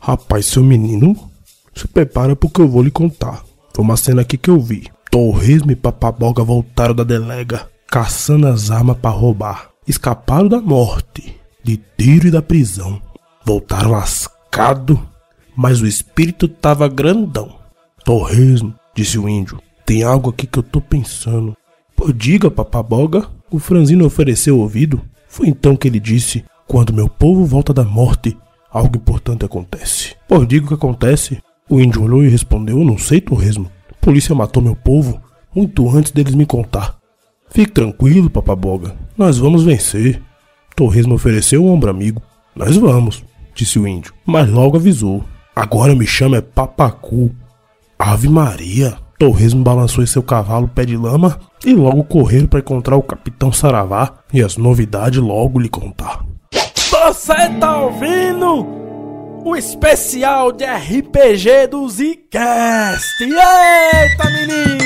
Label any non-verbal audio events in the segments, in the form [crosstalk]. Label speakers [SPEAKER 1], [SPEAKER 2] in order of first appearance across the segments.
[SPEAKER 1] Rapaz, seu menino, se prepara porque eu vou lhe contar. Foi uma cena aqui que eu vi. Torresmo e Papaboga voltaram da delega, caçando as armas para roubar. Escaparam da morte, de tiro e da prisão. Voltaram lascado, mas o espírito tava grandão. Torresmo, disse o índio, tem algo aqui que eu tô pensando. Pô, diga, papaboga. O franzino ofereceu o ouvido. Foi então que ele disse: Quando meu povo volta da morte, algo importante acontece. Pô, diga o que acontece. O índio olhou e respondeu: Eu não sei, torresmo. A polícia matou meu povo muito antes deles me contar. Fique tranquilo, papaboga. Nós vamos vencer. Torresmo ofereceu o ombro amigo. Nós vamos, disse o índio, mas logo avisou. Agora me chama é Papacu. Ave Maria! Torresmo balançou em seu cavalo pé de lama e logo correram para encontrar o capitão Saravá e as novidades logo lhe contar.
[SPEAKER 2] Você tá ouvindo o especial de RPG do Zcast? Eita, menino!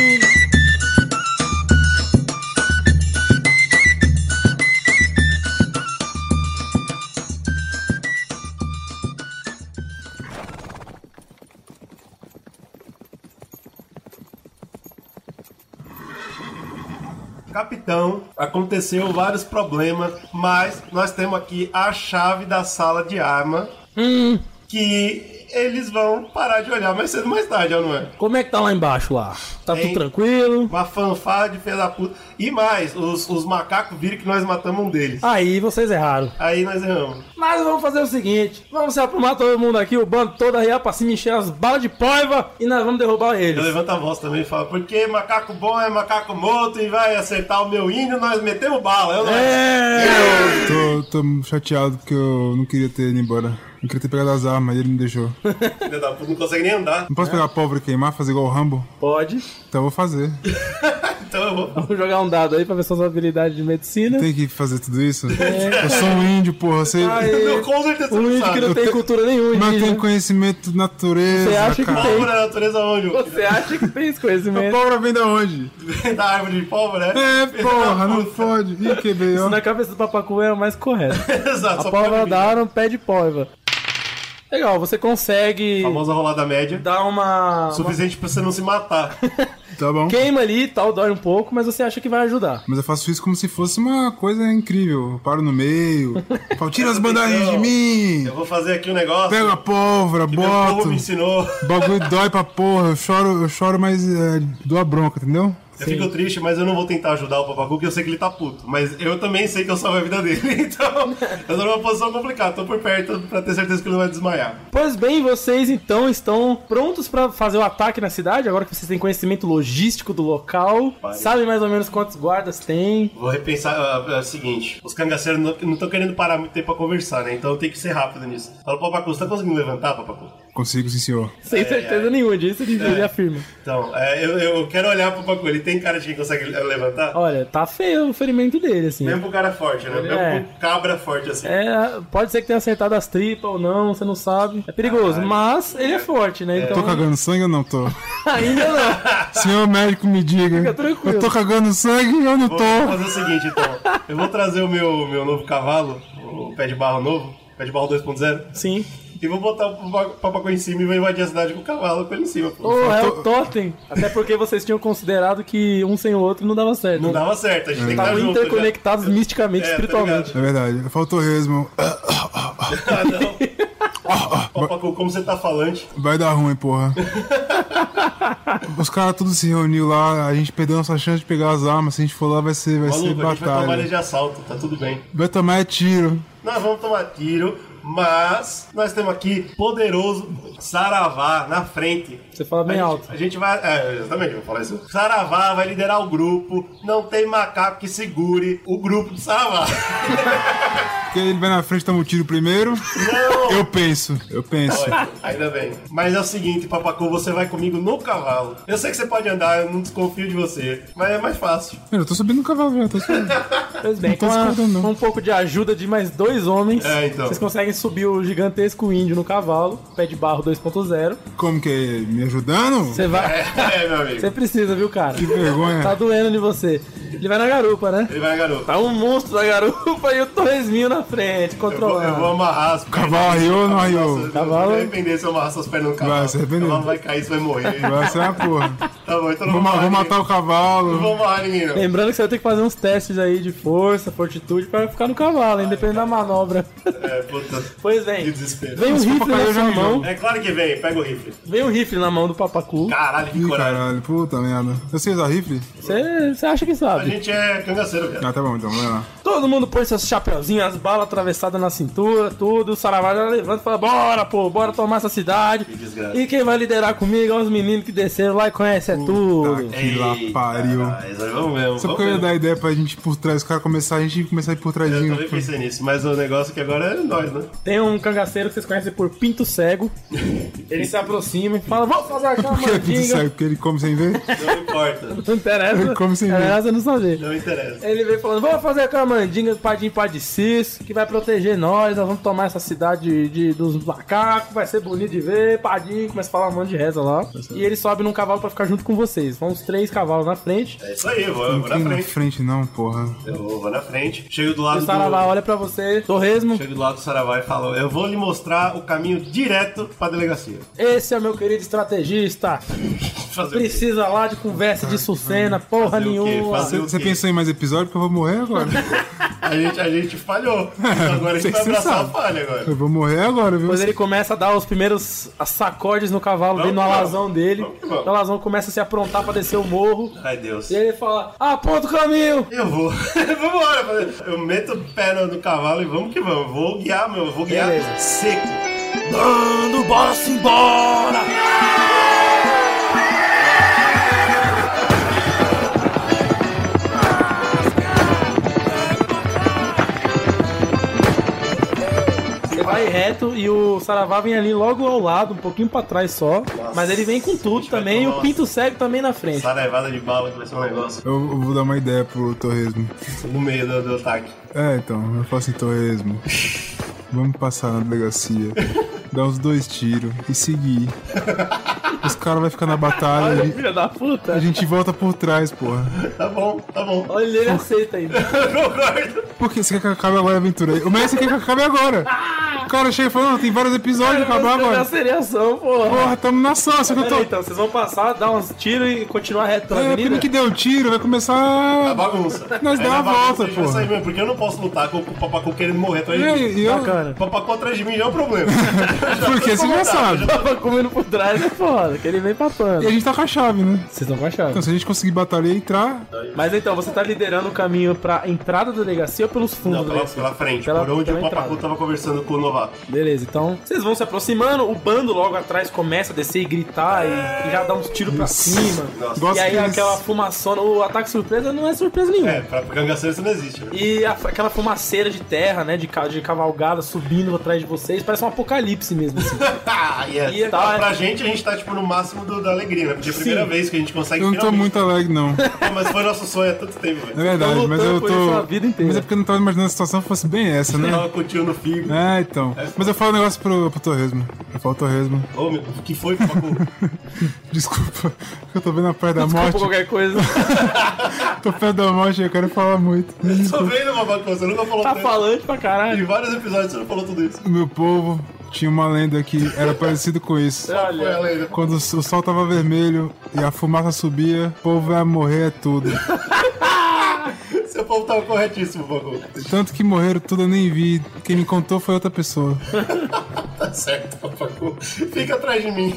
[SPEAKER 3] Capitão, aconteceu vários problemas, mas nós temos aqui a chave da sala de arma
[SPEAKER 2] Hum,
[SPEAKER 3] que eles vão parar de olhar mais cedo ou mais tarde, ó, não é?
[SPEAKER 2] Como é que tá lá embaixo lá? Tá
[SPEAKER 3] Hein?
[SPEAKER 2] tudo tranquilo?
[SPEAKER 3] Uma fanfarra de filha da puta. E mais, os, os macacos viram que nós matamos um deles.
[SPEAKER 2] Aí vocês erraram.
[SPEAKER 3] Aí nós erramos.
[SPEAKER 2] Mas vamos fazer o seguinte: vamos se aprumar todo mundo aqui, o bando todo arriar pra cima encher as balas de paiva e nós vamos derrubar
[SPEAKER 3] Eu
[SPEAKER 2] eles.
[SPEAKER 3] levanto a voz também e falo, porque macaco bom é macaco morto e vai acertar o meu índio, nós metemos bala, eu não
[SPEAKER 2] É!
[SPEAKER 4] Tô, tô chateado porque eu não queria ter ido embora. Não queria ter pegado as armas, ele me deixou. Não
[SPEAKER 3] Filha da puta, não consegue nem andar.
[SPEAKER 4] posso pegar a pólvora e queimar, fazer igual o Rambo?
[SPEAKER 2] Pode.
[SPEAKER 4] Então eu vou fazer.
[SPEAKER 3] Então eu vou.
[SPEAKER 2] Vamos jogar um dado aí pra ver suas habilidades de medicina.
[SPEAKER 4] Tem que fazer tudo isso? Eu sou um índio, porra. Você...
[SPEAKER 2] Aí,
[SPEAKER 3] Não, com certeza
[SPEAKER 2] o
[SPEAKER 3] você
[SPEAKER 2] É. Um índio
[SPEAKER 3] não
[SPEAKER 2] que não
[SPEAKER 3] sabe.
[SPEAKER 2] tem cultura nenhuma,
[SPEAKER 4] Mas eu
[SPEAKER 2] indígena.
[SPEAKER 4] tenho conhecimento de natureza,
[SPEAKER 2] Você acha que é
[SPEAKER 4] cara.
[SPEAKER 2] tem?
[SPEAKER 3] Pólvora da natureza onde?
[SPEAKER 2] né? Você acha que tem esse
[SPEAKER 4] A
[SPEAKER 2] conhecimento?
[SPEAKER 4] pólvora vem da onde?
[SPEAKER 3] Da árvore de né? pólvora,
[SPEAKER 4] É, porra, não fode. Ih, quebrei, ó.
[SPEAKER 2] Isso na cabeça do papacu era mais correto.
[SPEAKER 3] [laughs] Exato,
[SPEAKER 2] A
[SPEAKER 3] só pólvora
[SPEAKER 2] pólvora da Aaron pede pólvora. Legal, você consegue
[SPEAKER 3] Famosa rolada média.
[SPEAKER 2] dar uma, uma
[SPEAKER 3] Suficiente pra você não se matar.
[SPEAKER 4] Tá bom.
[SPEAKER 2] queima ali e tal, dói um pouco, mas você acha que vai ajudar.
[SPEAKER 4] Mas eu faço isso como se fosse uma coisa incrível. Eu paro no meio, falo, tira as bandagens de
[SPEAKER 3] Eu
[SPEAKER 4] mim,
[SPEAKER 3] vou fazer aqui um negócio.
[SPEAKER 4] pego a pólvora,
[SPEAKER 3] que meu povo
[SPEAKER 4] boto.
[SPEAKER 3] me ensinou.
[SPEAKER 4] O bagulho dói pra porra, eu choro, eu choro, mas é, dou a bronca, entendeu?
[SPEAKER 3] Eu fico triste, mas eu não vou tentar ajudar o Papacu, porque eu sei que ele tá puto. Mas eu também sei que eu salvei a vida dele. [laughs] Então, eu tô numa posição complicada. Tô por perto pra ter certeza que ele não vai desmaiar.
[SPEAKER 2] Pois bem, vocês então estão prontos pra fazer o ataque na cidade, agora que vocês têm conhecimento logístico do local,
[SPEAKER 3] Parece.
[SPEAKER 2] sabem mais ou menos quantos guardas tem.
[SPEAKER 3] Vou repensar ah, ah, o seguinte: os cangaceiros não estão querendo parar muito tempo pra conversar, né? Então eu tenho que ser rápido nisso. Fala, Papacu, você tá conseguindo levantar, Papacu?
[SPEAKER 4] Consigo, sim, senhor.
[SPEAKER 3] É,
[SPEAKER 2] Sem certeza nenhuma disso, ele ele afirma.
[SPEAKER 3] Então, é, eu, eu quero olhar pro Papacu. Ele tem cara de quem consegue eh, levantar?
[SPEAKER 2] Olha, tá feio o ferimento dele, assim.
[SPEAKER 3] Mesmo pro cara forte, né?
[SPEAKER 2] É.
[SPEAKER 3] Mesmo pro cabra forte assim.
[SPEAKER 2] É, pode ser que tenha acertado as tripas ou não, você não sabe. É perigoso, mas ele é forte, né? Então
[SPEAKER 4] Tô cagando sangue ou não tô?
[SPEAKER 3] [laughs]
[SPEAKER 2] ainda não.
[SPEAKER 4] Senhor médico, me diga.
[SPEAKER 2] Fica tranquilo.
[SPEAKER 4] Eu tô cagando sangue ou não
[SPEAKER 3] Vou
[SPEAKER 4] tô?
[SPEAKER 3] fazer o seguinte, então. Eu vou trazer o meu, meu novo cavalo, o pé de barro novo, pé de barro 2.0,
[SPEAKER 2] Sim.
[SPEAKER 3] e vou botar o pa- papacu em cima e vou invadir a cidade com o cavalo com ele em cima. pô.
[SPEAKER 2] Ou é o Totem. Até porque vocês tinham considerado que um sem o outro não dava certo.
[SPEAKER 3] Não dava certo, a gente tem que estar
[SPEAKER 2] Estavam
[SPEAKER 3] junto. já.
[SPEAKER 2] interconectados misticamente,
[SPEAKER 3] É, tá
[SPEAKER 2] espiritualmente.
[SPEAKER 4] É verdade, faltou resmo.
[SPEAKER 3] [laughs] Ah, não.
[SPEAKER 4] [laughs] Ah,
[SPEAKER 3] Papacu, como você tá falante,
[SPEAKER 4] Vai dar ruim, porra. Os caras todos se reuniu lá, a gente perdeu nossa chance de pegar as armas. Se a gente for lá, vai ser, vai ser
[SPEAKER 3] maluco, a gente vai tomar
[SPEAKER 4] batalha.
[SPEAKER 3] área de assalto, tá tudo bem.
[SPEAKER 4] Vai tomar é tiro.
[SPEAKER 3] Nós vamos tomar tiro, mas nós temos aqui poderoso Saravá na frente.
[SPEAKER 2] Você fala Tá bem
[SPEAKER 3] a gente-
[SPEAKER 2] alto.
[SPEAKER 3] a gente vai. É, exatamente, eu vou falar isso. Saravá vai liderar o grupo. Não tem macaco que segure o grupo do Saravá. [laughs]
[SPEAKER 4] Porque ele vai na frente, toma o tiro primeiro. Eu penso, eu penso.
[SPEAKER 3] Olha, Ainda bem. Mas é o seguinte, Papacu, você vai comigo no cavalo. Eu sei que você pode andar, eu não desconfio de você. Mas é mais fácil.
[SPEAKER 4] Mano, eu tô subindo no cavalo, já, tô subindo.
[SPEAKER 2] Pois bem,
[SPEAKER 4] Não
[SPEAKER 2] com,
[SPEAKER 4] tô
[SPEAKER 2] a-
[SPEAKER 4] escondendo, não.
[SPEAKER 2] com um pouco de ajuda de mais dois homens,
[SPEAKER 3] É, então.
[SPEAKER 2] vocês conseguem subir o gigantesco índio no cavalo, pé de barro 2.0.
[SPEAKER 4] Como que é? Me
[SPEAKER 2] [laughs]
[SPEAKER 4] ajudando?
[SPEAKER 2] Você vai.
[SPEAKER 3] É, meu amigo.
[SPEAKER 2] Você precisa, viu, cara?
[SPEAKER 4] Que vergonha.
[SPEAKER 2] Tá doendo de você. Ele vai na garupa, né?
[SPEAKER 3] Ele vai na garupa.
[SPEAKER 2] Tá um monstro na garupa e o torresminho na frente,
[SPEAKER 3] Eu vou, eu vou
[SPEAKER 2] controlando.
[SPEAKER 3] amarrar as pernas.
[SPEAKER 4] Cavalo arriou ou não arriou?
[SPEAKER 3] Nossa,
[SPEAKER 2] Cavalo-
[SPEAKER 3] Eu vou me arrepender se eu amarrar suas pernas no cavalo.
[SPEAKER 4] Vai, se arrepender.
[SPEAKER 3] O cavalo vai cair, você vai morrer.
[SPEAKER 4] Vai ser uma porra.
[SPEAKER 3] Tá bom, então não
[SPEAKER 4] Vou, ma- vou matar o
[SPEAKER 3] Não
[SPEAKER 4] cavalo.
[SPEAKER 3] vou amarrar ninguém, não.
[SPEAKER 2] Lembrando que você vai ter que fazer uns testes aí de força, fortitude, pra ficar no cavalo, hein? Dependendo da manobra.
[SPEAKER 3] É, puta.
[SPEAKER 2] Pois
[SPEAKER 3] Que
[SPEAKER 2] vem.
[SPEAKER 3] desespero.
[SPEAKER 2] Vem um
[SPEAKER 4] for
[SPEAKER 2] rifle
[SPEAKER 4] pra cair,
[SPEAKER 2] na
[SPEAKER 4] eu já
[SPEAKER 2] sua
[SPEAKER 4] me jogo.
[SPEAKER 2] mão.
[SPEAKER 3] É claro que vem, pega o rifle.
[SPEAKER 2] Vem um rifle na mão do papacu.
[SPEAKER 3] Caralho, que
[SPEAKER 4] Ih,
[SPEAKER 3] coragem.
[SPEAKER 4] caralho, puta merda. Eu sei usar rifle?
[SPEAKER 2] Você você acha que
[SPEAKER 3] A
[SPEAKER 2] sabe.
[SPEAKER 3] gente é cangaceiro, cara.
[SPEAKER 4] Ah, tá bom, então, vai lá.
[SPEAKER 2] Todo mundo põe seus chapeuzinhos, as balas atravessadas na cintura, tudo. O Saravá já levanta e fala: Bora, pô, bora tomar essa cidade.
[SPEAKER 3] desgraça.
[SPEAKER 2] E quem vai liderar comigo é os meninos que desceram lá e conhecem é tudo.
[SPEAKER 4] Que lá
[SPEAKER 3] Eita,
[SPEAKER 4] pariu.
[SPEAKER 3] mas aí vamos mesmo. vamos
[SPEAKER 4] Só porque eu ia
[SPEAKER 3] mesmo.
[SPEAKER 4] dar ideia pra gente ir por trás, os caras começar, a gente começar a ir por trás.
[SPEAKER 3] Eu também pensei nisso, mas o negócio que agora é nós, né?
[SPEAKER 2] Tem um cangaceiro que vocês conhecem por Pinto Cego. Ele se aproxima e fala: Vamos fazer aquela
[SPEAKER 4] Porque é tudo
[SPEAKER 2] mandinga.
[SPEAKER 4] certo, porque ele come sem ver.
[SPEAKER 3] Não importa.
[SPEAKER 2] Não interessa.
[SPEAKER 4] Como sem ver.
[SPEAKER 2] interessa não saber.
[SPEAKER 3] Não interessa.
[SPEAKER 2] Ele veio falando, vamos fazer aquela mandinga do Padim Padicisso, que vai proteger nós, nós vamos tomar essa cidade de, dos macacos, vai ser bonito de ver, Padim começa a falar um monte de reza lá.
[SPEAKER 3] Tá
[SPEAKER 2] E ele sobe num cavalo pra ficar junto com vocês. Vão os três cavalos na frente.
[SPEAKER 3] É isso aí, eu vou, eu
[SPEAKER 4] Não
[SPEAKER 3] vou na
[SPEAKER 4] tem na
[SPEAKER 3] frente.
[SPEAKER 4] frente, não, porra.
[SPEAKER 3] Eu vou, vou na frente. Chego do
[SPEAKER 2] E
[SPEAKER 3] lado
[SPEAKER 2] o Saravá
[SPEAKER 3] do.
[SPEAKER 2] olha pra você, Torresmo,
[SPEAKER 3] Chego do lado do Saravá e falo, eu vou lhe mostrar o caminho direto pra delegacia. [laughs]
[SPEAKER 2] esse é o meu querido estrategista.
[SPEAKER 3] Fazer o quê?
[SPEAKER 2] Precisa lá de conversa de sucena, porra
[SPEAKER 3] Fazer o quê?
[SPEAKER 2] nenhuma.
[SPEAKER 3] Fazer-
[SPEAKER 4] Você
[SPEAKER 3] o
[SPEAKER 4] você
[SPEAKER 3] quê?
[SPEAKER 4] pensou em mais episódio porque eu vou morrer agora? [laughs]
[SPEAKER 3] A gente, a gente falhou. Agora a gente
[SPEAKER 4] Vocês
[SPEAKER 3] vai abraçar a
[SPEAKER 4] sabem.
[SPEAKER 3] falha agora.
[SPEAKER 4] Eu vou morrer agora, viu?
[SPEAKER 2] Depois ele começa a dar os primeiros sacodes no cavalo,
[SPEAKER 3] Vamos
[SPEAKER 2] vem no
[SPEAKER 3] que vamos.
[SPEAKER 2] alazão dele.
[SPEAKER 3] Vamos que vamos.
[SPEAKER 2] O alazão começa a se aprontar pra descer o morro.
[SPEAKER 3] Ai, Deus.
[SPEAKER 2] E aí ele fala, aponta o caminho!
[SPEAKER 3] Eu vou. [laughs] Vambora. Eu meto o pé no, no cavalo e vamos que vamos. Vou guiar, meu. Vou guiar
[SPEAKER 2] Beleza.
[SPEAKER 3] seco. Mano, bora-se embora!
[SPEAKER 2] Você vai reto e o Saravá vem ali logo ao lado, um pouquinho pra trás só. mas ele vem com tudo
[SPEAKER 3] gente vai
[SPEAKER 2] também e
[SPEAKER 3] tomar
[SPEAKER 2] o Pinto Cego também na frente.
[SPEAKER 3] Essa nevada de bala que vai ser um negócio
[SPEAKER 4] Eu eu vou dar uma ideia pro Torresmo.
[SPEAKER 3] no meio do, do ataque.
[SPEAKER 4] É, então, eu faço em Torresmo. Vamos passar na delegacia, dar uns dois tiros e seguir. Os caras vão ficar na batalha, a gente-
[SPEAKER 2] Filha da
[SPEAKER 4] a
[SPEAKER 2] puta!
[SPEAKER 4] gente volta por trás, porra.
[SPEAKER 3] Tá bom, tá bom.
[SPEAKER 2] Olha, ele aceita
[SPEAKER 3] [laughs]
[SPEAKER 2] ainda.
[SPEAKER 3] Eu concordo.
[SPEAKER 4] Por que você quer que acabe agora a aventura? O mestre quer que acabe agora. O cara chega e fala, não, tem vários episódios, acabar
[SPEAKER 2] Essa
[SPEAKER 4] agora.
[SPEAKER 2] seria ação, porra.
[SPEAKER 4] Porra, tamo na sala, só que eu
[SPEAKER 2] Pera aí,
[SPEAKER 4] tô...
[SPEAKER 2] então, vocês vão passar, dar uns tiros e continuar reto na avenida?
[SPEAKER 4] É,
[SPEAKER 2] Tá
[SPEAKER 4] primeiro
[SPEAKER 2] [laughs]
[SPEAKER 4] que deu tiro, vai
[SPEAKER 3] A
[SPEAKER 4] começar...
[SPEAKER 3] bagunça.
[SPEAKER 4] Nós
[SPEAKER 3] Aí
[SPEAKER 4] dá
[SPEAKER 3] na
[SPEAKER 4] uma
[SPEAKER 3] bagunça
[SPEAKER 4] volta,
[SPEAKER 3] a gente vai
[SPEAKER 4] porra.
[SPEAKER 3] sair mesmo, Porque eu não posso lutar com o papacu querendo morrer atrás
[SPEAKER 4] E
[SPEAKER 3] de mim.
[SPEAKER 4] aí, e eu...
[SPEAKER 2] Bacana.
[SPEAKER 3] Papacu atrás de mim já é um
[SPEAKER 4] [laughs]
[SPEAKER 3] problema.
[SPEAKER 4] Porque você já sabe.
[SPEAKER 2] Tava comendo por trás, é foda, que ele vem
[SPEAKER 4] E a
[SPEAKER 2] papando.
[SPEAKER 4] gente tá com a chave, né?
[SPEAKER 2] Vocês não acharam?
[SPEAKER 4] Então, se a gente conseguir batalhar e entrar,
[SPEAKER 2] Mas então, você tá liderando o caminho pra entrada da delegacia ou pelos fundos
[SPEAKER 3] Não,
[SPEAKER 2] da
[SPEAKER 3] pela,
[SPEAKER 2] delegacia?
[SPEAKER 3] pela frente,
[SPEAKER 2] Pela-
[SPEAKER 3] por onde
[SPEAKER 2] pela
[SPEAKER 3] o papacu
[SPEAKER 2] entrada.
[SPEAKER 3] tava conversando com o novato.
[SPEAKER 2] Beleza, então vocês vão se aproximando, o bando logo atrás começa a descer e gritar e, e já dá uns tiros pra cima.
[SPEAKER 3] Nossa.
[SPEAKER 4] Gosto
[SPEAKER 2] E aí
[SPEAKER 4] que eles-
[SPEAKER 2] aquela fumaçona, o ataque surpresa não é surpresa nenhuma.
[SPEAKER 3] É, pra cangaceiro isso não existe, né?
[SPEAKER 2] E a- aquela fumaceira de terra, né, de, ca- de cavalgada subindo atrás de vocês, parece um apocalipse
[SPEAKER 3] [laughs]
[SPEAKER 2] mesmo. assim.
[SPEAKER 3] Ah, yes.
[SPEAKER 2] E
[SPEAKER 3] tá,
[SPEAKER 2] tá-
[SPEAKER 3] pra gente, a gente tá, tipo, no máximo do- da alegria, né? Porque é a primeira
[SPEAKER 2] Sim.
[SPEAKER 3] vez que a gente consegue
[SPEAKER 4] eu
[SPEAKER 2] [laughs]
[SPEAKER 4] não tô
[SPEAKER 3] finalmente-
[SPEAKER 4] muito alegre, não.
[SPEAKER 3] Pô, mas foi nosso sonho há tanto tempo,
[SPEAKER 4] É
[SPEAKER 3] velho.
[SPEAKER 4] verdade, mas
[SPEAKER 2] tá lutando
[SPEAKER 4] eu
[SPEAKER 2] por isso a
[SPEAKER 4] tô.
[SPEAKER 2] vida inteira.
[SPEAKER 4] Mas é porque eu não tava imaginando a situação fosse bem essa,
[SPEAKER 2] [laughs]
[SPEAKER 3] Eu
[SPEAKER 4] né?
[SPEAKER 3] Tava com o tio no fim.
[SPEAKER 4] É, então. Mas eu falo um negócio pro, pro Torresmo. Eu falo, Torresmo,
[SPEAKER 3] Ô, meu, o que foi, papacu?
[SPEAKER 4] desculpa, eu tô vendo a
[SPEAKER 3] É
[SPEAKER 4] perto da
[SPEAKER 2] Desculpa
[SPEAKER 4] morte.
[SPEAKER 3] [laughs]
[SPEAKER 2] qualquer coisa.
[SPEAKER 4] Tô perto da morte e eu quero falar
[SPEAKER 2] [laughs]
[SPEAKER 4] muito.
[SPEAKER 3] Tô vendo, papacu, você nunca falou
[SPEAKER 2] tá
[SPEAKER 3] tanto.
[SPEAKER 2] falante pra
[SPEAKER 3] Em
[SPEAKER 2] caralho.
[SPEAKER 3] vários episódios você não falou tudo isso.
[SPEAKER 4] O meu povo tinha uma lenda que era parecido com isso.
[SPEAKER 3] Foi né?
[SPEAKER 2] Olha,
[SPEAKER 3] ela ainda.
[SPEAKER 4] Quando o sol tava vermelho e a fumaça subia, o povo ia morrer é tudo.
[SPEAKER 3] Seu povo tava corretíssimo, papacu.
[SPEAKER 4] Tanto que morreram tudo, eu nem vi. Quem me contou foi outra pessoa.
[SPEAKER 3] Tá certo, papacu. Fica atrás de mim.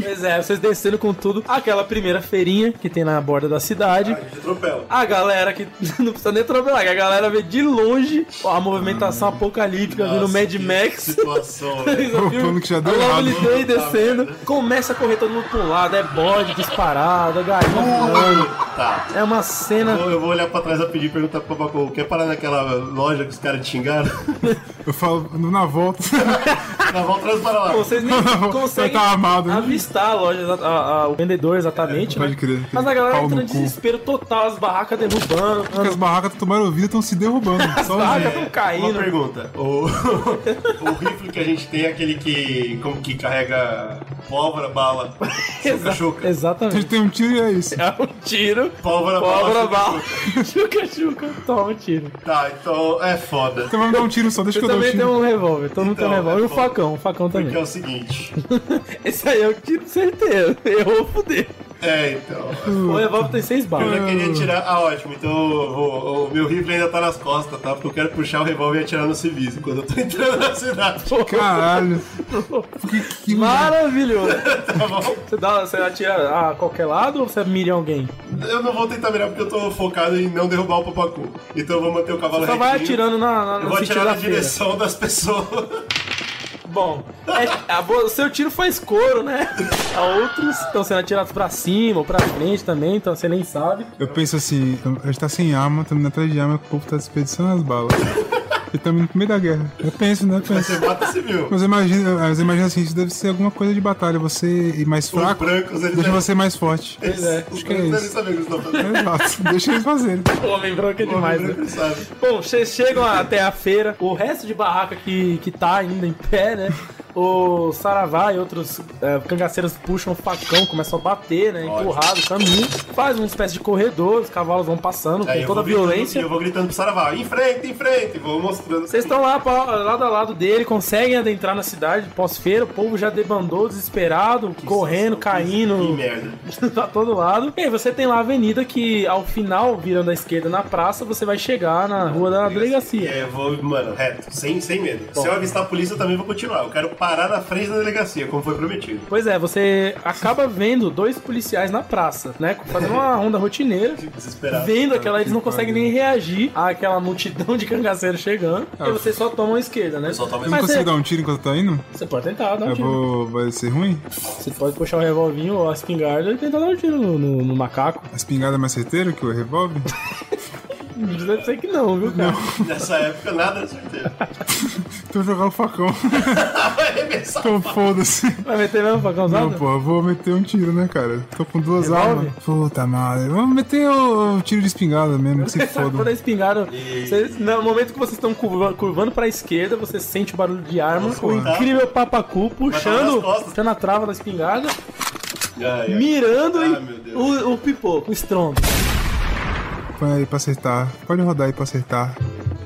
[SPEAKER 2] pois é, vocês descendo com tudo. Aquela primeira feirinha que tem na borda da cidade.
[SPEAKER 3] A gente atropela.
[SPEAKER 2] A galera que [laughs] não precisa nem atropelar, que a galera vê de longe ó, a movimentação apocalíptica vindo
[SPEAKER 3] Hum. Nossa,
[SPEAKER 2] Mad
[SPEAKER 3] que
[SPEAKER 2] Max.
[SPEAKER 3] Situação, velho.
[SPEAKER 4] [laughs] O plano que já deu
[SPEAKER 2] Logo
[SPEAKER 4] errado. né?
[SPEAKER 2] ele vem descendo, começa a correr todo mundo pro lado, é bode disparado, é galinha voando.
[SPEAKER 3] Tá.
[SPEAKER 2] É uma
[SPEAKER 3] Eu
[SPEAKER 2] cena.
[SPEAKER 3] vou- Eu vou olhar pra trás rapidinho e perguntar pro Papacu, quer parar naquela loja que os caras te xingaram? [laughs]
[SPEAKER 4] Eu falo, na volta. [laughs]
[SPEAKER 3] Na volta atrás para lá.
[SPEAKER 2] Vocês nem conseguem
[SPEAKER 4] Eu tava armado, né?
[SPEAKER 2] avistar a loja, exa- a- a- o vendedor exatamente,
[SPEAKER 4] Pode
[SPEAKER 2] né?
[SPEAKER 4] crer.
[SPEAKER 2] Mas a galera
[SPEAKER 4] Pau
[SPEAKER 2] entra
[SPEAKER 4] no
[SPEAKER 2] em
[SPEAKER 4] cu.
[SPEAKER 2] desespero total, as barracas derrubando,
[SPEAKER 4] Porque as barracas que tomaram vida estão se derrubando.
[SPEAKER 2] [laughs] as barracas
[SPEAKER 4] sozinhas.
[SPEAKER 2] estão
[SPEAKER 3] Uma
[SPEAKER 2] caindo.
[SPEAKER 3] pergunta.
[SPEAKER 2] [laughs]
[SPEAKER 3] O, o rifle que a gente tem é aquele que, como que carrega pólvora, bala, chuca-chuca.
[SPEAKER 2] Exa- [laughs]
[SPEAKER 4] A gente [laughs]
[SPEAKER 2] Exatamente.
[SPEAKER 4] tem um tiro e é isso.
[SPEAKER 2] É um tiro.
[SPEAKER 3] Pólvora, bala,
[SPEAKER 2] Cobra, bala. Chuca, chuca. Toma um tiro.
[SPEAKER 3] Tá, então é foda.
[SPEAKER 4] Então vai me dar um tiro só, deixa
[SPEAKER 2] Eu
[SPEAKER 4] que eu dou um
[SPEAKER 2] também
[SPEAKER 4] tiro.
[SPEAKER 2] tenho um revólver, todo mundo tem um
[SPEAKER 3] Então,
[SPEAKER 2] revólver. E o
[SPEAKER 3] é foda.
[SPEAKER 2] facão, o facão
[SPEAKER 3] Porque é
[SPEAKER 2] também.
[SPEAKER 3] o seguinte.
[SPEAKER 2] Esse aí é o tiro certeiro. [laughs] Errou, fudeu.
[SPEAKER 3] É, então.
[SPEAKER 4] Hum.
[SPEAKER 2] O revólver tem seis
[SPEAKER 3] Eu
[SPEAKER 2] balas.
[SPEAKER 3] já queria tirar. Ah, ótimo. Então o, o- o meu rifle ainda tá nas costas, tá? Porque eu quero puxar o revólver e atirar no civis quando eu tô [laughs] entrando na cidade.
[SPEAKER 4] Caralho. Que, que
[SPEAKER 2] [laughs] Maravilhoso.
[SPEAKER 3] Tá bom?
[SPEAKER 2] Você, dá, você atira a qualquer lado ou você mira alguém?
[SPEAKER 3] Eu não vou tentar mirar porque eu tô focado em não derrubar o papacu. Então eu vou manter o cavalo
[SPEAKER 2] Só vai
[SPEAKER 3] retinho.
[SPEAKER 2] atirando na, na,
[SPEAKER 3] Eu
[SPEAKER 2] no
[SPEAKER 3] vou
[SPEAKER 2] sentido
[SPEAKER 3] atirar na
[SPEAKER 2] da feira.
[SPEAKER 3] direção das pessoas. [laughs]
[SPEAKER 2] Bom, é, a bo- o seu tiro foi escuro, né? A outros estão sendo atirados pra cima ou pra frente também, então você nem sabe.
[SPEAKER 4] Eu penso assim, a gente tá sem arma, estamos indo atrás de arma, o povo tá desperdiçando as balas. E estamos no meio da guerra. Eu penso, né? Eu penso.
[SPEAKER 3] Você mata civil.
[SPEAKER 4] Mas imagina, mas imagina assim, isso deve ser alguma coisa de batalha. Você ir mais
[SPEAKER 3] Os
[SPEAKER 4] fraco,
[SPEAKER 3] brancos, eles
[SPEAKER 4] deixa
[SPEAKER 3] devem-
[SPEAKER 4] você mais forte.
[SPEAKER 2] Pois é.
[SPEAKER 3] Os
[SPEAKER 4] que é
[SPEAKER 3] brancos devem
[SPEAKER 4] isso.
[SPEAKER 3] saber o que eles estão
[SPEAKER 4] [laughs]
[SPEAKER 3] fazendo.
[SPEAKER 4] Exato, deixa eles fazerem.
[SPEAKER 2] O homem branco é demais,
[SPEAKER 3] Os
[SPEAKER 2] né?
[SPEAKER 3] brancos sabem.
[SPEAKER 2] Bom, vocês chegam até a feira, o resto de barraca que, que tá ainda em pé, né? O Saravá e outros é, cangaceiros puxam o facão, começam a bater, né? Empurrado o caminho. Faz uma espécie de corredor, os cavalos vão passando
[SPEAKER 3] Aí
[SPEAKER 2] com
[SPEAKER 3] É, eu
[SPEAKER 2] toda a
[SPEAKER 3] vou gritando-
[SPEAKER 2] violência.
[SPEAKER 3] e Eu vou gritando pro Saravá, em frente, em frente, vou mostrando.
[SPEAKER 2] Vocês estão lá pa- lado a lado dele, conseguem adentrar na cidade pós-feira, o povo já debandou, desesperado, correndo,
[SPEAKER 3] Que
[SPEAKER 2] caindo,
[SPEAKER 3] merda.
[SPEAKER 2] [laughs] pra todo lado. E aí você tem lá a avenida que, ao final, virando à esquerda na praça, você vai chegar na rua da
[SPEAKER 3] E
[SPEAKER 2] delegacia.
[SPEAKER 3] aí É, eu vou, mano, reto, sem, sem medo. Se eu avistar a polícia, eu também vou continuar. Eu quero parar na frente da delegacia, como foi prometido.
[SPEAKER 2] Pois é, você acaba vendo dois policiais na praça, né? Fazendo uma ronda rotineira.
[SPEAKER 3] Fico desesperado.
[SPEAKER 2] Vendo aquela, eles não
[SPEAKER 4] que
[SPEAKER 2] conseguem
[SPEAKER 4] pariu.
[SPEAKER 2] nem reagir àquela multidão de cangaceiros chegando.
[SPEAKER 4] Ah,
[SPEAKER 2] e você só toma a esquerda, né?
[SPEAKER 3] Eu só tomo a
[SPEAKER 4] Eu não
[SPEAKER 2] Mas
[SPEAKER 4] consigo
[SPEAKER 2] você,
[SPEAKER 4] dar um tiro enquanto tá indo?
[SPEAKER 2] você pode tentar, dá um
[SPEAKER 4] Eu
[SPEAKER 2] tiro.
[SPEAKER 4] vou. Vai ser ruim?
[SPEAKER 2] Você pode puxar o revolvinho ou a espingarda e tentar dar um tiro no, no- no macaco.
[SPEAKER 4] A espingarda é mais certeira que o revólver? [laughs]
[SPEAKER 2] Deve ser que não, viu, cara?
[SPEAKER 3] Nessa época, nada de certeza.
[SPEAKER 4] Então eu vou jogar o facão.
[SPEAKER 3] Arremessar.
[SPEAKER 4] Então foda-se.
[SPEAKER 2] Vai meter mesmo pra causar?
[SPEAKER 4] Não, porra, vou meter um tiro, né, cara? Tô com duas
[SPEAKER 2] Revolve?
[SPEAKER 4] armas. Puta merda. Vamos meter o, o tiro de espingarda mesmo, que se
[SPEAKER 2] [laughs] Quando a
[SPEAKER 4] foda.
[SPEAKER 2] espingarda, vocês- no momento que vocês estão curva- curvando pra esquerda, você sente o barulho de arma, o
[SPEAKER 4] porra.
[SPEAKER 2] incrível papacu puxando,
[SPEAKER 3] nas costas.
[SPEAKER 2] puxando a trava da espingarda,
[SPEAKER 3] Ai, ai.
[SPEAKER 2] mirando
[SPEAKER 3] Ah,
[SPEAKER 2] e
[SPEAKER 3] meu Deus.
[SPEAKER 2] o, o pipoco, o estrondo.
[SPEAKER 4] Põe aí pra acertar. Pode rodar aí pra acertar.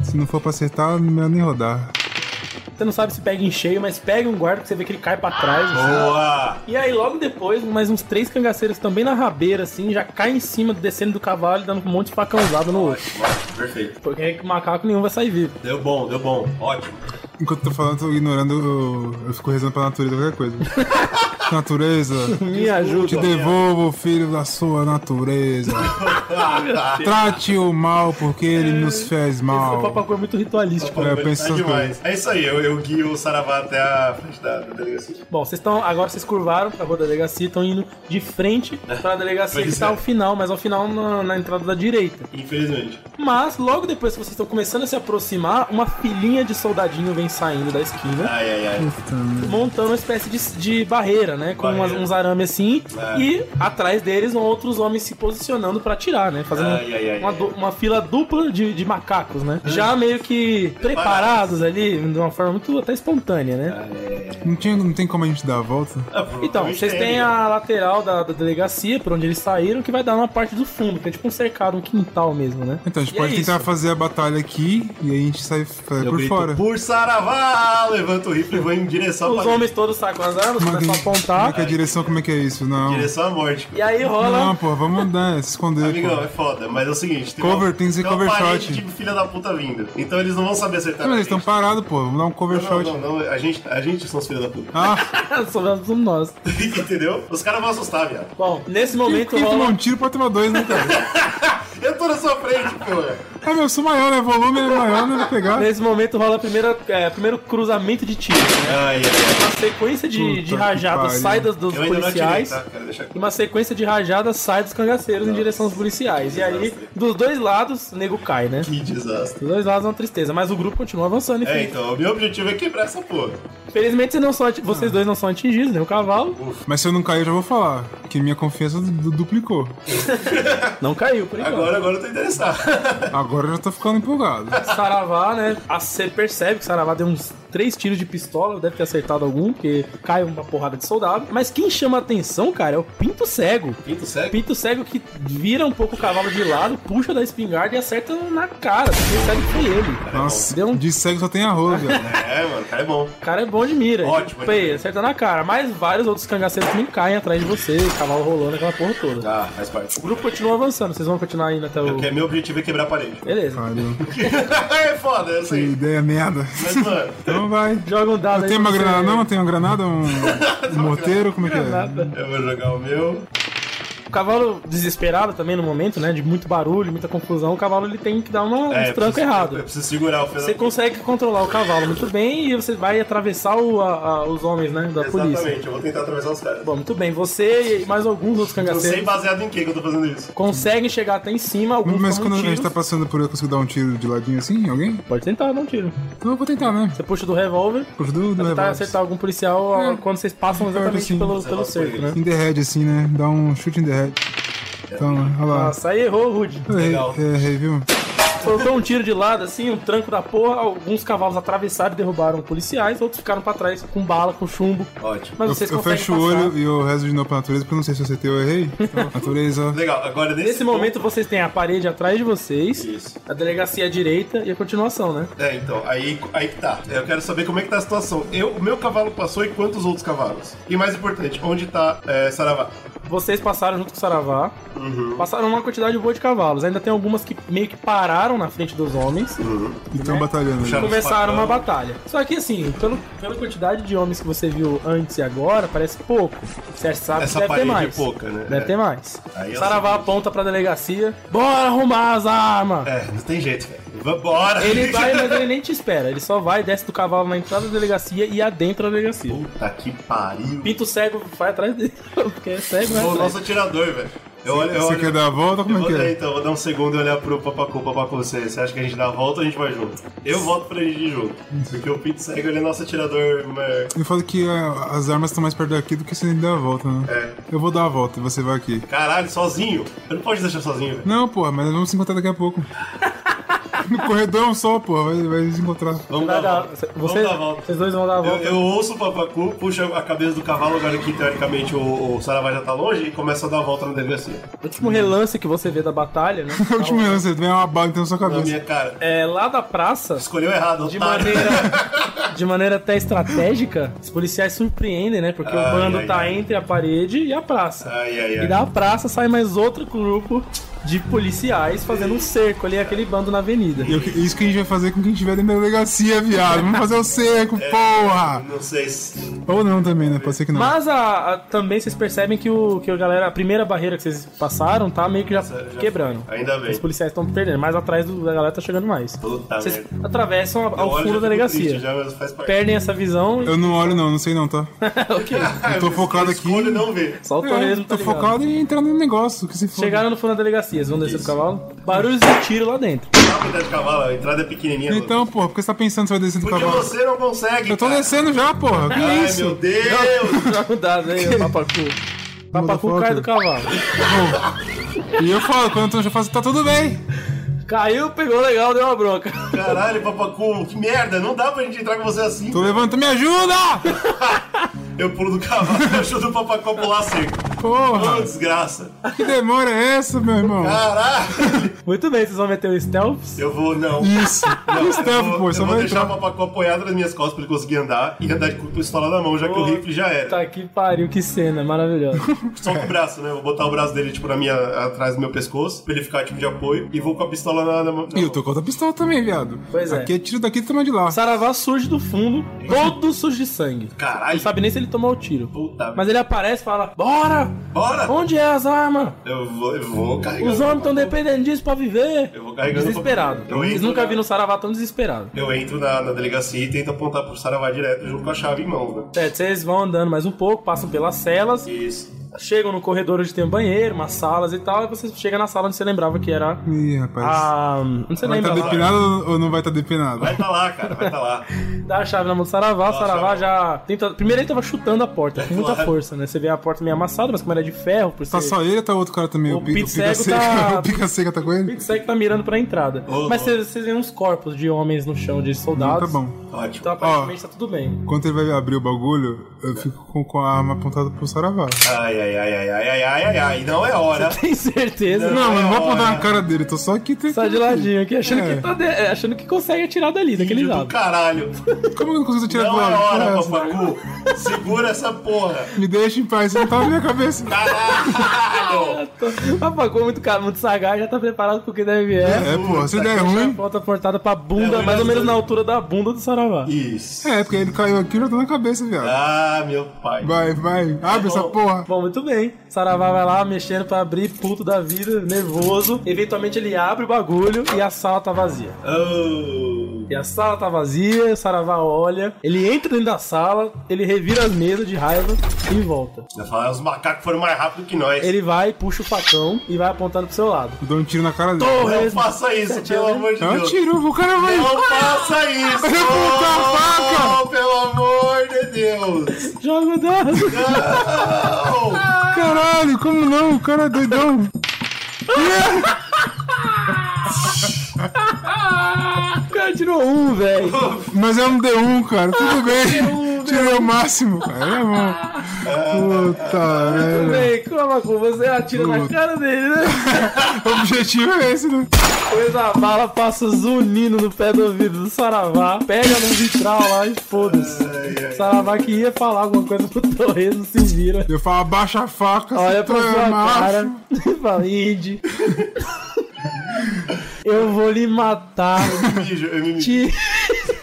[SPEAKER 4] Se não for pra acertar, não melhor nem rodar.
[SPEAKER 2] Você não sabe se pega em cheio, mas pega um guarda que você vê que ele cai pra trás. assim.
[SPEAKER 3] Boa!
[SPEAKER 2] E aí, logo depois, mais uns três cangaceiros também na rabeira, assim, já caem em cima, descendo do cavalo e dando um monte de facãozada no outro.
[SPEAKER 3] Ótimo, ótimo, perfeito.
[SPEAKER 2] Porque macaco nenhum vai sair vivo.
[SPEAKER 3] Deu bom, deu bom. Ótimo.
[SPEAKER 4] Enquanto eu tô falando, eu tô ignorando, eu, eu fico rezando pra natureza qualquer coisa. natureza,
[SPEAKER 2] Me
[SPEAKER 4] te
[SPEAKER 2] ajuda.
[SPEAKER 4] devolvo, filho da sua natureza.
[SPEAKER 3] Ah, tá.
[SPEAKER 4] Trate o mal porque ele nos fez
[SPEAKER 2] O
[SPEAKER 4] mal.
[SPEAKER 2] papacu é muito ritualístico.
[SPEAKER 4] eu penso
[SPEAKER 3] é
[SPEAKER 4] essas
[SPEAKER 3] demais. É isso aí, eu, eu guio o Saravá até a frente da, da delegacia.
[SPEAKER 2] Bom, vocês estão. Agora vocês curvaram pra rua da delegacia e estão indo de frente pra delegacia que
[SPEAKER 3] Pois
[SPEAKER 2] tá
[SPEAKER 3] é.
[SPEAKER 2] ao final, mas ao final na, na entrada da direita.
[SPEAKER 3] Infelizmente.
[SPEAKER 2] Mas logo depois que vocês estão começando a se aproximar, uma filhinha de soldadinho vem saindo da esquina.
[SPEAKER 3] Ai, ai, ai.
[SPEAKER 2] Montando uma espécie de, de barreira, né? Com
[SPEAKER 3] Barreira.
[SPEAKER 2] umas- uns arames assim.
[SPEAKER 3] É.
[SPEAKER 2] E atrás deles vão outros homens se posicionando pra atirar, né? Fazendo
[SPEAKER 3] Ai, ai, ai,
[SPEAKER 2] uma,
[SPEAKER 3] ai.
[SPEAKER 2] du- uma fila dupla de, de macacos, né?
[SPEAKER 3] É.
[SPEAKER 2] Já meio que preparados ali, de uma forma muito até espontânea, né?
[SPEAKER 3] É.
[SPEAKER 4] Não, tinha, não tem como a gente dar a volta?
[SPEAKER 3] Ah, provavelmente
[SPEAKER 2] Então, vocês
[SPEAKER 3] tem,
[SPEAKER 2] têm
[SPEAKER 3] amigo.
[SPEAKER 2] a lateral da, da delegacia, por onde eles saíram, que vai dar uma parte do fundo, que é tipo um cercado, um quintal mesmo, né?
[SPEAKER 4] Então, a gente
[SPEAKER 2] E
[SPEAKER 4] pode
[SPEAKER 2] é
[SPEAKER 4] tentar
[SPEAKER 2] isso.
[SPEAKER 4] fazer a batalha aqui e aí a gente sai sai
[SPEAKER 3] Eu
[SPEAKER 4] por
[SPEAKER 3] grito,
[SPEAKER 4] fora.
[SPEAKER 3] Por Saravá! Levanto o rifle e vou em direção
[SPEAKER 2] Os
[SPEAKER 3] pra
[SPEAKER 2] homens todos sacam as armas,
[SPEAKER 4] Como é que
[SPEAKER 2] começam a
[SPEAKER 4] gente- Como é
[SPEAKER 2] apontar,
[SPEAKER 4] que é a direção? Como é que é isso? Não.
[SPEAKER 3] direção à morte.
[SPEAKER 2] e aí rola. [laughs]
[SPEAKER 4] Não, pô, vamos andar, se esconder.
[SPEAKER 3] Amigão,
[SPEAKER 4] pô.
[SPEAKER 3] é foda, mas é o seguinte:
[SPEAKER 4] Cover, tem que ser cover
[SPEAKER 3] parede
[SPEAKER 4] shot.
[SPEAKER 3] de filha da puta vindo. Então eles não vão saber acertar.
[SPEAKER 4] Mas
[SPEAKER 3] a
[SPEAKER 4] eles estão
[SPEAKER 3] gente.
[SPEAKER 4] parados, pô. Vamos dar um cover
[SPEAKER 3] Não,
[SPEAKER 4] shot.
[SPEAKER 3] não, não, a gente, a gente são os filhos da puta. [laughs]
[SPEAKER 2] [laughs]
[SPEAKER 4] Ah,
[SPEAKER 2] Sobrando tudo nós.
[SPEAKER 3] Entendeu? Os caras vão assustar, viado.
[SPEAKER 2] Bom, nesse
[SPEAKER 4] quem,
[SPEAKER 2] momento
[SPEAKER 4] quem tomar um
[SPEAKER 2] rola.
[SPEAKER 4] tiro pode tomar dois, né, cara?
[SPEAKER 3] Eu tô na sua frente, pô.
[SPEAKER 4] Ah, meu, eu sou maior, né? Volume é maior, né? Vou pegar.
[SPEAKER 2] [laughs] Nesse momento rola a primeira, é, primeiro cruzamento de tiros. Né?
[SPEAKER 3] Ai, ai,
[SPEAKER 2] Uma sequência de,
[SPEAKER 4] Puta
[SPEAKER 2] de
[SPEAKER 4] que
[SPEAKER 2] rajadas
[SPEAKER 4] pariu.
[SPEAKER 2] sai das, dos
[SPEAKER 3] Eu ainda não atirei,
[SPEAKER 2] policiais.
[SPEAKER 3] tá? Quero deixar aqui.
[SPEAKER 2] E uma sequência de rajadas sai dos cangaceiros em direção aos policiais. E aí, dos dois lados, o nego cai, né?
[SPEAKER 3] Que desastre.
[SPEAKER 2] Dos dois lados é uma tristeza, mas o grupo continua avançando, enfim.
[SPEAKER 3] É, então, o meu objetivo é quebrar essa porra.
[SPEAKER 2] Felizmente vocês, não são ati-
[SPEAKER 4] Ah.
[SPEAKER 2] vocês dois não são atingidos, nem o cavalo.
[SPEAKER 3] Uhum.
[SPEAKER 4] Mas se eu não cair, eu já vou falar. Que minha confiança du- duplicou.
[SPEAKER 2] Não caiu, por enquanto.
[SPEAKER 3] Agora, agora eu tô interessado.
[SPEAKER 4] Agora eu já tô ficando empolgado.
[SPEAKER 2] Saravá, né? a- Você percebe que Saravá deu uns três tiros de pistola, deve ter acertado algum, porque cai uma porrada de soldado. Mas quem chama atenção, cara, é o Pinto Cego.
[SPEAKER 3] [laughs] Pinto
[SPEAKER 2] É
[SPEAKER 3] cego?
[SPEAKER 2] Pinto cego que vira um pouco o cavalo de lado, puxa da espingarda e acerta na cara. Você percebe que foi ele. cara.
[SPEAKER 4] Nossa,
[SPEAKER 2] Deu um-
[SPEAKER 4] de cego só tem
[SPEAKER 3] [laughs]
[SPEAKER 4] arroz, velho.
[SPEAKER 3] É, mano, o cara é bom.
[SPEAKER 2] O cara é bom de mira.
[SPEAKER 3] Ótimo,
[SPEAKER 2] Pô,
[SPEAKER 3] hein?
[SPEAKER 2] acerta na cara. Mas vários outros cangaceiros também caem atrás de você, cavalo rolando aquela porra toda.
[SPEAKER 3] Ah, faz parte.
[SPEAKER 2] O grupo continua avançando, vocês vão continuar indo até o.
[SPEAKER 3] Porque meu objetivo é quebrar a parede.
[SPEAKER 2] Beleza.
[SPEAKER 4] Caramba,
[SPEAKER 3] [laughs] é foda, eu
[SPEAKER 4] que
[SPEAKER 3] sei.
[SPEAKER 4] ideia merda.
[SPEAKER 3] Mas, mano,
[SPEAKER 4] Então vai.
[SPEAKER 2] Joga um dado aí.
[SPEAKER 4] Tem uma
[SPEAKER 2] pra você-
[SPEAKER 4] granada não? Tem uma granada?
[SPEAKER 2] [laughs]
[SPEAKER 4] Um, um morteiro? Como é que é?
[SPEAKER 2] Granada.
[SPEAKER 3] eu vou jogar o meu.
[SPEAKER 2] O cavalo desesperado também no momento, né? De muito barulho, muita confusão, o cavalo ele tem que dar uma, um tranco
[SPEAKER 3] É, preciso-
[SPEAKER 2] errado.
[SPEAKER 3] Eu preciso segurar o
[SPEAKER 2] Você
[SPEAKER 3] final.
[SPEAKER 2] consegue controlar o cavalo muito bem e você vai atravessar o- a- a- os homens, né? Da polícia.
[SPEAKER 3] Exatamente, eu vou tentar atravessar os caras.
[SPEAKER 2] Bom, muito bem. Você e mais alguns outros
[SPEAKER 3] Eu sei
[SPEAKER 2] cangaceiros
[SPEAKER 3] baseado em que que eu tô fazendo isso.
[SPEAKER 2] conseguem chegar até em cima, alguns
[SPEAKER 4] Mas
[SPEAKER 2] tomam
[SPEAKER 4] quando a
[SPEAKER 2] tiros.
[SPEAKER 4] gente tá passando por eu consigo dar um tiro de ladinho assim em alguém?
[SPEAKER 2] Pode tentar, dá um tiro.
[SPEAKER 4] Então eu vou tentar, né?
[SPEAKER 2] Você puxa do revólver,
[SPEAKER 4] Puxa do, do
[SPEAKER 2] pra tentar
[SPEAKER 4] revólver.
[SPEAKER 2] acertar algum policial ó, quando vocês passam exatamente
[SPEAKER 4] assim,
[SPEAKER 2] pelo,
[SPEAKER 3] você
[SPEAKER 2] pelo
[SPEAKER 3] passa por
[SPEAKER 2] cerco, né?
[SPEAKER 3] ele.
[SPEAKER 4] In the head, assim, né? Dá um chute in the head. Então, olha lá.
[SPEAKER 2] Nossa, aí errou, Rude.
[SPEAKER 4] Eu errei,
[SPEAKER 3] legal.
[SPEAKER 4] eu errei, viu?
[SPEAKER 2] Soltou um tiro de lado, assim, um tranco da porra. Alguns cavalos atravessaram e derrubaram policiais, outros ficaram pra trás com bala, com chumbo.
[SPEAKER 3] Ótimo.
[SPEAKER 2] Mas
[SPEAKER 4] Eu,
[SPEAKER 2] vocês
[SPEAKER 4] eu
[SPEAKER 2] conseguem
[SPEAKER 4] fecho o
[SPEAKER 2] passar.
[SPEAKER 4] olho e eu rezo de novo pra natureza, porque eu não sei se eu acertei
[SPEAKER 2] [laughs]
[SPEAKER 4] ou errei. Então, natureza.
[SPEAKER 3] Legal, agora nesse,
[SPEAKER 2] Nesse momento vocês têm a parede atrás de vocês,
[SPEAKER 3] Isso.
[SPEAKER 2] a delegacia à direita e a continuação, né?
[SPEAKER 3] É, então, aí, aí que tá. Eu quero saber como é que tá a situação. Eu, o meu cavalo passou e quantos outros cavalos? E mais importante, onde tá é, Saravá?
[SPEAKER 2] Vocês passaram junto com o Saravá.
[SPEAKER 3] Uhum.
[SPEAKER 2] Passaram uma quantidade boa de cavalos. Ainda tem algumas que meio que pararam na frente dos homens.
[SPEAKER 4] E
[SPEAKER 2] Né?
[SPEAKER 4] tão batalhando.
[SPEAKER 3] Puxar
[SPEAKER 4] ali.
[SPEAKER 3] no
[SPEAKER 2] Começaram
[SPEAKER 3] facão.
[SPEAKER 2] uma batalha. Só que assim, pelo, pela quantidade de homens que você viu antes e agora, parece pouco. Você sabe que
[SPEAKER 3] Essa
[SPEAKER 2] deve ter
[SPEAKER 3] parede é
[SPEAKER 2] mais.
[SPEAKER 3] pouca, né?
[SPEAKER 2] Deve
[SPEAKER 3] É.
[SPEAKER 2] ter mais.
[SPEAKER 3] Aí eu
[SPEAKER 2] Saravá
[SPEAKER 3] sei.
[SPEAKER 2] aponta pra delegacia. Bora arrumar as armas!
[SPEAKER 3] É, não tem jeito, velho. Vambora! [laughs]
[SPEAKER 2] Ele vai, mas ele nem te espera. Ele só vai, desce do cavalo na entrada da delegacia e adentra a delegacia.
[SPEAKER 3] Puta Tá que pariu.
[SPEAKER 2] Pinto cego vai atrás dele. [laughs] Porque é cego,
[SPEAKER 3] Sou
[SPEAKER 2] vai
[SPEAKER 3] o
[SPEAKER 2] atrás.
[SPEAKER 3] nosso atirador, velho. Eu olho, eu
[SPEAKER 4] Você
[SPEAKER 3] olho.
[SPEAKER 4] quer dar a volta?
[SPEAKER 3] Eu
[SPEAKER 4] Como é
[SPEAKER 3] vou,
[SPEAKER 4] que
[SPEAKER 3] é,
[SPEAKER 4] é?
[SPEAKER 3] então, eu vou dar um segundo e olhar pro Papacu, Papacu, você. Você acha que a gente dá a volta ou a gente vai junto? Eu volto pra gente ir junto. Porque o Pete Cego, ele é nosso atirador maior.
[SPEAKER 4] Me fala que ah, as armas estão mais perto daqui do que se a gente der a volta, né?
[SPEAKER 3] É.
[SPEAKER 4] Eu vou dar a volta e você vai aqui.
[SPEAKER 3] Caralho, sozinho? Eu não posso deixar sozinho, velho.
[SPEAKER 4] Não, porra, mas nós vamos se encontrar daqui a pouco. no corredor é só, porra, vai, vai se encontrar. É
[SPEAKER 3] Vamos
[SPEAKER 2] Vai
[SPEAKER 3] dar, a
[SPEAKER 2] dar-
[SPEAKER 3] volta.
[SPEAKER 2] você-
[SPEAKER 3] Vamos dar a volta.
[SPEAKER 2] Vocês dois vão dar a
[SPEAKER 3] Eu,
[SPEAKER 2] volta.
[SPEAKER 3] eu ouço o Papacu, puxo a cabeça do cavalo, agora que teoricamente o, o Saravá já tá longe, e começa a dar a volta assim, na delegacia.
[SPEAKER 2] O último relance que você vê da batalha, né?
[SPEAKER 4] [laughs] O último ano, você vem uma bala dentro da sua
[SPEAKER 3] Na
[SPEAKER 4] cabeça.
[SPEAKER 3] minha cara.
[SPEAKER 2] É lá da praça,
[SPEAKER 3] Escolheu errado,
[SPEAKER 2] de
[SPEAKER 3] otário.
[SPEAKER 2] maneira, de maneira até estratégica, os policiais surpreendem, né? Porque
[SPEAKER 3] Ai,
[SPEAKER 2] o bando
[SPEAKER 3] ai,
[SPEAKER 2] tá
[SPEAKER 3] ai.
[SPEAKER 2] entre a parede e a praça.
[SPEAKER 3] Ai, ai, ai.
[SPEAKER 2] E da praça sai mais outro grupo de policiais fazendo um cerco ali, aquele bando na avenida.
[SPEAKER 4] E o que- isso que a gente vai fazer com quem tiver dentro da delegacia, viado. Vamos fazer o seco, porra!
[SPEAKER 3] Não sei se.
[SPEAKER 4] Ou não também, né? Pode ser que não.
[SPEAKER 2] Mas a- a- também vocês percebem que o que a galera, a primeira barreira que vocês passaram tá meio que já,
[SPEAKER 3] já-
[SPEAKER 2] quebrando.
[SPEAKER 3] Ainda bem.
[SPEAKER 2] Os policiais estão perdendo, mas atrás do- da galera tá chegando mais.
[SPEAKER 3] Puta
[SPEAKER 2] Vocês
[SPEAKER 3] merda.
[SPEAKER 2] atravessam a-
[SPEAKER 3] Eu
[SPEAKER 2] ao
[SPEAKER 3] olho, já fico
[SPEAKER 2] fundo da delegacia.
[SPEAKER 3] triste, já, mas faz parte.
[SPEAKER 2] Perdem essa visão e.
[SPEAKER 4] Eu não olho não, não sei não, tá?
[SPEAKER 2] ok.
[SPEAKER 4] Eu tô focado aqui.
[SPEAKER 3] Escolho não ver.
[SPEAKER 2] Só o torresmo, tá
[SPEAKER 4] tô
[SPEAKER 2] ligado?
[SPEAKER 4] focado em entrar no negócio, que se for.
[SPEAKER 2] Chegaram no fundo da delegacia, vocês vão descer do cavalo. Barulhos de tiro lá dentro.
[SPEAKER 3] Dá pra dar de cavalo, a entrada é pequenininha.
[SPEAKER 4] Então, porra, por que você tá pensando se vai descer do
[SPEAKER 3] Porque
[SPEAKER 4] cavalo?
[SPEAKER 3] você não consegue.
[SPEAKER 4] Eu tô
[SPEAKER 3] cara.
[SPEAKER 4] descendo já, porra. Que
[SPEAKER 3] Ai,
[SPEAKER 4] isso?
[SPEAKER 3] meu Deus!
[SPEAKER 2] Joga [laughs] um dado aí, ô papacu. Papacu
[SPEAKER 4] Motherfucker.
[SPEAKER 2] cai do cavalo.
[SPEAKER 4] E eu falo, quando eu tô já faço, tá tudo bem.
[SPEAKER 2] Caiu, pegou legal, deu uma bronca. [laughs]
[SPEAKER 3] Caralho, papacu, que merda, não dá pra gente entrar com você assim.
[SPEAKER 4] Tô levantando, me ajuda!
[SPEAKER 3] Eu pulo do cavalo [laughs] e ajudo o papacu a pular seco. Ô,
[SPEAKER 4] Porra,
[SPEAKER 3] desgraça.
[SPEAKER 4] que demora é essa, meu irmão?
[SPEAKER 3] Caralho!
[SPEAKER 2] Muito bem, vocês vão meter o stealth.
[SPEAKER 3] Eu vou, não.
[SPEAKER 4] Isso.
[SPEAKER 3] Não,
[SPEAKER 4] Que Steph,
[SPEAKER 3] eu
[SPEAKER 4] pô,
[SPEAKER 3] vou,
[SPEAKER 4] só
[SPEAKER 3] eu vou
[SPEAKER 4] vai
[SPEAKER 3] deixar
[SPEAKER 4] entrar.
[SPEAKER 3] o papacu apoiado nas minhas costas pra ele conseguir andar e andar com a pistola na mão, já que o rifle já era.
[SPEAKER 2] Tá que pariu, que cena maravilhosa.
[SPEAKER 3] Só com o braço, né? Eu Vou botar o braço dele, tipo, na minha, atrás do meu pescoço, pra ele ficar, tipo, de apoio, e vou com a pistola na, na mão.
[SPEAKER 4] E eu tô com outra pistola também, viado.
[SPEAKER 2] Pois é.
[SPEAKER 4] Aqui é tiro daqui e toma de lá.
[SPEAKER 2] Saravá surge do fundo, todo sujo de sangue.
[SPEAKER 3] Caralho,
[SPEAKER 2] Não sabe nem se ele tomou o tiro.
[SPEAKER 3] puta.
[SPEAKER 2] Mas ele aparece e fala: Bora!
[SPEAKER 3] Bora!
[SPEAKER 2] Onde é as armas?
[SPEAKER 3] Eu vou, eu vou carregar.
[SPEAKER 2] Os homens estão dependendo disso pra viver.
[SPEAKER 3] Eu vou carregando
[SPEAKER 2] Desesperado.
[SPEAKER 3] Eu
[SPEAKER 2] Vocês
[SPEAKER 3] entro
[SPEAKER 2] nunca
[SPEAKER 3] na-
[SPEAKER 2] viram o Saravá tão desesperado.
[SPEAKER 3] Eu entro na, na delegacia e tento
[SPEAKER 2] É,
[SPEAKER 3] apontar pro Saravá direto junto com a chave em mão, né?
[SPEAKER 2] Certo, vocês vão andando mais um pouco, passam pelas celas.
[SPEAKER 3] Isso.
[SPEAKER 2] chegam no corredor onde tem um banheiro, umas salas e tal, e você chega na sala onde você lembrava que era
[SPEAKER 4] Ih,
[SPEAKER 3] Ah,
[SPEAKER 4] rapaz.
[SPEAKER 2] a. Não sei
[SPEAKER 4] vai
[SPEAKER 2] lembra
[SPEAKER 4] estar
[SPEAKER 2] lá.
[SPEAKER 4] depinado ou não vai estar depinado?
[SPEAKER 3] Vai tá lá, cara, vai tá
[SPEAKER 2] [laughs]
[SPEAKER 3] lá.
[SPEAKER 2] Dá a chave na mão do Saravá, o Saravá já. Tenta... Primeiro ele tava chutando a porta, com muita
[SPEAKER 3] Claro.
[SPEAKER 2] força, né? Você vê a porta meio amassada, mas como era de ferro, por
[SPEAKER 4] Tá
[SPEAKER 2] ser.
[SPEAKER 4] só ele ou tá outro cara também?
[SPEAKER 2] O
[SPEAKER 4] Pi-
[SPEAKER 2] Pete Cego
[SPEAKER 4] Seca-
[SPEAKER 2] tá-
[SPEAKER 4] [laughs] o Pica Seca tá com
[SPEAKER 2] O
[SPEAKER 4] ele?
[SPEAKER 2] Pete Seco tá mirando pra entrada.
[SPEAKER 3] Ô,
[SPEAKER 2] mas
[SPEAKER 3] ô.
[SPEAKER 2] vocês vocês veem uns corpos de homens no chão, de
[SPEAKER 4] Não,
[SPEAKER 2] soldados.
[SPEAKER 4] tá bom.
[SPEAKER 3] Ótimo.
[SPEAKER 2] Então aparentemente tá tudo bem.
[SPEAKER 4] Quando ele vai abrir o bagulho, eu fico com, com a arma apontada pro Saravá.
[SPEAKER 3] Ai, ai, ai, ai, ai, ai, ai, ai, ai, não é hora.
[SPEAKER 2] [laughs] Tem certeza?
[SPEAKER 4] Não, mas não vou apontar
[SPEAKER 3] Olha.
[SPEAKER 4] na cara dele, tô só aqui tentando.
[SPEAKER 2] Só de ladinho aqui, achando,
[SPEAKER 4] É.
[SPEAKER 2] que, tá de- é, achando que consegue atirar dali, daquele
[SPEAKER 3] Índio do
[SPEAKER 2] [laughs] lado. tá
[SPEAKER 3] caralho.
[SPEAKER 4] Como eu não consigo tirar do
[SPEAKER 3] Não é
[SPEAKER 4] ar?
[SPEAKER 3] hora,
[SPEAKER 4] Porra,
[SPEAKER 3] papacu. Segura essa porra.
[SPEAKER 4] Me deixa em paz, você não tá na minha cabeça.
[SPEAKER 2] [laughs]
[SPEAKER 3] Caralho.
[SPEAKER 2] Apagou muito, cara, muito sagaz, já tá preparado pro que deve
[SPEAKER 3] [laughs]
[SPEAKER 2] vier.
[SPEAKER 4] É, porra,
[SPEAKER 3] tá
[SPEAKER 4] se der
[SPEAKER 2] A
[SPEAKER 4] ruim.
[SPEAKER 2] porta portada pra
[SPEAKER 3] É,
[SPEAKER 2] bunda,
[SPEAKER 3] olha
[SPEAKER 2] mais ou
[SPEAKER 3] as
[SPEAKER 2] menos
[SPEAKER 3] duas.
[SPEAKER 2] na altura da bunda do Saravá.
[SPEAKER 3] Isso.
[SPEAKER 4] É, porque ele caiu aqui e já tá na cabeça, viado.
[SPEAKER 3] Ah, meu pai.
[SPEAKER 4] Vai, vai, abre essa porra.
[SPEAKER 2] Bom, muito bem. Saravá vai lá mexendo pra abrir, puto da vida, nervoso. Eventualmente ele abre o bagulho e a sala tá vazia.
[SPEAKER 3] Oh.
[SPEAKER 2] E a sala tá vazia, o Saravá olha, ele entra dentro da sala, ele revira as mesas de raiva e volta.
[SPEAKER 3] Já falaram, os macacos foram mais rápido que nós.
[SPEAKER 2] Ele vai, puxa o facão e vai apontando pro seu lado.
[SPEAKER 4] Eu dou um tiro na cara dele.
[SPEAKER 3] Não
[SPEAKER 2] Torresmo.
[SPEAKER 3] faça isso, pelo amor de
[SPEAKER 4] É um
[SPEAKER 3] Deus.
[SPEAKER 4] tiro, o cara vai.
[SPEAKER 3] Não faça isso!
[SPEAKER 4] Eu vou botar a faca.
[SPEAKER 3] Não, pelo amor de Deus! Oh,
[SPEAKER 2] Joga o dado!
[SPEAKER 3] Não!
[SPEAKER 4] Caralho, como não? O cara é doidão.
[SPEAKER 2] O cara tirou
[SPEAKER 3] [laughs]
[SPEAKER 2] um, velho.
[SPEAKER 4] Mas é um D1, cara, tudo bem. Tirei o máximo, cara, é bom. Puta merda.
[SPEAKER 2] Bem, calma com você, atira na cara dele, né?
[SPEAKER 4] O objetivo é esse, né?
[SPEAKER 2] Depois a bala passa zunindo no pé do ouvido do Saravá, pega no vitral lá e foda-se. Saravá que ia falar alguma coisa pro Torresmo, se vira.
[SPEAKER 4] Eu falo, abaixa a faca,
[SPEAKER 2] Olha
[SPEAKER 4] se tu
[SPEAKER 2] pra
[SPEAKER 4] é
[SPEAKER 2] sua
[SPEAKER 4] macho.
[SPEAKER 2] cara [laughs] e fala, Indy, eu vou lhe matar,
[SPEAKER 3] Mijo, eu me meti.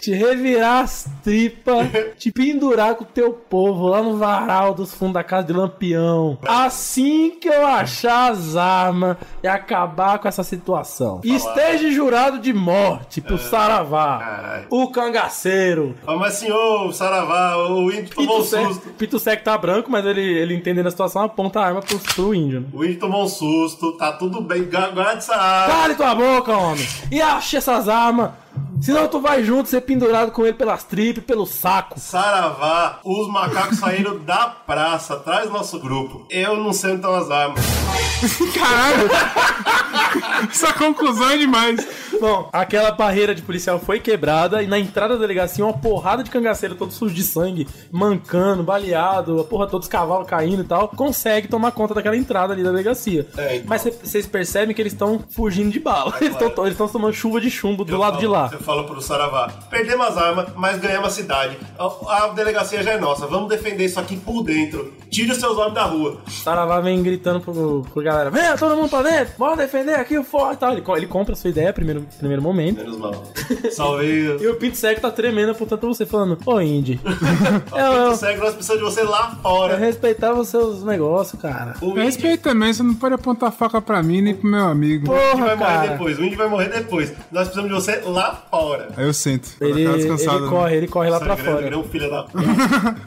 [SPEAKER 2] te, [laughs] te revirar as tripas, te pendurar com o teu povo lá no varal dos fundos da casa de Lampião. Assim que eu achar as armas e acabar com essa situação. E esteja jurado de morte
[SPEAKER 3] É.
[SPEAKER 2] pro Saravá,
[SPEAKER 3] Caralho.
[SPEAKER 2] o cangaceiro.
[SPEAKER 3] Mas senhor, Saravá, o índio tomou um
[SPEAKER 2] Pitu
[SPEAKER 3] susto.
[SPEAKER 2] Sec, Pitu Sec tá branco, mas ele, ele entendendo a situação, aponta a arma pro, pro índio, né?
[SPEAKER 3] O índio tomou um susto, tá tudo bem, gu- guarda essa arma.
[SPEAKER 2] Cale tua boca, homem! E acha essas armas! Senão tu vai junto ser pendurado com ele pelas tripas e pelo saco.
[SPEAKER 3] Saravá, os macacos saíram da praça, atrás do nosso grupo. Eu não sei onde estão as armas.
[SPEAKER 4] Caralho! Essa conclusão é demais.
[SPEAKER 2] Bom, aquela barreira de policial foi quebrada e na entrada da delegacia uma porrada de cangaceiro todo sujo de sangue, mancando, baleado, a porra todos os cavalos caindo e tal, consegue tomar conta daquela entrada ali da delegacia.
[SPEAKER 3] É, então.
[SPEAKER 2] Mas vocês percebem que eles estão fugindo de bala. [laughs] Eles
[SPEAKER 3] claro.
[SPEAKER 2] estão tomando chuva de chumbo do
[SPEAKER 3] Eu
[SPEAKER 2] lado
[SPEAKER 3] falo-
[SPEAKER 2] de lá.
[SPEAKER 3] Eu falo pro Saravá: perdemos as armas, mas ganhamos a cidade. A, a delegacia já é nossa, vamos defender isso aqui por dentro. Tire os seus homens da rua.
[SPEAKER 2] Saravá vem gritando pro, pro galera: Venha todo mundo pra dentro, bora defender aqui o forte e tal. Ele, co- ele compra a sua ideia primeiro, primeiro momento.
[SPEAKER 3] Menos
[SPEAKER 2] [laughs]
[SPEAKER 3] mal. Salvei.
[SPEAKER 2] E o Pinto Seco tá tremendo apontando pra você, falando: Ô Indy, [laughs] eu, eu,
[SPEAKER 3] É Segue, nós precisamos de você lá
[SPEAKER 2] eu
[SPEAKER 3] fora.
[SPEAKER 2] respeitava os seus negócios, cara.
[SPEAKER 3] O
[SPEAKER 4] Eu
[SPEAKER 3] índio
[SPEAKER 4] respeito também, você não pode apontar faca pra mim nem pro meu amigo.
[SPEAKER 2] Porra,
[SPEAKER 3] vai morrer
[SPEAKER 2] cara.
[SPEAKER 3] depois. O índio vai morrer depois. Nós precisamos de você lá fora.
[SPEAKER 4] Aí eu sento, pra
[SPEAKER 2] Ele,
[SPEAKER 4] dar aquela
[SPEAKER 2] ele
[SPEAKER 4] descansada. né?
[SPEAKER 2] corre, ele corre lá pra
[SPEAKER 3] Sangrando,
[SPEAKER 2] fora.
[SPEAKER 3] virou um filho da p***.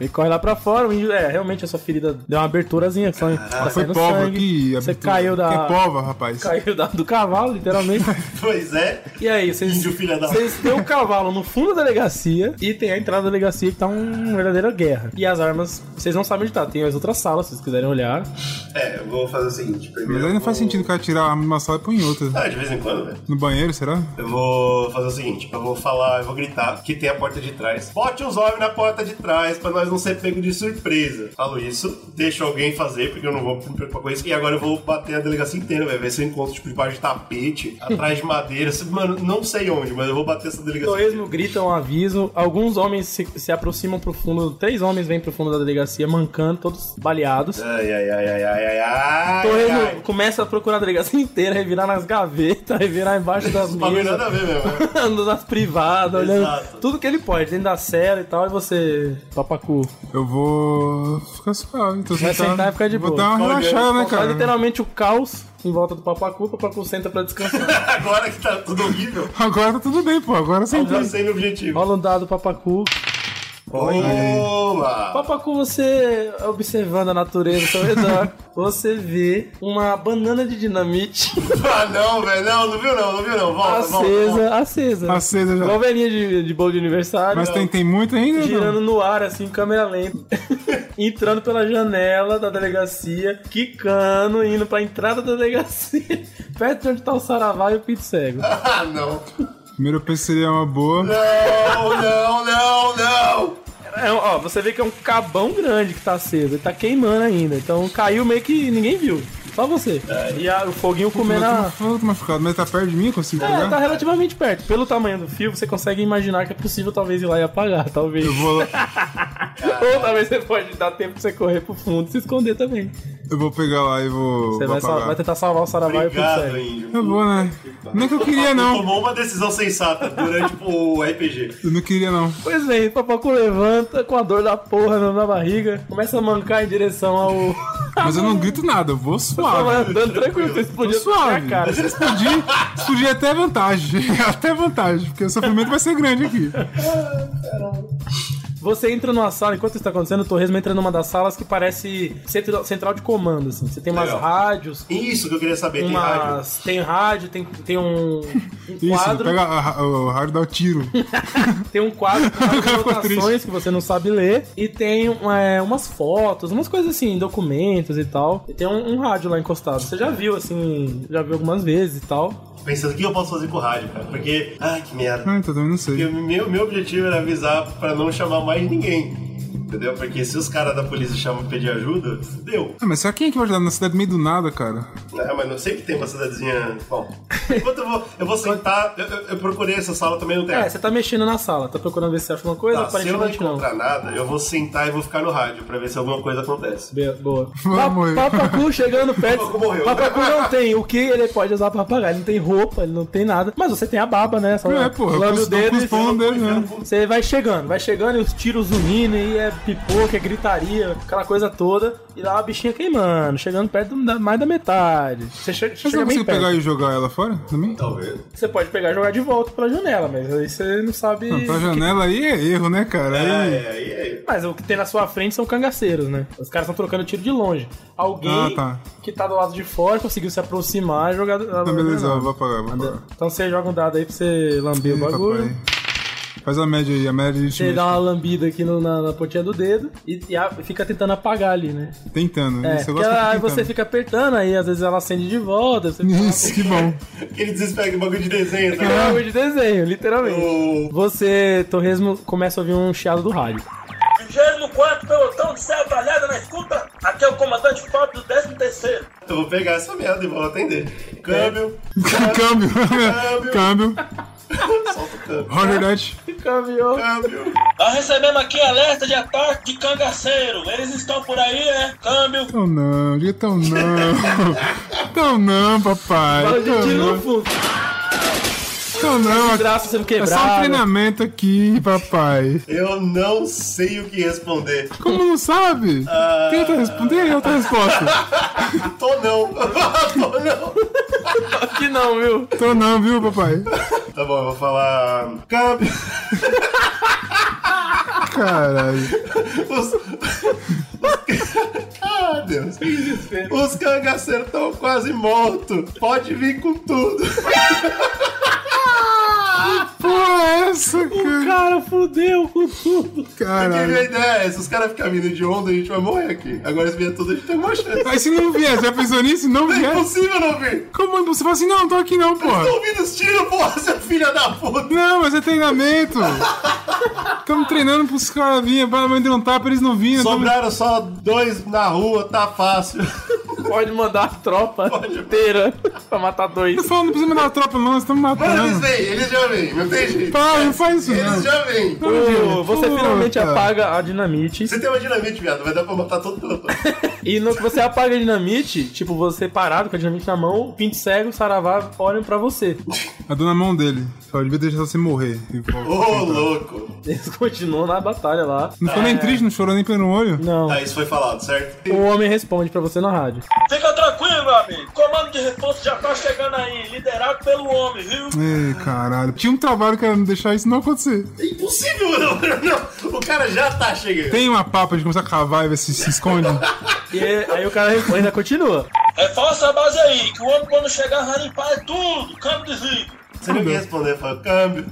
[SPEAKER 3] [laughs]
[SPEAKER 2] Ele corre lá pra fora, o índio, é, realmente a sua ferida deu uma aberturazinha, só tá
[SPEAKER 4] Ah, Foi
[SPEAKER 2] saindo
[SPEAKER 4] pólvora
[SPEAKER 2] sangue.
[SPEAKER 4] aqui.
[SPEAKER 2] você
[SPEAKER 4] abertura.
[SPEAKER 2] caiu da.
[SPEAKER 4] Que é pólvora, rapaz.
[SPEAKER 2] Caiu da- do cavalo, literalmente.
[SPEAKER 3] Pois é.
[SPEAKER 2] E aí, vocês.
[SPEAKER 3] Índio filha da-
[SPEAKER 2] Vocês têm o cavalo no fundo da delegacia e tem a entrada da delegacia que tá uma verdadeira guerra. E as armas, vocês não sabem onde tá. Tem as outras salas, se vocês quiserem olhar.
[SPEAKER 3] É, eu vou fazer o seguinte. Primeiro
[SPEAKER 4] Mas aí
[SPEAKER 3] eu
[SPEAKER 4] não
[SPEAKER 3] vou-
[SPEAKER 4] faz sentido o cara tirar a arma de uma sala e põe em outra.
[SPEAKER 3] Ah, de vez em quando, velho.
[SPEAKER 4] No banheiro, será?
[SPEAKER 3] Eu vou fazer o seguinte, eu vou falar, eu vou gritar que tem a porta de trás. Bote os homens na porta de trás pra nós não ser pego de surpresa. Falo isso, deixo alguém fazer, porque eu não vou me preocupar com isso. E agora eu vou bater a delegacia inteira, velho. Ver se eu encontro, tipo, debaixo de
[SPEAKER 2] [laughs]
[SPEAKER 3] tapete, atrás de madeira. se- Mano, não sei onde, mas eu vou bater essa delegacia.
[SPEAKER 2] Torresmo grita um aviso. Alguns homens se, se aproximam pro fundo. Três homens vêm pro fundo da delegacia, mancando, todos baleados.
[SPEAKER 3] Ai, ai, ai, ai, ai, ai, ai.
[SPEAKER 2] Torresmo
[SPEAKER 3] ai.
[SPEAKER 2] começa a procurar a delegacia inteira, revirar nas gavetas, [laughs] revirar embaixo das
[SPEAKER 3] Esse bagulho nada
[SPEAKER 2] mesas,
[SPEAKER 3] a ver
[SPEAKER 2] [laughs]
[SPEAKER 3] mesmo.
[SPEAKER 2] andando nas privadas, olhando
[SPEAKER 3] Exato.
[SPEAKER 2] tudo que ele pode, dentro da cela e tal, e você, papacu.
[SPEAKER 4] Eu vou ficar suave. Tô
[SPEAKER 2] Vai
[SPEAKER 4] sentado.
[SPEAKER 2] sentar e ficar de
[SPEAKER 4] vou
[SPEAKER 2] boa.
[SPEAKER 4] dar uma
[SPEAKER 3] Olha,
[SPEAKER 4] relaxada, né,
[SPEAKER 2] Só
[SPEAKER 4] cara?
[SPEAKER 2] literalmente o caos em volta do papacu, o papacu senta
[SPEAKER 3] [laughs]
[SPEAKER 2] pra descansar.
[SPEAKER 3] Agora que tá tudo horrível,
[SPEAKER 4] Agora tá tudo bem, pô. Agora
[SPEAKER 3] eu já
[SPEAKER 4] eu sentei.
[SPEAKER 3] sei meu objetivo.
[SPEAKER 2] Rola um dado papacu.
[SPEAKER 3] Olá!
[SPEAKER 2] Papacu, você observando a natureza ao
[SPEAKER 3] [laughs]
[SPEAKER 2] seu redor, você vê uma banana de dinamite
[SPEAKER 3] Ah, não, velho, não, não viu não, não viu não. Volta, volta, volta. [laughs]
[SPEAKER 2] acesa, acesa.
[SPEAKER 4] Acesa já.
[SPEAKER 2] Igual velhinha de, de bolo de aniversário.
[SPEAKER 4] Mas tem, tem muito ainda? não?
[SPEAKER 2] tá girando no ar, assim, câmera [laughs] lenta. Entrando pela janela da delegacia, quicando, indo pra entrada da delegacia, [laughs] perto de onde tá o Saravá e o Pito Cego.
[SPEAKER 3] Ah, não.
[SPEAKER 4] Primeiro eu pensei que seria uma boa.
[SPEAKER 3] Não, não, não, não.
[SPEAKER 2] É, ó, você vê que é um cabão grande que tá aceso, ele tá queimando ainda, então caiu meio que ninguém viu, só você. É, E a- o foguinho comendo a.
[SPEAKER 4] Falta uma ficada, mas tá perto de mim, eu consigo
[SPEAKER 2] É,
[SPEAKER 4] pegar?
[SPEAKER 2] tá relativamente perto. Pelo tamanho do fio, você consegue imaginar que é possível talvez ir lá e apagar, talvez.
[SPEAKER 4] Eu vou, lá-
[SPEAKER 2] [laughs] Ou talvez você pode dar tempo pra você correr pro fundo e se esconder também.
[SPEAKER 4] eu vou pegar lá e vou.
[SPEAKER 2] Você
[SPEAKER 4] vou
[SPEAKER 2] vai, sal-
[SPEAKER 4] apagar.
[SPEAKER 2] vai tentar salvar o Saravá e o Pito
[SPEAKER 3] Obrigado,
[SPEAKER 2] Cego.
[SPEAKER 3] índio.
[SPEAKER 4] Eu vou, né? Não é que eu queria, não.
[SPEAKER 3] Tomou uma decisão sensata durante o RPG.
[SPEAKER 4] Eu não queria, não.
[SPEAKER 2] Pois bem, Papacu levanta com a dor da porra na, na barriga, começa a mancar em direção ao.
[SPEAKER 4] [laughs] Mas eu não grito nada, eu vou
[SPEAKER 2] Tava
[SPEAKER 4] suave.
[SPEAKER 2] andando tranquilo, você
[SPEAKER 4] Ah, Tô
[SPEAKER 2] explodiu
[SPEAKER 4] suave.
[SPEAKER 2] a cara.
[SPEAKER 4] Se explodir, explodir é até vantagem. [laughs] Até vantagem, porque o sofrimento vai ser grande aqui.
[SPEAKER 2] Você entra numa sala, enquanto isso tá acontecendo, o Torresmo entra numa das salas que parece centro- central de comando, assim. Você tem umas
[SPEAKER 3] Legal.
[SPEAKER 2] rádios,
[SPEAKER 3] Isso que eu queria saber, tem rádio.
[SPEAKER 2] umas. Tem rádio, tem, tem um, um
[SPEAKER 4] Isso,
[SPEAKER 2] quadro.
[SPEAKER 4] pega a- a- o rádio dá
[SPEAKER 2] [laughs]
[SPEAKER 4] o tiro.
[SPEAKER 2] Tem um quadro
[SPEAKER 4] [laughs]
[SPEAKER 2] com várias
[SPEAKER 4] Ficou
[SPEAKER 2] anotações
[SPEAKER 4] triste.
[SPEAKER 2] que você não sabe ler. E tem é, umas fotos, umas coisas assim, documentos e tal. E tem um, um rádio lá encostado. Você já viu, assim, já viu algumas vezes e tal.
[SPEAKER 3] Pensando o que eu posso fazer com o rádio, cara. Porque, ai, que merda.
[SPEAKER 4] Ah, então também não
[SPEAKER 3] Porque
[SPEAKER 4] sei.
[SPEAKER 3] meu, meu objetivo era avisar pra não chamar mais ninguém. Entendeu? Porque se os caras da polícia chamam pra pedir ajuda, deu.
[SPEAKER 4] Ah, mas será quem é que vai ajudar na cidade no meio do nada, cara?
[SPEAKER 3] Ah, mas não sei que tem uma cidadezinha. Bom, enquanto eu vou, eu vou sentar, eu, eu- eu procurei essa sala também no
[SPEAKER 2] É,
[SPEAKER 3] tempo.
[SPEAKER 2] você tá mexendo na sala, tá procurando ver se acha alguma coisa?
[SPEAKER 3] Tá, se eu não
[SPEAKER 2] Aparentemente não.
[SPEAKER 3] encontrar nada, eu vou sentar e vou ficar no rádio pra ver se alguma coisa acontece.
[SPEAKER 2] Be-
[SPEAKER 4] [laughs]
[SPEAKER 2] Boa.
[SPEAKER 4] Vai
[SPEAKER 2] Pa-
[SPEAKER 4] morrer.
[SPEAKER 2] Papacu
[SPEAKER 3] [laughs]
[SPEAKER 2] chegando perto.
[SPEAKER 3] Papacu morreu.
[SPEAKER 2] Papacu não tem o que ele pode usar pra apagar. Ele não tem roupa, ele não tem nada. Mas você tem a baba, né? Só
[SPEAKER 4] É, porra, eu
[SPEAKER 2] lambe o
[SPEAKER 4] cus- eu
[SPEAKER 2] dedo e-
[SPEAKER 4] cuspo no dedo
[SPEAKER 3] um
[SPEAKER 4] mesmo.
[SPEAKER 2] Você vai chegando, vai chegando e os tiros zunindo e é pipoca, é gritaria, aquela coisa toda. E lá a bichinha queimando, chegando perto da- mais da metade. Você che-
[SPEAKER 4] Mas
[SPEAKER 2] chega
[SPEAKER 4] eu
[SPEAKER 2] bem
[SPEAKER 4] consigo
[SPEAKER 2] perto. Então,
[SPEAKER 4] pegar e jogar ela fora também?
[SPEAKER 3] Talvez.
[SPEAKER 2] Você pode pegar e jogar de volta pela janela, mas aí você não sabe.
[SPEAKER 4] Não, pra janela aí é erro, né, cara?
[SPEAKER 3] É,
[SPEAKER 4] Aí-
[SPEAKER 3] é, é, é.
[SPEAKER 2] Mas o que tem na sua frente são cangaceiros, né? Os caras estão trocando tiro de longe. Alguém
[SPEAKER 4] Ah, tá.
[SPEAKER 2] que tá do lado de fora conseguiu se aproximar e jogar.
[SPEAKER 4] Tá, beleza, eu vou apagar, vou apagar.
[SPEAKER 2] Então você joga um dado aí pra você lamber
[SPEAKER 4] Ih,
[SPEAKER 2] o bagulho.
[SPEAKER 4] papai. Faz a média aí, a média de
[SPEAKER 2] Você dá
[SPEAKER 4] time.
[SPEAKER 2] uma lambida aqui no- na, na pontinha do dedo e, e a- fica tentando apagar ali, né?
[SPEAKER 4] Tentando,
[SPEAKER 2] É,
[SPEAKER 4] isso eu
[SPEAKER 2] porque
[SPEAKER 4] gosto de
[SPEAKER 2] ela- aí
[SPEAKER 4] ficar
[SPEAKER 2] você
[SPEAKER 4] tentando.
[SPEAKER 2] fica apertando, aí às vezes ela acende de volta. Você
[SPEAKER 4] [laughs] Isso, que bom.
[SPEAKER 3] Aquele desespero, que bagulho de desenho,
[SPEAKER 4] Uhum.
[SPEAKER 2] É um
[SPEAKER 3] tá?
[SPEAKER 2] bagulho de desenho, literalmente.
[SPEAKER 3] O-
[SPEAKER 2] Você, Torresmo, começa a ouvir um chiado do rádio.
[SPEAKER 5] 24 pelotão de serra talhada na escuta. Aqui é o comandante Pop do 13 terceiro.
[SPEAKER 3] Eu vou pegar essa merda e vou atender. Câmbio,
[SPEAKER 4] [laughs] Câmbio.
[SPEAKER 3] Câmbio.
[SPEAKER 4] Câmbio.
[SPEAKER 3] solta o câmbio.
[SPEAKER 4] Roger that.
[SPEAKER 2] Caminhou.
[SPEAKER 3] Câmbio.
[SPEAKER 5] Nós recebemos aqui alerta de ataque de cangaceiro. Eles estão por aí, é? Câmbio.
[SPEAKER 4] Então não, diga
[SPEAKER 2] [laughs]
[SPEAKER 4] então não. Então não, papai.
[SPEAKER 2] Fala de
[SPEAKER 4] Então
[SPEAKER 2] tiro no
[SPEAKER 4] não,
[SPEAKER 2] fundo.
[SPEAKER 4] então não.
[SPEAKER 2] Braço sendo
[SPEAKER 4] É
[SPEAKER 2] quebrado.
[SPEAKER 4] só um treinamento aqui, papai.
[SPEAKER 3] Eu não sei o que responder.
[SPEAKER 4] Como não sabe? Tenta responder outra resposta.
[SPEAKER 3] Tô não. [laughs] Tô não.
[SPEAKER 2] Que não, viu?
[SPEAKER 4] Então não, viu, papai?
[SPEAKER 3] Tá bom, eu vou falar. Câmbio.
[SPEAKER 4] Caralho.
[SPEAKER 3] Os... [laughs] ah, Deus. Os cangaceiros estão quase mortos. Pode vir com tudo.
[SPEAKER 4] Porra, é essa, cara?
[SPEAKER 2] Cara, fudeu com tudo.
[SPEAKER 3] Porque minha
[SPEAKER 4] Caralho.
[SPEAKER 3] ideia é essa. Os caras ficam vindo de onda, a gente vai morrer aqui. Agora se vier tudo, a gente tem uma
[SPEAKER 4] [laughs]
[SPEAKER 3] chance.
[SPEAKER 4] Aí se não vier, já pensou nisso? Não
[SPEAKER 3] É
[SPEAKER 4] vier?
[SPEAKER 3] impossível não vir.
[SPEAKER 4] Como é que você fala assim? Não, tô aqui não, porra.
[SPEAKER 3] Tô Tá ouvindo os tiros, porra, seu filho da puta.
[SPEAKER 4] Não, mas é treinamento. Estamos treinando pros caras virem. Para mãe deu um tapa, eles não vinham. tamo-
[SPEAKER 3] Sobraram só dois na rua, tá fácil.
[SPEAKER 2] Pode mandar a tropa inteira pra matar
[SPEAKER 4] Não
[SPEAKER 2] dois.
[SPEAKER 4] fala, não precisa mandar a tropa, não. Nós estamos
[SPEAKER 3] Mano, eles
[SPEAKER 4] matando.
[SPEAKER 3] vêm, eles já vêm, não tem jeito.
[SPEAKER 4] Para, não faz isso, não.
[SPEAKER 3] Eles já vêm.
[SPEAKER 2] Ô, Você
[SPEAKER 4] Puta.
[SPEAKER 2] finalmente apaga a dinamite.
[SPEAKER 3] Você tem uma dinamite, viado, vai dar pra matar todo mundo.
[SPEAKER 2] E no que você apaga a dinamite, tipo, você parado com a dinamite na mão, o Pinto Cego e o Saravá olham pra você.
[SPEAKER 4] A dona mão dele. Só devia deixar você morrer. E volta.
[SPEAKER 3] Ô, louco.
[SPEAKER 2] Eles continuam na batalha lá.
[SPEAKER 4] Não ficou nem triste, não chorou nem pelo olho.
[SPEAKER 2] Não.
[SPEAKER 3] Tá, isso foi falado, certo?
[SPEAKER 2] O homem responde pra você na rádio.
[SPEAKER 5] Fica tranquilo. tranquilo, meu amigo. Comando de reforço já tá chegando aí, liderado pelo homem, viu?
[SPEAKER 4] Ei, caralho. Tinha um trabalho que era não deixar isso não acontecer.
[SPEAKER 3] É impossível, não, não. O cara já tá chegando.
[SPEAKER 4] Tem uma papa de começar a cavar e ver se se esconde.
[SPEAKER 2] E aí o cara ainda continua.
[SPEAKER 5] Reforça a base aí, que o homem quando chegar vai limpar é tudo, campo de zico.
[SPEAKER 3] Você não quer responder, foi o câmbio.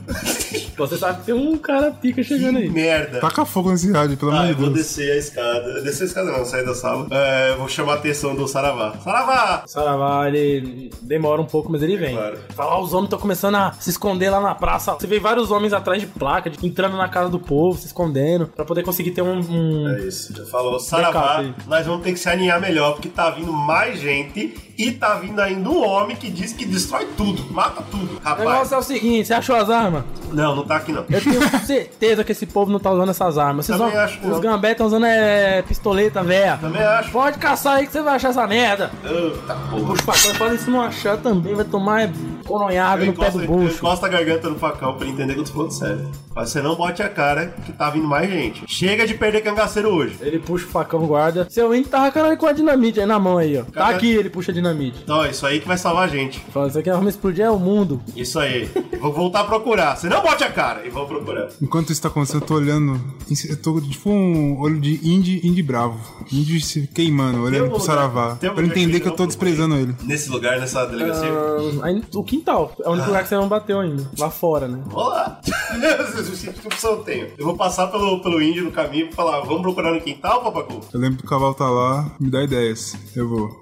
[SPEAKER 2] Você sabe que tem um cara pica chegando aí.
[SPEAKER 3] Merda.
[SPEAKER 4] Taca fogo nesse rádio, pelo
[SPEAKER 3] Ah,
[SPEAKER 4] amor
[SPEAKER 3] eu
[SPEAKER 4] de
[SPEAKER 3] vou
[SPEAKER 4] Deus.
[SPEAKER 3] descer a escada. Descer a escada não, sair da sala. É, vou chamar a atenção do Saravá. Saravá!
[SPEAKER 2] Saravá, ele demora um pouco, mas ele vem.
[SPEAKER 3] Claro.
[SPEAKER 2] Fala, "Ah, os homens estão começando a se esconder lá na praça. Você vê vários homens atrás de placa, de- entrando na casa do povo, se escondendo, pra poder conseguir ter um. um-
[SPEAKER 3] É isso. Já falou, Saravá,
[SPEAKER 2] Backup aí.
[SPEAKER 3] nós vamos ter que se alinhar melhor, porque tá vindo mais gente e tá vindo ainda um homem que diz que destrói tudo, mata tudo.
[SPEAKER 2] O negócio
[SPEAKER 3] Rapaz,
[SPEAKER 2] é o seguinte: você achou as armas?
[SPEAKER 3] não, não tá aqui não.
[SPEAKER 2] Eu tenho certeza que esse povo não tá usando essas armas. Vocês
[SPEAKER 3] Também
[SPEAKER 2] vão-
[SPEAKER 3] acho que não.
[SPEAKER 2] os gambé estão usando é, pistoleta, véia.
[SPEAKER 3] Também acho.
[SPEAKER 2] Pode caçar aí que você vai achar essa merda.
[SPEAKER 3] Eita porra.
[SPEAKER 2] Os facões podem se não achar também, vai tomar é, coronhado
[SPEAKER 3] Eu
[SPEAKER 2] no pé
[SPEAKER 3] encosto,
[SPEAKER 2] do
[SPEAKER 3] eu
[SPEAKER 2] bucho.
[SPEAKER 3] encosto a garganta no facão pra ele entender que eu tô falando sério. Mas você não bote a cara que tá vindo mais gente. Chega de perder cangaceiro hoje.
[SPEAKER 2] Ele puxa o facão, guarda. Seu índio tava caralho com a dinamite aí na mão aí, ó. Tá
[SPEAKER 3] Cara-
[SPEAKER 2] aqui, ele puxa a dinamite.
[SPEAKER 3] Então é isso aí que vai salvar a gente.
[SPEAKER 2] Fala, isso aqui arma explodir é o mundo.
[SPEAKER 3] Isso aí. Vou voltar a procurar. Você não bote a cara e vou procurar.
[SPEAKER 4] Enquanto isso tá acontecendo, eu tô olhando. Eu tô tipo um olho de indie, indie bravo. Indie se queimando,
[SPEAKER 3] Tem
[SPEAKER 4] olhando
[SPEAKER 3] algum
[SPEAKER 4] pro
[SPEAKER 3] lugar-
[SPEAKER 4] Saravá.
[SPEAKER 3] tem
[SPEAKER 4] Pra
[SPEAKER 3] algum lugar
[SPEAKER 4] ele
[SPEAKER 3] que
[SPEAKER 4] entender
[SPEAKER 3] ele
[SPEAKER 4] que eu
[SPEAKER 3] não procurou?
[SPEAKER 4] tô desprezando ele.
[SPEAKER 3] Nesse lugar, nessa delegacia.
[SPEAKER 2] Ah, aí, o quintal. É
[SPEAKER 3] Ah.
[SPEAKER 2] o único lugar que você não bateu ainda. Lá fora, né?
[SPEAKER 3] Vou [laughs] lá. que opção eu tenho? Eu vou passar pelo, pelo índio no caminho e falar, vamos procurar no quintal, papacu?
[SPEAKER 4] Eu lembro que o cavalo tá lá, me dá ideias. Eu vou.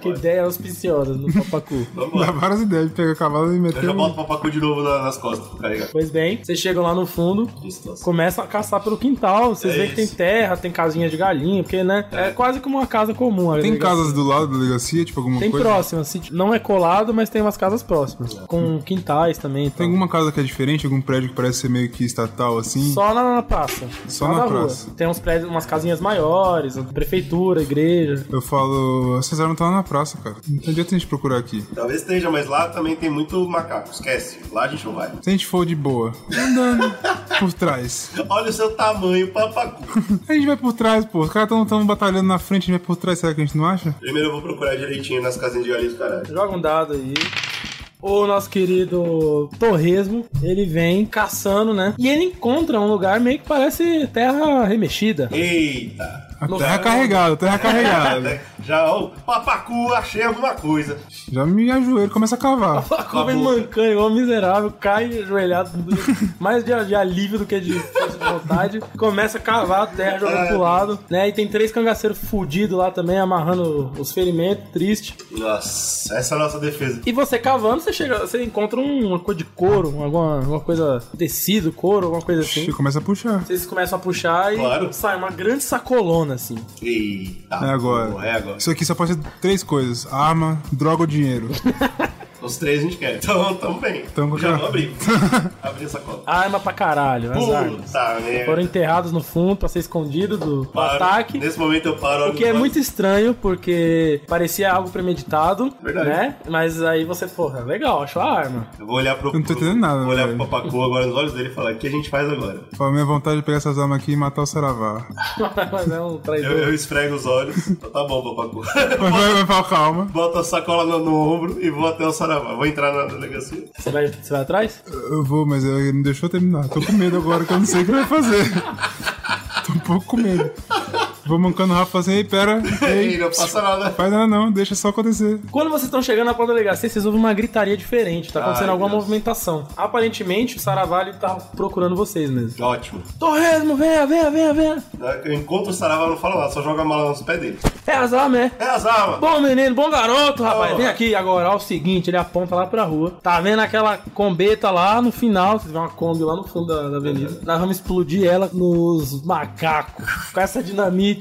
[SPEAKER 2] Que ideia auspiciosa no papacu.
[SPEAKER 3] É, Vamos lá.
[SPEAKER 4] Dá várias ideias de pegar o cavalo e
[SPEAKER 3] Eu
[SPEAKER 4] meter.
[SPEAKER 3] já
[SPEAKER 4] um-
[SPEAKER 3] boto o papacu de novo na- nas costas pro carregar.
[SPEAKER 2] Pois bem, vocês chegam lá no fundo,
[SPEAKER 3] Distância.
[SPEAKER 2] começam a caçar pelo quintal. Vocês
[SPEAKER 3] É
[SPEAKER 2] veem que tem
[SPEAKER 3] isso.
[SPEAKER 2] terra, tem casinha de galinha, porque, né? É, quase como uma casa comum. a
[SPEAKER 4] Tem
[SPEAKER 2] delegacia.
[SPEAKER 4] casas do lado da delegacia, tipo alguma
[SPEAKER 2] Tem
[SPEAKER 4] coisa?
[SPEAKER 2] próximas, se- não é colado, mas tem umas casas próximas. Com quintais também.
[SPEAKER 4] Tem
[SPEAKER 2] Então.
[SPEAKER 4] alguma casa que é diferente, algum prédio que parece ser meio que estatal assim?
[SPEAKER 2] Só na, na praça.
[SPEAKER 4] Só
[SPEAKER 2] lá
[SPEAKER 4] na
[SPEAKER 2] rua.
[SPEAKER 4] praça.
[SPEAKER 2] Tem uns prédios, umas casinhas maiores, prefeitura, igreja.
[SPEAKER 4] Eu falo, essas armas estão lá na praça, cara. Não tem adianta a gente procurar aqui.
[SPEAKER 3] Talvez esteja, mas lá também tem muito macaco. Esquece. Lá a gente não vai.
[SPEAKER 4] Se a gente for de boa, andando [laughs] por trás.
[SPEAKER 3] Olha o seu tamanho, papacu.
[SPEAKER 4] A gente vai por trás, pô. Os caras estão batalhando na frente, a gente vai por trás. Será que a gente não acha?
[SPEAKER 3] Primeiro eu vou procurar direitinho nas casinhas de galinha do caralho.
[SPEAKER 2] Joga um dado aí. O nosso querido Torresmo, ele vem caçando, né? E ele encontra um lugar meio que parece terra remexida.
[SPEAKER 3] Eita. Né?
[SPEAKER 4] A
[SPEAKER 2] No-
[SPEAKER 4] terra é carregada,
[SPEAKER 3] [laughs]
[SPEAKER 4] terra carregada.
[SPEAKER 3] Já, ó, papacu, achei alguma coisa.
[SPEAKER 4] Já me ajoelho, começa a cavar.
[SPEAKER 2] A cobra vem mancando, igual um miserável, cai ajoelhado, mais de, de alívio do que de força de vontade. Começa a cavar a terra,
[SPEAKER 3] É.
[SPEAKER 2] joga pro lado, né? E tem três cangaceiros fudidos lá também, amarrando os ferimentos, triste.
[SPEAKER 3] Nossa, essa é a nossa defesa.
[SPEAKER 2] E você cavando, você chega, você encontra um- uma coisa de couro, alguma, alguma coisa, tecido, couro, alguma coisa assim.
[SPEAKER 4] E começa a puxar.
[SPEAKER 2] Vocês começam a puxar e
[SPEAKER 3] Claro.
[SPEAKER 2] sai uma grande sacolona, assim.
[SPEAKER 3] Eita.
[SPEAKER 4] É agora.
[SPEAKER 3] porra, É agora.
[SPEAKER 4] Isso aqui só pode ser três coisas: arma, droga
[SPEAKER 3] [laughs]
[SPEAKER 4] ou dinheiro.
[SPEAKER 3] Os três a gente quer. Então, tamo bem.
[SPEAKER 4] Tamo com
[SPEAKER 3] Já
[SPEAKER 4] cara.
[SPEAKER 3] vamos
[SPEAKER 4] [laughs]
[SPEAKER 3] abrir. Abrir essa cola.
[SPEAKER 2] Arma pra caralho, as armas.
[SPEAKER 3] Puta merda.
[SPEAKER 2] Foram enterrados no fundo pra ser escondido do, do
[SPEAKER 3] Paro.
[SPEAKER 2] ataque.
[SPEAKER 3] Nesse momento eu paro.
[SPEAKER 2] O que é
[SPEAKER 3] olho
[SPEAKER 2] muito estranho, porque parecia algo premeditado,
[SPEAKER 3] Verdade.
[SPEAKER 2] né? Mas aí você, porra, legal, achou a arma. [laughs]
[SPEAKER 3] Eu vou olhar pro.
[SPEAKER 4] Eu não tô entendendo nada, né,
[SPEAKER 3] Vou olhar pro
[SPEAKER 4] velho.
[SPEAKER 3] Papacu agora nos olhos dele e falar: o que a gente faz agora?
[SPEAKER 4] Fala, minha vontade de pegar essas armas aqui e matar o Saravá.
[SPEAKER 2] Mas é um
[SPEAKER 3] Eu,
[SPEAKER 2] traidor.
[SPEAKER 3] eu esfrego os olhos. Então, tá bom, Papacu.
[SPEAKER 4] Vai, vai, vai, fala, calma.
[SPEAKER 3] [laughs] Boto a sacola no, no ombro e vou até o Saravá. Vou entrar na delegacia. [laughs]
[SPEAKER 2] Você, vai, você vai atrás?
[SPEAKER 4] Eu vou, mas ele não deixou eu terminar. Tô com medo agora que eu não sei o que vai fazer. Tô um pouco com medo. Vou mancando o Rafa assim, ei, pera.
[SPEAKER 3] Ei,
[SPEAKER 4] Ei,
[SPEAKER 3] não passa nada.
[SPEAKER 4] faz nada não, deixa só acontecer.
[SPEAKER 2] Quando vocês estão chegando na porta da delegacia, vocês ouvem uma gritaria diferente. Tá acontecendo
[SPEAKER 3] Ai,
[SPEAKER 2] alguma
[SPEAKER 3] Deus.
[SPEAKER 2] movimentação. Aparentemente, o Saravalho tá procurando vocês mesmo.
[SPEAKER 3] Ótimo.
[SPEAKER 2] Torresmo, venha, venha, venha, venha.
[SPEAKER 3] Na hora que Eu encontro o Saravá, não falo nada, só joga a mala nos pés dele.
[SPEAKER 2] É as armas, é?
[SPEAKER 3] É as armas.
[SPEAKER 2] Bom menino, bom garoto, rapaz.
[SPEAKER 3] Ó.
[SPEAKER 2] Vem aqui agora, ó, o seguinte, ele aponta lá pra rua. Tá vendo aquela combeta lá no final? Você vê uma Kombi lá no fundo da, da avenida.
[SPEAKER 4] É.
[SPEAKER 2] Nós vamos explodir ela nos macacos. Com essa dinamite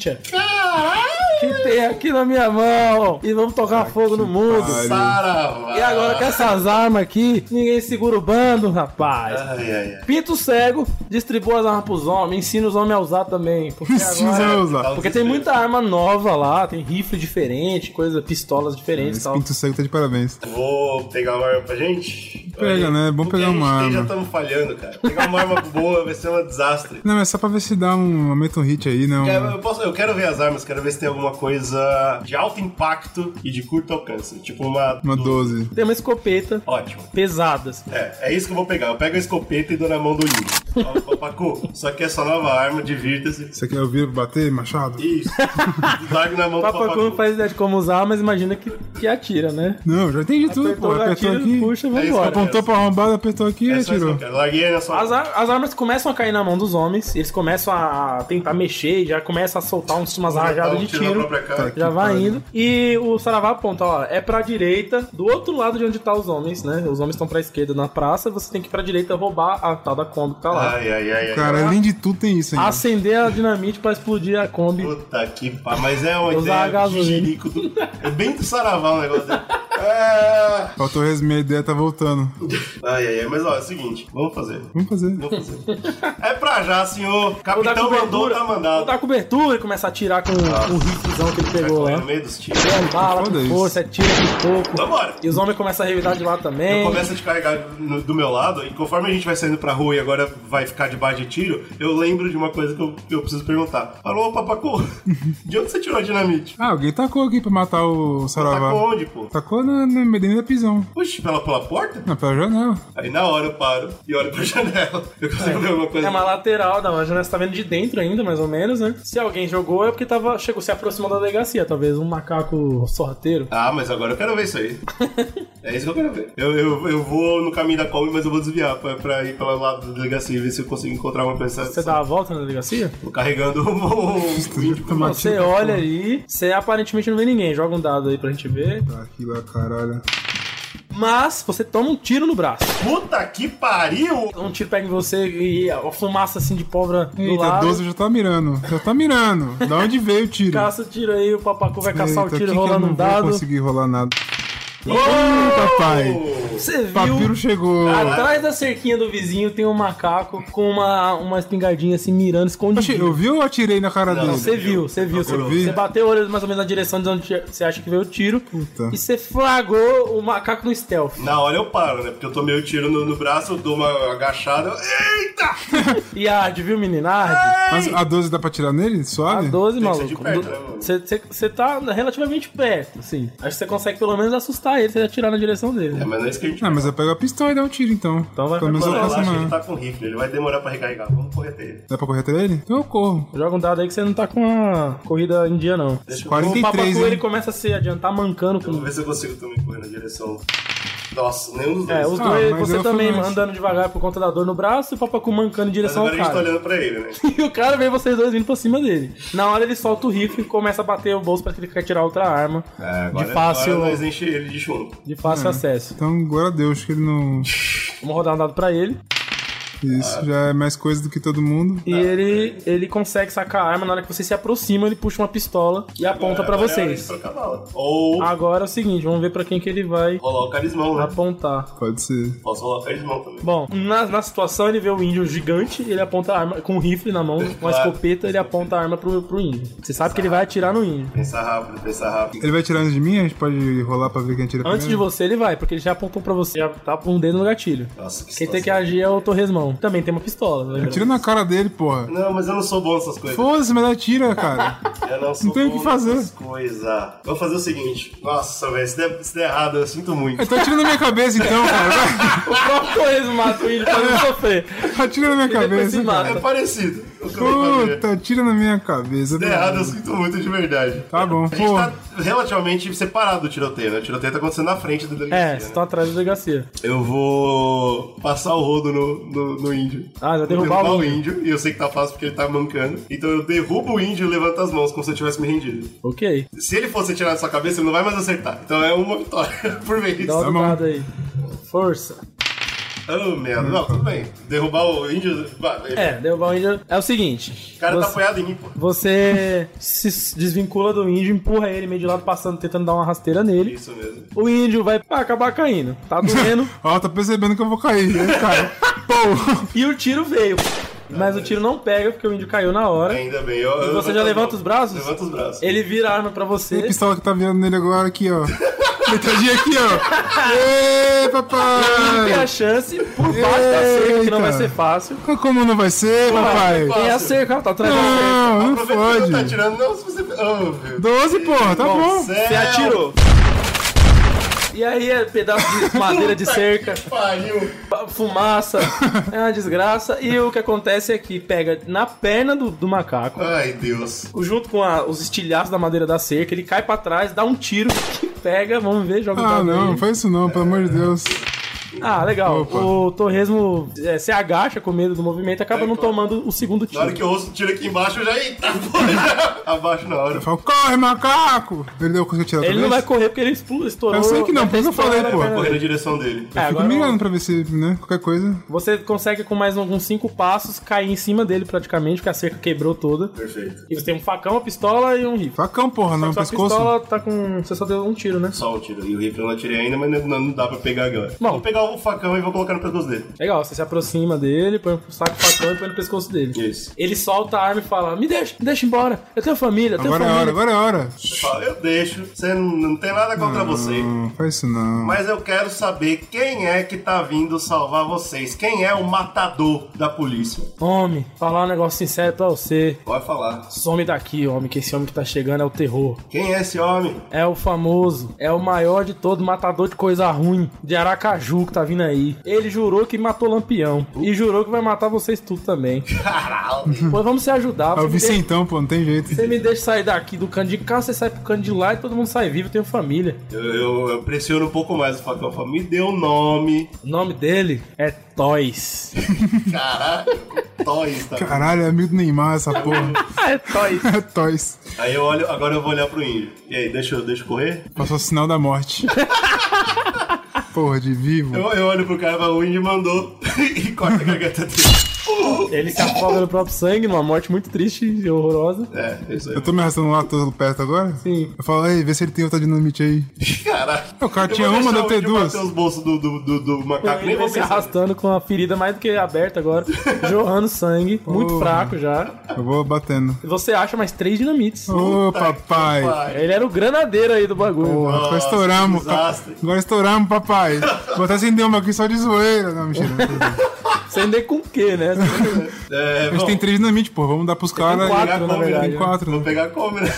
[SPEAKER 2] que tem aqui na minha mão. E vamos tocar fogo no mundo.
[SPEAKER 4] pariu.
[SPEAKER 3] Saravá.
[SPEAKER 2] E agora com essas armas aqui, ninguém segura o bando, rapaz.
[SPEAKER 4] É.
[SPEAKER 3] Ai, ai, ai.
[SPEAKER 2] Pinto cego, distribua as armas pros homens, ensina os homens a usar também. Porque
[SPEAKER 4] [laughs] Ensina os
[SPEAKER 2] agora...
[SPEAKER 4] homens a usar.
[SPEAKER 3] Dá um
[SPEAKER 2] Porque tem
[SPEAKER 3] desespero.
[SPEAKER 2] muita arma nova lá, tem rifle diferente, coisa, pistolas diferentes e
[SPEAKER 4] Esse
[SPEAKER 2] tal.
[SPEAKER 4] pinto cego tá de parabéns.
[SPEAKER 3] Vou pegar uma arma pra gente.
[SPEAKER 4] Pega, né? É bom
[SPEAKER 3] Porque
[SPEAKER 4] pegar
[SPEAKER 3] a gente
[SPEAKER 4] uma
[SPEAKER 3] tem, Já
[SPEAKER 4] arma.
[SPEAKER 3] estamos falhando, cara. Pegar uma arma boa vai ser um
[SPEAKER 4] [laughs]
[SPEAKER 3] desastre.
[SPEAKER 4] Não, é só pra ver se dá um. Aumenta um hit aí, né?
[SPEAKER 3] É,
[SPEAKER 4] Um-
[SPEAKER 3] Eu, posso- eu quero ver as armas, quero ver se tem alguma coisa de alto impacto e de curto alcance. Tipo uma.
[SPEAKER 4] Uma 12.
[SPEAKER 2] Tem uma escopeta
[SPEAKER 3] Ótimo.
[SPEAKER 2] pesada. assim.
[SPEAKER 3] É, é isso que eu vou pegar. Eu pego a escopeta e dou na mão do Yuri. Ó, ó, Pacu, isso aqui é sua nova arma, divirta-se.
[SPEAKER 4] Você quer ouvir bater, machado?
[SPEAKER 3] Isso. [laughs] Largo na mão do
[SPEAKER 2] O Papacu não
[SPEAKER 3] Papacu.
[SPEAKER 2] faz ideia de como usar, mas imagina que, que atira, né?
[SPEAKER 4] Não, já entendi tudo,
[SPEAKER 2] Apertou
[SPEAKER 4] pô.
[SPEAKER 2] o
[SPEAKER 4] Apertou
[SPEAKER 2] gatilho,
[SPEAKER 4] aqui.
[SPEAKER 2] puxa,
[SPEAKER 3] É isso que eu
[SPEAKER 2] vambora.
[SPEAKER 4] Apontou pra arrombada, apertou aqui e
[SPEAKER 3] É só isso que eu
[SPEAKER 4] atirou.
[SPEAKER 3] quero. Larguei na sua
[SPEAKER 2] As, ar- as armas começam a cair na mão dos homens, eles começam a tentar mexer, e já começa a soltar uns, umas rajadas de
[SPEAKER 3] um Tiro na
[SPEAKER 2] tiro.
[SPEAKER 3] própria cara.
[SPEAKER 4] Tá.
[SPEAKER 2] Já
[SPEAKER 4] Que
[SPEAKER 2] vai
[SPEAKER 4] pariu.
[SPEAKER 3] né?
[SPEAKER 2] indo. E o Saravá aponta, ó, é pra direita, do outro lado de onde tá os homens, né? Os homens estão pra esquerda na praça, você tem que ir pra direita roubar a tal da Kombi que tá lá.
[SPEAKER 3] Ai, ai, ai, ai.
[SPEAKER 4] Cara, além de tudo tem isso ainda.
[SPEAKER 2] Acender a dinamite pra explodir a Kombi.
[SPEAKER 3] Puta que pá, mas é uma
[SPEAKER 2] Usar a
[SPEAKER 3] ideia de
[SPEAKER 2] gasolina.
[SPEAKER 3] jirico do... É bem do saravá o negócio dele. É...
[SPEAKER 4] Faltou resumir, a ideia tá voltando.
[SPEAKER 3] Ai, ai, ai, mas ó, é o seguinte, vamos fazer.
[SPEAKER 4] Vamos fazer.
[SPEAKER 3] Vamos fazer. É pra já, senhor.
[SPEAKER 2] Ou dá
[SPEAKER 3] Capitão mandou, Ah.
[SPEAKER 2] cobertura,
[SPEAKER 3] tá
[SPEAKER 2] ou
[SPEAKER 3] mandado.
[SPEAKER 2] dá cobertura e começa a atirar com, com o ritzão que ele
[SPEAKER 3] Vai
[SPEAKER 2] pegou
[SPEAKER 3] correr
[SPEAKER 2] lá.
[SPEAKER 3] no meio dos tiros.
[SPEAKER 2] É bala,
[SPEAKER 4] Foda
[SPEAKER 2] com
[SPEAKER 4] isso.
[SPEAKER 2] força, é tiro de pouco.
[SPEAKER 3] Vambora.
[SPEAKER 2] E os homens começam a revidar de lá também.
[SPEAKER 3] Eu começo a te carregar no- do meu lado, e conforme a gente vai saindo pra rua e agora vai ficar debaixo de tiro, eu lembro de uma coisa que eu, que eu preciso perguntar. Alô, papacu, [laughs] de onde você tirou a dinamite?
[SPEAKER 4] Ah, alguém tacou aqui pra matar o
[SPEAKER 3] Tá
[SPEAKER 4] Saravá.
[SPEAKER 3] onde, pô?
[SPEAKER 4] Tacou na, na medida da prisão.
[SPEAKER 3] Puxa, pela, pela porta?
[SPEAKER 4] Na pela janela.
[SPEAKER 3] Aí na hora eu paro e olho pra [laughs] janela. Eu consigo ver alguma coisa.
[SPEAKER 2] É uma lateral da janela, você tá vendo de dentro ainda, mais ou menos, né? Se alguém jogou é porque tava, chegou, se aproximou da delegacia, talvez um macaco sorrateiro.
[SPEAKER 3] Ah, mas agora eu quero ver isso
[SPEAKER 2] [laughs]
[SPEAKER 3] aí. é isso que eu quero ver. Eu, eu, eu vou no caminho da Kombi, mas eu vou desviar pra, pra ir pelo lado da delegacia e ver se eu consigo encontrar uma pessoa.
[SPEAKER 2] Você dá a volta na delegacia?
[SPEAKER 3] Tô carregando um o o índio pra
[SPEAKER 4] Tomate.
[SPEAKER 2] Você é olha aí, você aparentemente não vê ninguém, joga um dado aí pra gente ver.
[SPEAKER 4] Tá Aqui lá, caralho.
[SPEAKER 2] Mas você toma um tiro no braço.
[SPEAKER 3] Puta que pariu!
[SPEAKER 2] Um tiro pega em você e a fumaça assim de pólvora do
[SPEAKER 4] Eita,
[SPEAKER 2] lado.
[SPEAKER 4] 12 já tá mirando. Já tá mirando. Da onde veio o tiro?
[SPEAKER 2] Caça o tiro aí, o papacu vai caçar
[SPEAKER 4] Eita,
[SPEAKER 2] o
[SPEAKER 4] aqui
[SPEAKER 2] tiro
[SPEAKER 4] que eu
[SPEAKER 2] rolando
[SPEAKER 4] não
[SPEAKER 2] um
[SPEAKER 4] vou
[SPEAKER 2] dado.
[SPEAKER 4] conseguir rolar nada.
[SPEAKER 3] Oh!
[SPEAKER 4] Ih, papai.
[SPEAKER 2] Você viu?
[SPEAKER 4] Papiro chegou.
[SPEAKER 2] Atrás da cerquinha do vizinho tem um macaco com uma, uma espingardinha assim mirando, escondido.
[SPEAKER 4] Oxi, eu vi ou eu atirei na cara
[SPEAKER 3] Não,
[SPEAKER 4] dele?
[SPEAKER 2] Você viu, você viu, você,
[SPEAKER 4] Eu vi.
[SPEAKER 2] você bateu o olho mais ou menos na direção de onde você acha que veio o tiro.
[SPEAKER 4] Puta.
[SPEAKER 2] E você flagrou o macaco no stealth.
[SPEAKER 3] Na hora eu paro, né? Porque eu tomei o tiro no, no braço, eu dou uma agachada. eu- Eita!
[SPEAKER 2] E arde, viu, menina? Arde.
[SPEAKER 4] Mas a 12 dá pra tirar nele?
[SPEAKER 2] A
[SPEAKER 4] Suave?
[SPEAKER 2] 12,
[SPEAKER 3] Tem que ser de
[SPEAKER 2] maluco.
[SPEAKER 3] perto, né, mano?
[SPEAKER 2] Você você tá relativamente perto, assim. Acho que você consegue pelo menos assustar ele, você atirar na direção dele.
[SPEAKER 3] É, mas não é isso que a gente
[SPEAKER 4] Ah, mas eu pego a pistola e dá um tiro então.
[SPEAKER 2] Então vai
[SPEAKER 4] Pelo menos eu
[SPEAKER 2] pra
[SPEAKER 3] Mano,
[SPEAKER 4] faço
[SPEAKER 3] relaxa, ele
[SPEAKER 4] uma.
[SPEAKER 3] tá com rifle, ele vai demorar pra recarregar. Vamos correr até ele.
[SPEAKER 4] Dá pra correr até ele? Então eu corro.
[SPEAKER 2] Joga um dado aí que você não tá com a corrida em dia, não.
[SPEAKER 3] Deixa eu,
[SPEAKER 2] O
[SPEAKER 4] 43,
[SPEAKER 2] papacu ele
[SPEAKER 4] hein?
[SPEAKER 2] começa a se adiantar
[SPEAKER 3] eu
[SPEAKER 2] mancando
[SPEAKER 3] vou
[SPEAKER 2] com.
[SPEAKER 3] ver se eu consigo também correr na direção. Nossa, nenhum dos dois.
[SPEAKER 2] É, os
[SPEAKER 4] Ah,
[SPEAKER 2] dois,
[SPEAKER 4] mas
[SPEAKER 2] você
[SPEAKER 4] eu fui
[SPEAKER 2] também
[SPEAKER 4] mais.
[SPEAKER 2] andando devagar por conta da dor no braço e o papacu mancando em
[SPEAKER 3] Mas
[SPEAKER 2] direção
[SPEAKER 3] agora
[SPEAKER 2] ao
[SPEAKER 3] a gente tá
[SPEAKER 2] cara.
[SPEAKER 3] olhando pra ele, né?
[SPEAKER 2] [laughs] E o cara vê vocês dois vindo pra cima dele. Na hora ele solta o rifle e começa a bater o bolso pra que ele quer tirar outra arma.
[SPEAKER 3] É, agora,
[SPEAKER 2] de fácil,
[SPEAKER 3] agora nós enche ele de chumbo.
[SPEAKER 2] de fácil acesso.
[SPEAKER 4] Então, glória a Deus que ele não.
[SPEAKER 2] Vamos rodar um dado pra ele.
[SPEAKER 4] Isso já é mais coisa do que todo mundo.
[SPEAKER 3] Tá.
[SPEAKER 2] E ele, ele consegue sacar a arma. Na hora que você se aproxima, ele puxa uma pistola e aponta pra
[SPEAKER 3] Agora é hora de
[SPEAKER 2] vocês.
[SPEAKER 3] trocar bala. Ou
[SPEAKER 2] Agora é o seguinte, vamos ver pra quem que ele vai
[SPEAKER 3] rolar o carismão, né?
[SPEAKER 2] apontar.
[SPEAKER 4] Pode ser.
[SPEAKER 3] Posso rolar o carismão também.
[SPEAKER 2] Bom, na, na situação ele vê o índio gigante, ele aponta a arma com um rifle na mão, com uma
[SPEAKER 3] Claro.
[SPEAKER 2] escopeta, ele aponta a arma pro, pro índio. Você sabe que ele vai atirar no índio.
[SPEAKER 3] Pensar rápido, pensar rápido.
[SPEAKER 4] Ele vai tirar antes de mim? A gente pode rolar pra ver quem atira
[SPEAKER 2] Antes de
[SPEAKER 4] primeiro?
[SPEAKER 2] você, ele vai, porque ele já apontou pra você, já tá com um dedo no gatilho.
[SPEAKER 3] Nossa, que
[SPEAKER 2] Quem tem que
[SPEAKER 3] situação.
[SPEAKER 2] agir é o Torresmão. Também tem uma pistola. né? lembra?
[SPEAKER 4] Atira na cara dele, porra.
[SPEAKER 3] Não, mas eu não sou bom nessas coisas.
[SPEAKER 4] Foda-se, mas atira, cara.
[SPEAKER 3] Eu não sou
[SPEAKER 4] Não tem o
[SPEAKER 3] bom
[SPEAKER 4] que fazer.
[SPEAKER 3] nessas coisas. Vou fazer o seguinte. Nossa, velho, se, der- se der errado, eu sinto muito.
[SPEAKER 4] Então atira na minha cabeça, então, cara.
[SPEAKER 2] [laughs] O próprio Torresmo mata o índio pra não sofrer.
[SPEAKER 4] Vai. Atira na minha
[SPEAKER 2] depois se
[SPEAKER 4] cabeça,
[SPEAKER 2] mata.
[SPEAKER 4] cara.
[SPEAKER 3] É parecido. Eu também faria.
[SPEAKER 4] Puta, atira na minha cabeça.
[SPEAKER 3] Se der Tá errado, assim. eu sinto muito de verdade.
[SPEAKER 4] Tá bom,
[SPEAKER 3] A gente
[SPEAKER 4] pô.
[SPEAKER 3] tá relativamente separado do tiroteio, né? O tiroteio tá acontecendo na frente do delegacia,
[SPEAKER 2] É,
[SPEAKER 3] né?
[SPEAKER 2] vocês estão atrás da delegacia.
[SPEAKER 3] Eu vou passar o rodo no, no, no índio.
[SPEAKER 2] Ah, já
[SPEAKER 3] Vou
[SPEAKER 2] derrubar
[SPEAKER 3] derrubar
[SPEAKER 2] o
[SPEAKER 3] o índio. E eu sei que tá fácil porque ele tá mancando. Então eu derrubo o índio e levanto as mãos como se eu tivesse me rendido.
[SPEAKER 2] Ok.
[SPEAKER 3] Se ele fosse tirar da sua cabeça, ele não vai mais acertar. Então é uma vitória [laughs] por vez.
[SPEAKER 2] Dá
[SPEAKER 3] Ah,
[SPEAKER 2] outro
[SPEAKER 4] bom.
[SPEAKER 2] dado aí. Força.
[SPEAKER 3] merda. Não, tudo bem. Derrubar o índio. bah, ele-
[SPEAKER 2] É, derrubar o índio. É o seguinte.
[SPEAKER 3] O cara tá
[SPEAKER 2] você...
[SPEAKER 3] apoiado em mim, pô.
[SPEAKER 2] você se desvincula do índio, empurra ele meio de lado, passando, tentando dar uma rasteira nele.
[SPEAKER 3] Isso mesmo.
[SPEAKER 2] O índio vai pá, acabar caindo. Tá doendo.
[SPEAKER 4] Ó, tá percebendo que eu vou cair, hein, cara. Pô,
[SPEAKER 2] e o tiro veio. Mas o tiro não pega, porque o índio caiu na hora.
[SPEAKER 3] Ainda bem. Eu, eu-
[SPEAKER 2] você
[SPEAKER 3] eu-
[SPEAKER 2] já
[SPEAKER 3] eu-
[SPEAKER 2] levanta os braços?
[SPEAKER 3] Levanta os braços.
[SPEAKER 2] Ele vira a arma pra
[SPEAKER 4] tem
[SPEAKER 2] você.
[SPEAKER 4] a pistola que tá virando nele agora aqui, ó. Metadinha aqui, ó.
[SPEAKER 2] Tem
[SPEAKER 4] Ê,
[SPEAKER 2] a
[SPEAKER 4] papai!
[SPEAKER 2] chance, por baixo da cerca, que não vai
[SPEAKER 4] Eita.
[SPEAKER 2] ser fácil.
[SPEAKER 4] Como não vai ser, papai?
[SPEAKER 2] Tem a cerca, tá atrás da cerca.
[SPEAKER 4] Não, não
[SPEAKER 3] Aproveita que não tá
[SPEAKER 4] fode.
[SPEAKER 3] tirando, não, se você. Ô, meu
[SPEAKER 4] 12, porra, tá bom.
[SPEAKER 3] céu.
[SPEAKER 2] Você atirou. E aí é pedaço de madeira de
[SPEAKER 3] Puta
[SPEAKER 2] cerca,
[SPEAKER 3] que Pariu.
[SPEAKER 2] fumaça, é uma desgraça. E o que acontece é que pega na perna do, do macaco,
[SPEAKER 3] Ai, Deus.
[SPEAKER 2] junto com a- os estilhaços da madeira da cerca, ele cai pra trás, dá um tiro, que pega, vamos ver, joga o
[SPEAKER 4] Ah,
[SPEAKER 2] dado
[SPEAKER 4] não,
[SPEAKER 2] nele.
[SPEAKER 4] não faz isso não, pelo amor de Deus.
[SPEAKER 2] Ah, legal.
[SPEAKER 4] Opa.
[SPEAKER 2] O Torresmo é, se agacha com medo do movimento acaba não tomando o segundo
[SPEAKER 3] Na hora
[SPEAKER 2] tiro.
[SPEAKER 3] que eu ouço o tiro aqui embaixo, eu já. Eita, [laughs] porra! Abaixo na hora.
[SPEAKER 4] Eu falo, corre, macaco! Ele deu conseguiu tirar outra
[SPEAKER 2] Ele não vai
[SPEAKER 4] vez?
[SPEAKER 2] correr porque ele expl- estourou. né,
[SPEAKER 4] Eu sei que não, por isso eu falei, pô.
[SPEAKER 3] Correr na direção dele.
[SPEAKER 2] É,
[SPEAKER 4] Fico
[SPEAKER 2] agora
[SPEAKER 4] me ligando pra ver se, né, qualquer coisa.
[SPEAKER 2] você consegue com mais alguns cinco passos cair em cima dele praticamente, porque a cerca quebrou toda.
[SPEAKER 3] Perfeito.
[SPEAKER 2] E você tem um facão, uma pistola e um rifle.
[SPEAKER 4] Facão, porra, não,
[SPEAKER 2] Só que sua
[SPEAKER 4] pescoço.
[SPEAKER 2] pistola tá com. Você só deu um tiro, né?
[SPEAKER 3] Só o tiro. E o rifle eu não atirei ainda, mas não, não dá pra pegar agora.
[SPEAKER 2] Bom.
[SPEAKER 3] Vou pegar o facão e vou colocar no pescoço dele.
[SPEAKER 2] Legal, você se aproxima dele, põe o saco do facão e põe no pescoço dele.
[SPEAKER 3] Isso.
[SPEAKER 2] Ele solta a arma e fala: Me deixa, me deixa embora. Eu tenho família, eu tenho
[SPEAKER 4] Agora é a
[SPEAKER 2] família.
[SPEAKER 4] hora, agora é a hora.
[SPEAKER 3] Você fala, eu deixo. Você não, não tem nada contra você.
[SPEAKER 4] Não, faz isso não.
[SPEAKER 3] Mas eu quero saber quem é que tá vindo salvar vocês. Quem é o matador da polícia?
[SPEAKER 2] Homem, falar um negócio sincero pra você.
[SPEAKER 3] Pode falar.
[SPEAKER 2] Some daqui, homem, que esse homem que tá chegando é o terror.
[SPEAKER 3] Quem é esse homem?
[SPEAKER 2] É o famoso, é o maior de todo matador de coisa ruim, de Aracaju que tá vindo aí. Ele jurou que matou Lampião e jurou que vai matar vocês tudo
[SPEAKER 4] [laughs]
[SPEAKER 2] também.
[SPEAKER 3] Caralho.
[SPEAKER 2] Pois vamos se ajudar. Você,
[SPEAKER 4] É o
[SPEAKER 2] me deixa,
[SPEAKER 4] Vicentão, pô, não tem jeito.
[SPEAKER 2] você me deixa sair daqui do canto de cá, você sai pro canto de lá e todo mundo sai vivo, eu tenho família.
[SPEAKER 3] Eu, eu, eu pressiono um pouco mais o facão. Eu falo, Me dê o nome.
[SPEAKER 2] O nome dele é Toys.
[SPEAKER 3] Caralho. Toys, tá?
[SPEAKER 4] Caralho, é amigo do Neymar essa porra.
[SPEAKER 2] Ah, [laughs] é Toys.
[SPEAKER 4] É Toys.
[SPEAKER 3] Aí eu olho, agora eu vou olhar pro índio. E aí, deixa eu, deixa eu correr?
[SPEAKER 4] Passou o sinal
[SPEAKER 2] [laughs]
[SPEAKER 4] da morte. Porra, de vivo.
[SPEAKER 3] Eu, eu olho pro cara e falo, o índio mandou. [laughs] e corta a garganta dele.
[SPEAKER 2] Ele se afoga no próprio sangue, numa morte muito triste e horrorosa.
[SPEAKER 3] É, isso aí.
[SPEAKER 4] Eu tô me arrastando lá todo perto agora?
[SPEAKER 2] Sim.
[SPEAKER 4] Eu falo, ei, vê se ele tem outra dinamite aí.
[SPEAKER 3] Caralho.
[SPEAKER 4] O cara
[SPEAKER 3] Eu
[SPEAKER 4] tinha
[SPEAKER 3] vou
[SPEAKER 4] uma,
[SPEAKER 3] deixar
[SPEAKER 4] deve
[SPEAKER 3] o
[SPEAKER 4] ter
[SPEAKER 3] índio
[SPEAKER 4] duas.
[SPEAKER 3] bater os bolsos do, do, do, do macaco. Nem
[SPEAKER 2] Ele
[SPEAKER 3] vou
[SPEAKER 2] vem se
[SPEAKER 3] pensar.
[SPEAKER 2] arrastando com a ferida mais do que aberta agora, jorrando sangue, muito
[SPEAKER 4] Porra.
[SPEAKER 2] fraco já.
[SPEAKER 4] Eu vou batendo.
[SPEAKER 2] Você acha mais três dinamites.
[SPEAKER 4] Ô, papai.
[SPEAKER 3] Pai.
[SPEAKER 2] Ele era o granadeiro aí do bagulho.
[SPEAKER 4] Porra, agora estouramos. tá?
[SPEAKER 3] que desastre.
[SPEAKER 4] Agora estouramos, papai. Vou até acender uma aqui só de zoeira. Não, mentira.
[SPEAKER 2] [laughs] Você ainda é com o quê, né? [laughs]
[SPEAKER 3] É,
[SPEAKER 4] A gente
[SPEAKER 3] bom,
[SPEAKER 4] tem três dinamite, pô. Vamos dar pros caras.
[SPEAKER 2] quatro,
[SPEAKER 3] pegar
[SPEAKER 2] na
[SPEAKER 3] como,
[SPEAKER 2] verdade,
[SPEAKER 4] Tem
[SPEAKER 2] né?
[SPEAKER 4] quatro.
[SPEAKER 3] Vou
[SPEAKER 4] né?
[SPEAKER 3] pegar como,
[SPEAKER 4] [laughs]
[SPEAKER 3] né?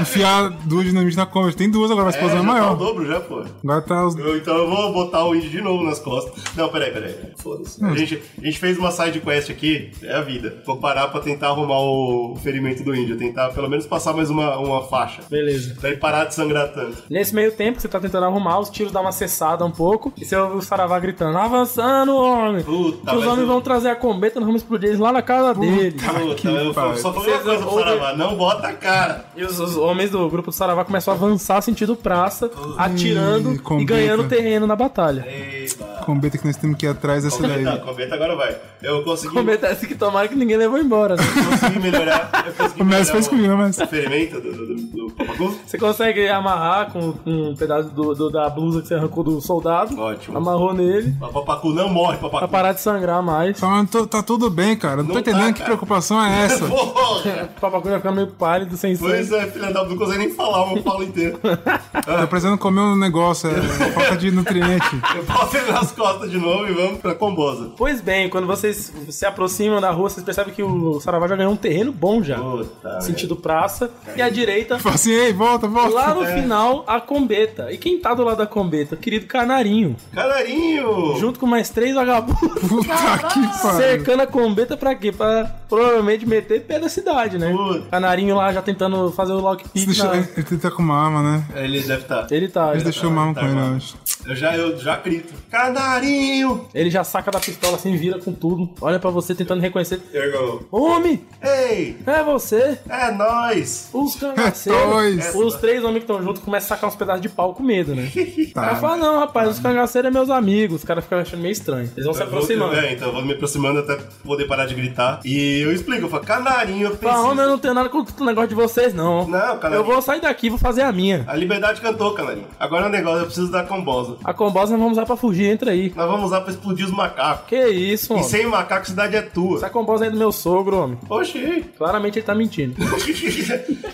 [SPEAKER 4] Enfiar duas dinamite na Kombat. Tem duas agora, a explosão é
[SPEAKER 3] já tá o
[SPEAKER 4] maior.
[SPEAKER 3] dobro já, pô.
[SPEAKER 4] Agora tá os.
[SPEAKER 3] Eu- então eu vou botar o índio de novo nas costas. Não, peraí, peraí. Foda-se.
[SPEAKER 4] Hum.
[SPEAKER 3] A, gente, a gente fez uma side quest aqui, é a vida. Vou parar pra tentar arrumar o ferimento do índio, tentar pelo menos passar mais uma, uma faixa.
[SPEAKER 2] Beleza.
[SPEAKER 3] Pra ele parar de sangrar tanto.
[SPEAKER 2] Nesse meio tempo, você tá tentando arrumar, os tiros dão uma cessada um pouco. E você ouve o Saravá gritando: Avançando, homem!
[SPEAKER 3] Puta,
[SPEAKER 2] que os
[SPEAKER 3] mas
[SPEAKER 2] homens
[SPEAKER 3] eu-
[SPEAKER 2] vão trazer a cometa, nós vamos explodir eles lá na casa dele.
[SPEAKER 3] Puta,
[SPEAKER 4] que
[SPEAKER 3] eu falo-
[SPEAKER 4] pariu.
[SPEAKER 3] só falei uma
[SPEAKER 2] Vocês
[SPEAKER 3] coisa pro
[SPEAKER 2] ouvem-
[SPEAKER 3] Saravá, não bota a cara.
[SPEAKER 2] E os, os homens do grupo do Saravá começam a avançar sentido praça, atirando e
[SPEAKER 4] cometa.
[SPEAKER 2] ganhando terreno na
[SPEAKER 3] É.
[SPEAKER 2] batalha.
[SPEAKER 3] Eita.
[SPEAKER 4] Combeta que nós temos que ir atrás dessa daí.
[SPEAKER 3] Comenta, comenta agora vai. Eu consegui,
[SPEAKER 2] Cometa é que tomara que ninguém levou embora, né? [laughs]
[SPEAKER 3] consegui melhorar. Eu consegui
[SPEAKER 4] O Messi fez comigo, né,
[SPEAKER 3] melhorar
[SPEAKER 4] mas. tá,
[SPEAKER 3] o ferimento do, do, do, do papacu.
[SPEAKER 2] Você consegue amarrar com, com um pedaço do, do- da blusa que você arrancou do soldado.
[SPEAKER 3] Ótimo.
[SPEAKER 2] Amarrou nele.
[SPEAKER 3] O Papacu não morre,
[SPEAKER 2] Pra
[SPEAKER 3] papacu.
[SPEAKER 2] parar de sangrar mais.
[SPEAKER 4] Falando, "Tô- tá tudo bem, cara. Não, tô
[SPEAKER 3] Não tá,
[SPEAKER 4] entendendo que
[SPEAKER 3] cara.
[SPEAKER 4] preocupação é essa.
[SPEAKER 2] O
[SPEAKER 3] [laughs] Porra!
[SPEAKER 2] papacu vai ficar meio pálido, sem sangue.
[SPEAKER 3] Pois é, filha da não consegue nem falar uma fala inteira.
[SPEAKER 4] Tô precisando comer um negócio, é falta de nutriente.
[SPEAKER 3] Eu boto ele nas costas de novo e vamos pra combosa.
[SPEAKER 2] Pois bem, quando vocês se aproximam da rua, vocês percebem que o Saravá já ganhou um terreno bom já.
[SPEAKER 3] Puta.
[SPEAKER 2] Sentido praça. E à direita,
[SPEAKER 4] Fala assim, ei, volta, volta.
[SPEAKER 2] lá no final, a combeta. E quem tá do lado da combeta? O querido Canarinho.
[SPEAKER 3] Canarinho!
[SPEAKER 2] Junto com mais três vagabundos.
[SPEAKER 4] Puta que pariu.
[SPEAKER 2] Cercando a combeta pra quê? Pra provavelmente meter pé da cidade, né?
[SPEAKER 3] Puta.
[SPEAKER 2] Canarinho lá já tentando fazer o
[SPEAKER 4] Ele
[SPEAKER 2] lockpick.
[SPEAKER 4] deixou-
[SPEAKER 2] na-
[SPEAKER 4] Ele ele tá com uma arma, né?
[SPEAKER 3] Ele deve estar.
[SPEAKER 2] Ele tá.
[SPEAKER 4] Ele deixou uma arma
[SPEAKER 3] tá,
[SPEAKER 4] com ele,
[SPEAKER 3] mano.
[SPEAKER 4] eu acho.
[SPEAKER 3] Eu já, eu já grito. Canarinho!
[SPEAKER 2] Ele já saca da pistola assim, vira com tudo. Olha pra você tentando reconhecer.
[SPEAKER 3] Here go.
[SPEAKER 2] Homem,
[SPEAKER 3] Ei!
[SPEAKER 2] é você!
[SPEAKER 3] É nóis!
[SPEAKER 2] Os cangaceiros.
[SPEAKER 4] [laughs] Dois.
[SPEAKER 2] os três homens que estão juntos começam a sacar uns pedaços de pau com medo, né? O cara
[SPEAKER 4] [laughs] Tá.
[SPEAKER 2] fala, não, rapaz, os cangaceiros é meus amigos. Os caras ficam achando meio estranho. Eles vão se
[SPEAKER 3] Eu vou-
[SPEAKER 2] aproximando.
[SPEAKER 3] é, então eu vou me aproximando até poder parar de gritar. E eu explico, eu falo, canarinho, eu
[SPEAKER 2] Fala, homem, eu
[SPEAKER 3] preciso.
[SPEAKER 2] não tenho nada contra o negócio de vocês, não.
[SPEAKER 3] Não, cara.
[SPEAKER 2] Eu vou sair daqui, vou fazer a minha.
[SPEAKER 3] A liberdade cantou, canarinho. Agora é um negócio, eu preciso da combosa. combosa.
[SPEAKER 2] A combosa nós vamos usar pra fugir, entra aí.
[SPEAKER 3] Nós vamos usar pra explodir os macacos.
[SPEAKER 2] Que
[SPEAKER 3] E
[SPEAKER 2] isso, homem.
[SPEAKER 3] sem macaco, cidade é tua.
[SPEAKER 2] Essa combosa aí é do meu sogro, homem.
[SPEAKER 3] Oxi!
[SPEAKER 2] Claramente ele
[SPEAKER 3] [laughs]
[SPEAKER 2] tá mentindo.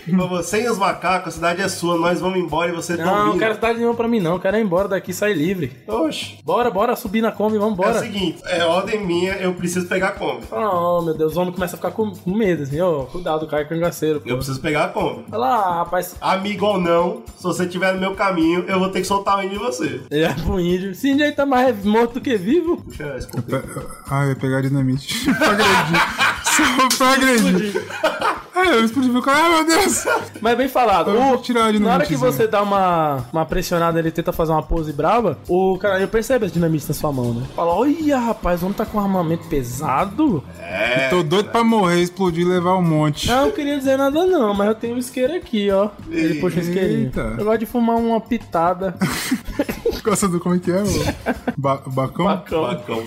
[SPEAKER 3] Vamos, sem os macacos, a cidade é sua, nós vamos embora e você
[SPEAKER 2] Não, não
[SPEAKER 3] domina.
[SPEAKER 2] quero cidade nenhuma pra mim, não. Quero ir embora daqui, sair livre.
[SPEAKER 3] Oxi.
[SPEAKER 2] Bora, bora subir na Kombi,
[SPEAKER 3] É o
[SPEAKER 2] vambora.
[SPEAKER 3] seguinte, é ordem minha, eu preciso pegar a Kombi.
[SPEAKER 2] Oh, meu Deus, o homem começa a ficar com com medo, assim, ó. Cuidado, cai com engaceiro.
[SPEAKER 3] Eu preciso pegar a Kombi.
[SPEAKER 2] Olha lá, rapaz.
[SPEAKER 3] Amigo ou não, se você estiver no meu caminho, eu vou ter que soltar o índio em você.
[SPEAKER 2] Ele é pro índio. Esse índio aí tá mais morto do que vivo.
[SPEAKER 3] Deixa eu esconder.
[SPEAKER 4] Pe- Ah, eu ia pegar dinamite. [laughs] pra agredir. Só pra agredir. É, eu explodi meu carro. Ai, meu Deus.
[SPEAKER 2] Mas bem falado.
[SPEAKER 4] Eu vou
[SPEAKER 2] O-
[SPEAKER 4] tirar ele no
[SPEAKER 2] na hora que
[SPEAKER 4] montezinho.
[SPEAKER 2] você dá uma, uma pressionada, ele tenta fazer uma pose brava, o cara percebe as dinamites na sua mão, né? Fala, olha, rapaz, o homem tá com um armamento pesado.
[SPEAKER 4] Eu
[SPEAKER 3] É,
[SPEAKER 4] tô doido pra morrer, explodir e levar um [laughs] monte.
[SPEAKER 2] Ah, eu não queria dizer nada não, mas eu tenho um isqueiro aqui, ó. Ele puxa o isqueirinho.
[SPEAKER 4] Eita.
[SPEAKER 2] Eu gosto de fumar uma pitada.
[SPEAKER 3] Tá
[SPEAKER 4] Gosta do como é que é? ô? Ba bacão?
[SPEAKER 2] bacão.
[SPEAKER 3] Bacão.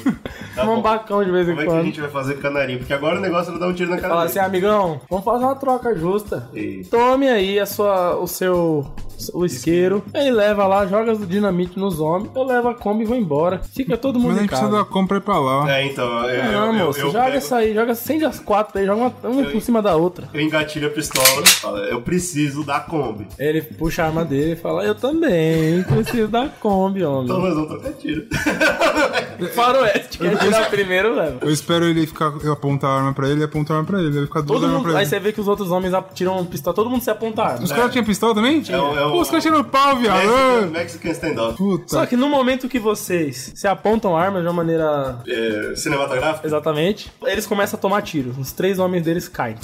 [SPEAKER 3] Tá
[SPEAKER 2] Fumar um
[SPEAKER 3] bom.
[SPEAKER 2] bacão de vez em
[SPEAKER 3] Como é que a
[SPEAKER 2] quando.
[SPEAKER 3] gente vai fazer com o canarinho? Porque agora o negócio era dar um tiro na cara
[SPEAKER 2] Fala assim,
[SPEAKER 3] dele.
[SPEAKER 2] amigão, vamos fazer uma troca justa.
[SPEAKER 3] Eita.
[SPEAKER 2] Tome aí a sua, o seu o isqueiro. Ele leva lá, joga o dinamite nos homens. Eu levo a Kombi e vou embora. Fica todo mundo
[SPEAKER 4] Mas a
[SPEAKER 2] em
[SPEAKER 4] gente
[SPEAKER 2] casa.
[SPEAKER 4] precisa da compra pra ir pra lá. ó.
[SPEAKER 3] É, então, eu, eu,
[SPEAKER 2] ah, Não,
[SPEAKER 3] eu,
[SPEAKER 2] moço,
[SPEAKER 3] eu
[SPEAKER 2] joga
[SPEAKER 3] pego-
[SPEAKER 2] essa aí, joga acende as quatro aí, joga uma, uma por cima da outra.
[SPEAKER 3] eu engatilho a pistola. Fala, eu preciso da Kombi.
[SPEAKER 2] Ele puxa a arma dele e fala, eu também, preciso da Kombi,
[SPEAKER 3] Então
[SPEAKER 2] homem.
[SPEAKER 3] nós vamos trocar tiro.
[SPEAKER 2] Faroeste, quer tirar primeiro, leva.
[SPEAKER 4] Eu espero ele ficar. Eu apontar a arma pra ele e apontar a arma pra ele. Ele ficar duas
[SPEAKER 2] Todo
[SPEAKER 4] armas
[SPEAKER 2] mundo,
[SPEAKER 4] pra
[SPEAKER 2] aí
[SPEAKER 4] ele.
[SPEAKER 2] você vê que os outros homens ap- tiram um pistola, todo mundo se apontar.
[SPEAKER 4] Os caras tinham pistola também?
[SPEAKER 3] É o- é o-
[SPEAKER 4] Pô, os caras tiram pau,
[SPEAKER 3] Mexican, [laughs]
[SPEAKER 4] viado.
[SPEAKER 3] Mexican standoff.
[SPEAKER 2] Só
[SPEAKER 4] Puta.
[SPEAKER 2] que no momento que vocês se apontam armas de uma maneira
[SPEAKER 3] É, cinematográfico?
[SPEAKER 2] Exatamente. Eles começam a tomar tiros. Os três homens deles caem.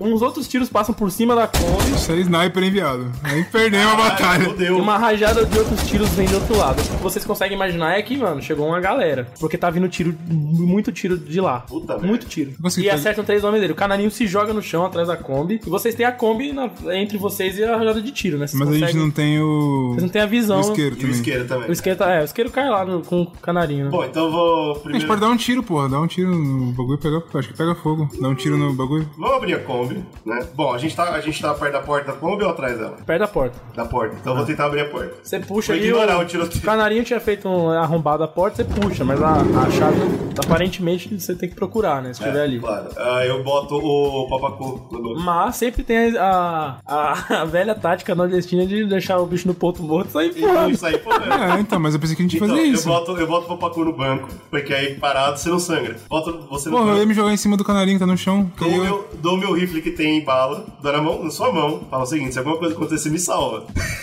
[SPEAKER 2] Uns outros tiros passam por cima da Kombi.
[SPEAKER 4] Isso é sniper, hein, viado? Aí perdemos a batalha.
[SPEAKER 2] E
[SPEAKER 3] Fudeu.
[SPEAKER 2] uma rajada de outros tiros vem do outro lado. O que vocês conseguem imaginar é que, mano, chegou uma galera. Porque tá vindo tiro, muito tiro de lá.
[SPEAKER 3] Puta
[SPEAKER 2] muito tiro.
[SPEAKER 4] Consegui
[SPEAKER 2] E
[SPEAKER 4] pegar.
[SPEAKER 2] acertam três homens dele. O canarinho se joga no chão atrás da Kombi. E vocês têm a Kombi na- entre vocês e a rajada de tiro, né? Vocês
[SPEAKER 4] Mas a gente
[SPEAKER 2] conseguem-
[SPEAKER 4] não tem o.
[SPEAKER 2] Vocês não têm a visão.
[SPEAKER 4] o isqueiro
[SPEAKER 3] E o
[SPEAKER 4] também.
[SPEAKER 3] isqueiro também.
[SPEAKER 2] O isqueiro, tá- é, o isqueiro cai lá no- com o canarinho, né?
[SPEAKER 3] Bom, então eu vou
[SPEAKER 4] A gente
[SPEAKER 3] primeiro...
[SPEAKER 4] pode dar um tiro, porra. Dá um tiro no bagulho e pegar. Acho que pega fogo. Dá um tiro no bagulho.
[SPEAKER 3] Vamos abrir a Kombi, né? Bom, a gente tá, a gente tá perto da porta da Kombi ou atrás dela?
[SPEAKER 2] Perto da porta.
[SPEAKER 3] Da porta. Então eu
[SPEAKER 4] Ah.
[SPEAKER 3] vou tentar abrir a porta.
[SPEAKER 2] Você puxa
[SPEAKER 3] Vou
[SPEAKER 2] ali.
[SPEAKER 3] ignorar
[SPEAKER 2] o-
[SPEAKER 3] o tiroteio.
[SPEAKER 2] O canarinho tinha feito um arrombado a porta, você puxa, mas a, a chave aparentemente você tem que procurar, né? Se estiver ali.
[SPEAKER 3] Claro. Ah, eu boto o papacu. no bolso.
[SPEAKER 2] Mas sempre tem a, a, a velha tática nordestina de deixar o bicho no ponto morto e sair
[SPEAKER 3] E
[SPEAKER 2] empurrando.
[SPEAKER 3] sair fora.
[SPEAKER 4] É, então, mas eu pensei que a gente
[SPEAKER 3] Então,
[SPEAKER 4] fazia
[SPEAKER 3] eu
[SPEAKER 4] isso.
[SPEAKER 3] boto, eu boto o papacu no banco, porque aí parado você não sangra. Boto você no
[SPEAKER 4] Porra, eu ia
[SPEAKER 3] banco.
[SPEAKER 4] me jogar em cima do canarinho que tá no chão. que
[SPEAKER 3] Dou
[SPEAKER 4] eu-
[SPEAKER 3] meu, dou meu rifle que tem em bala, dou na, mão, na sua mão, fala o seguinte, se alguma coisa acontecer, me salva.
[SPEAKER 2] [laughs]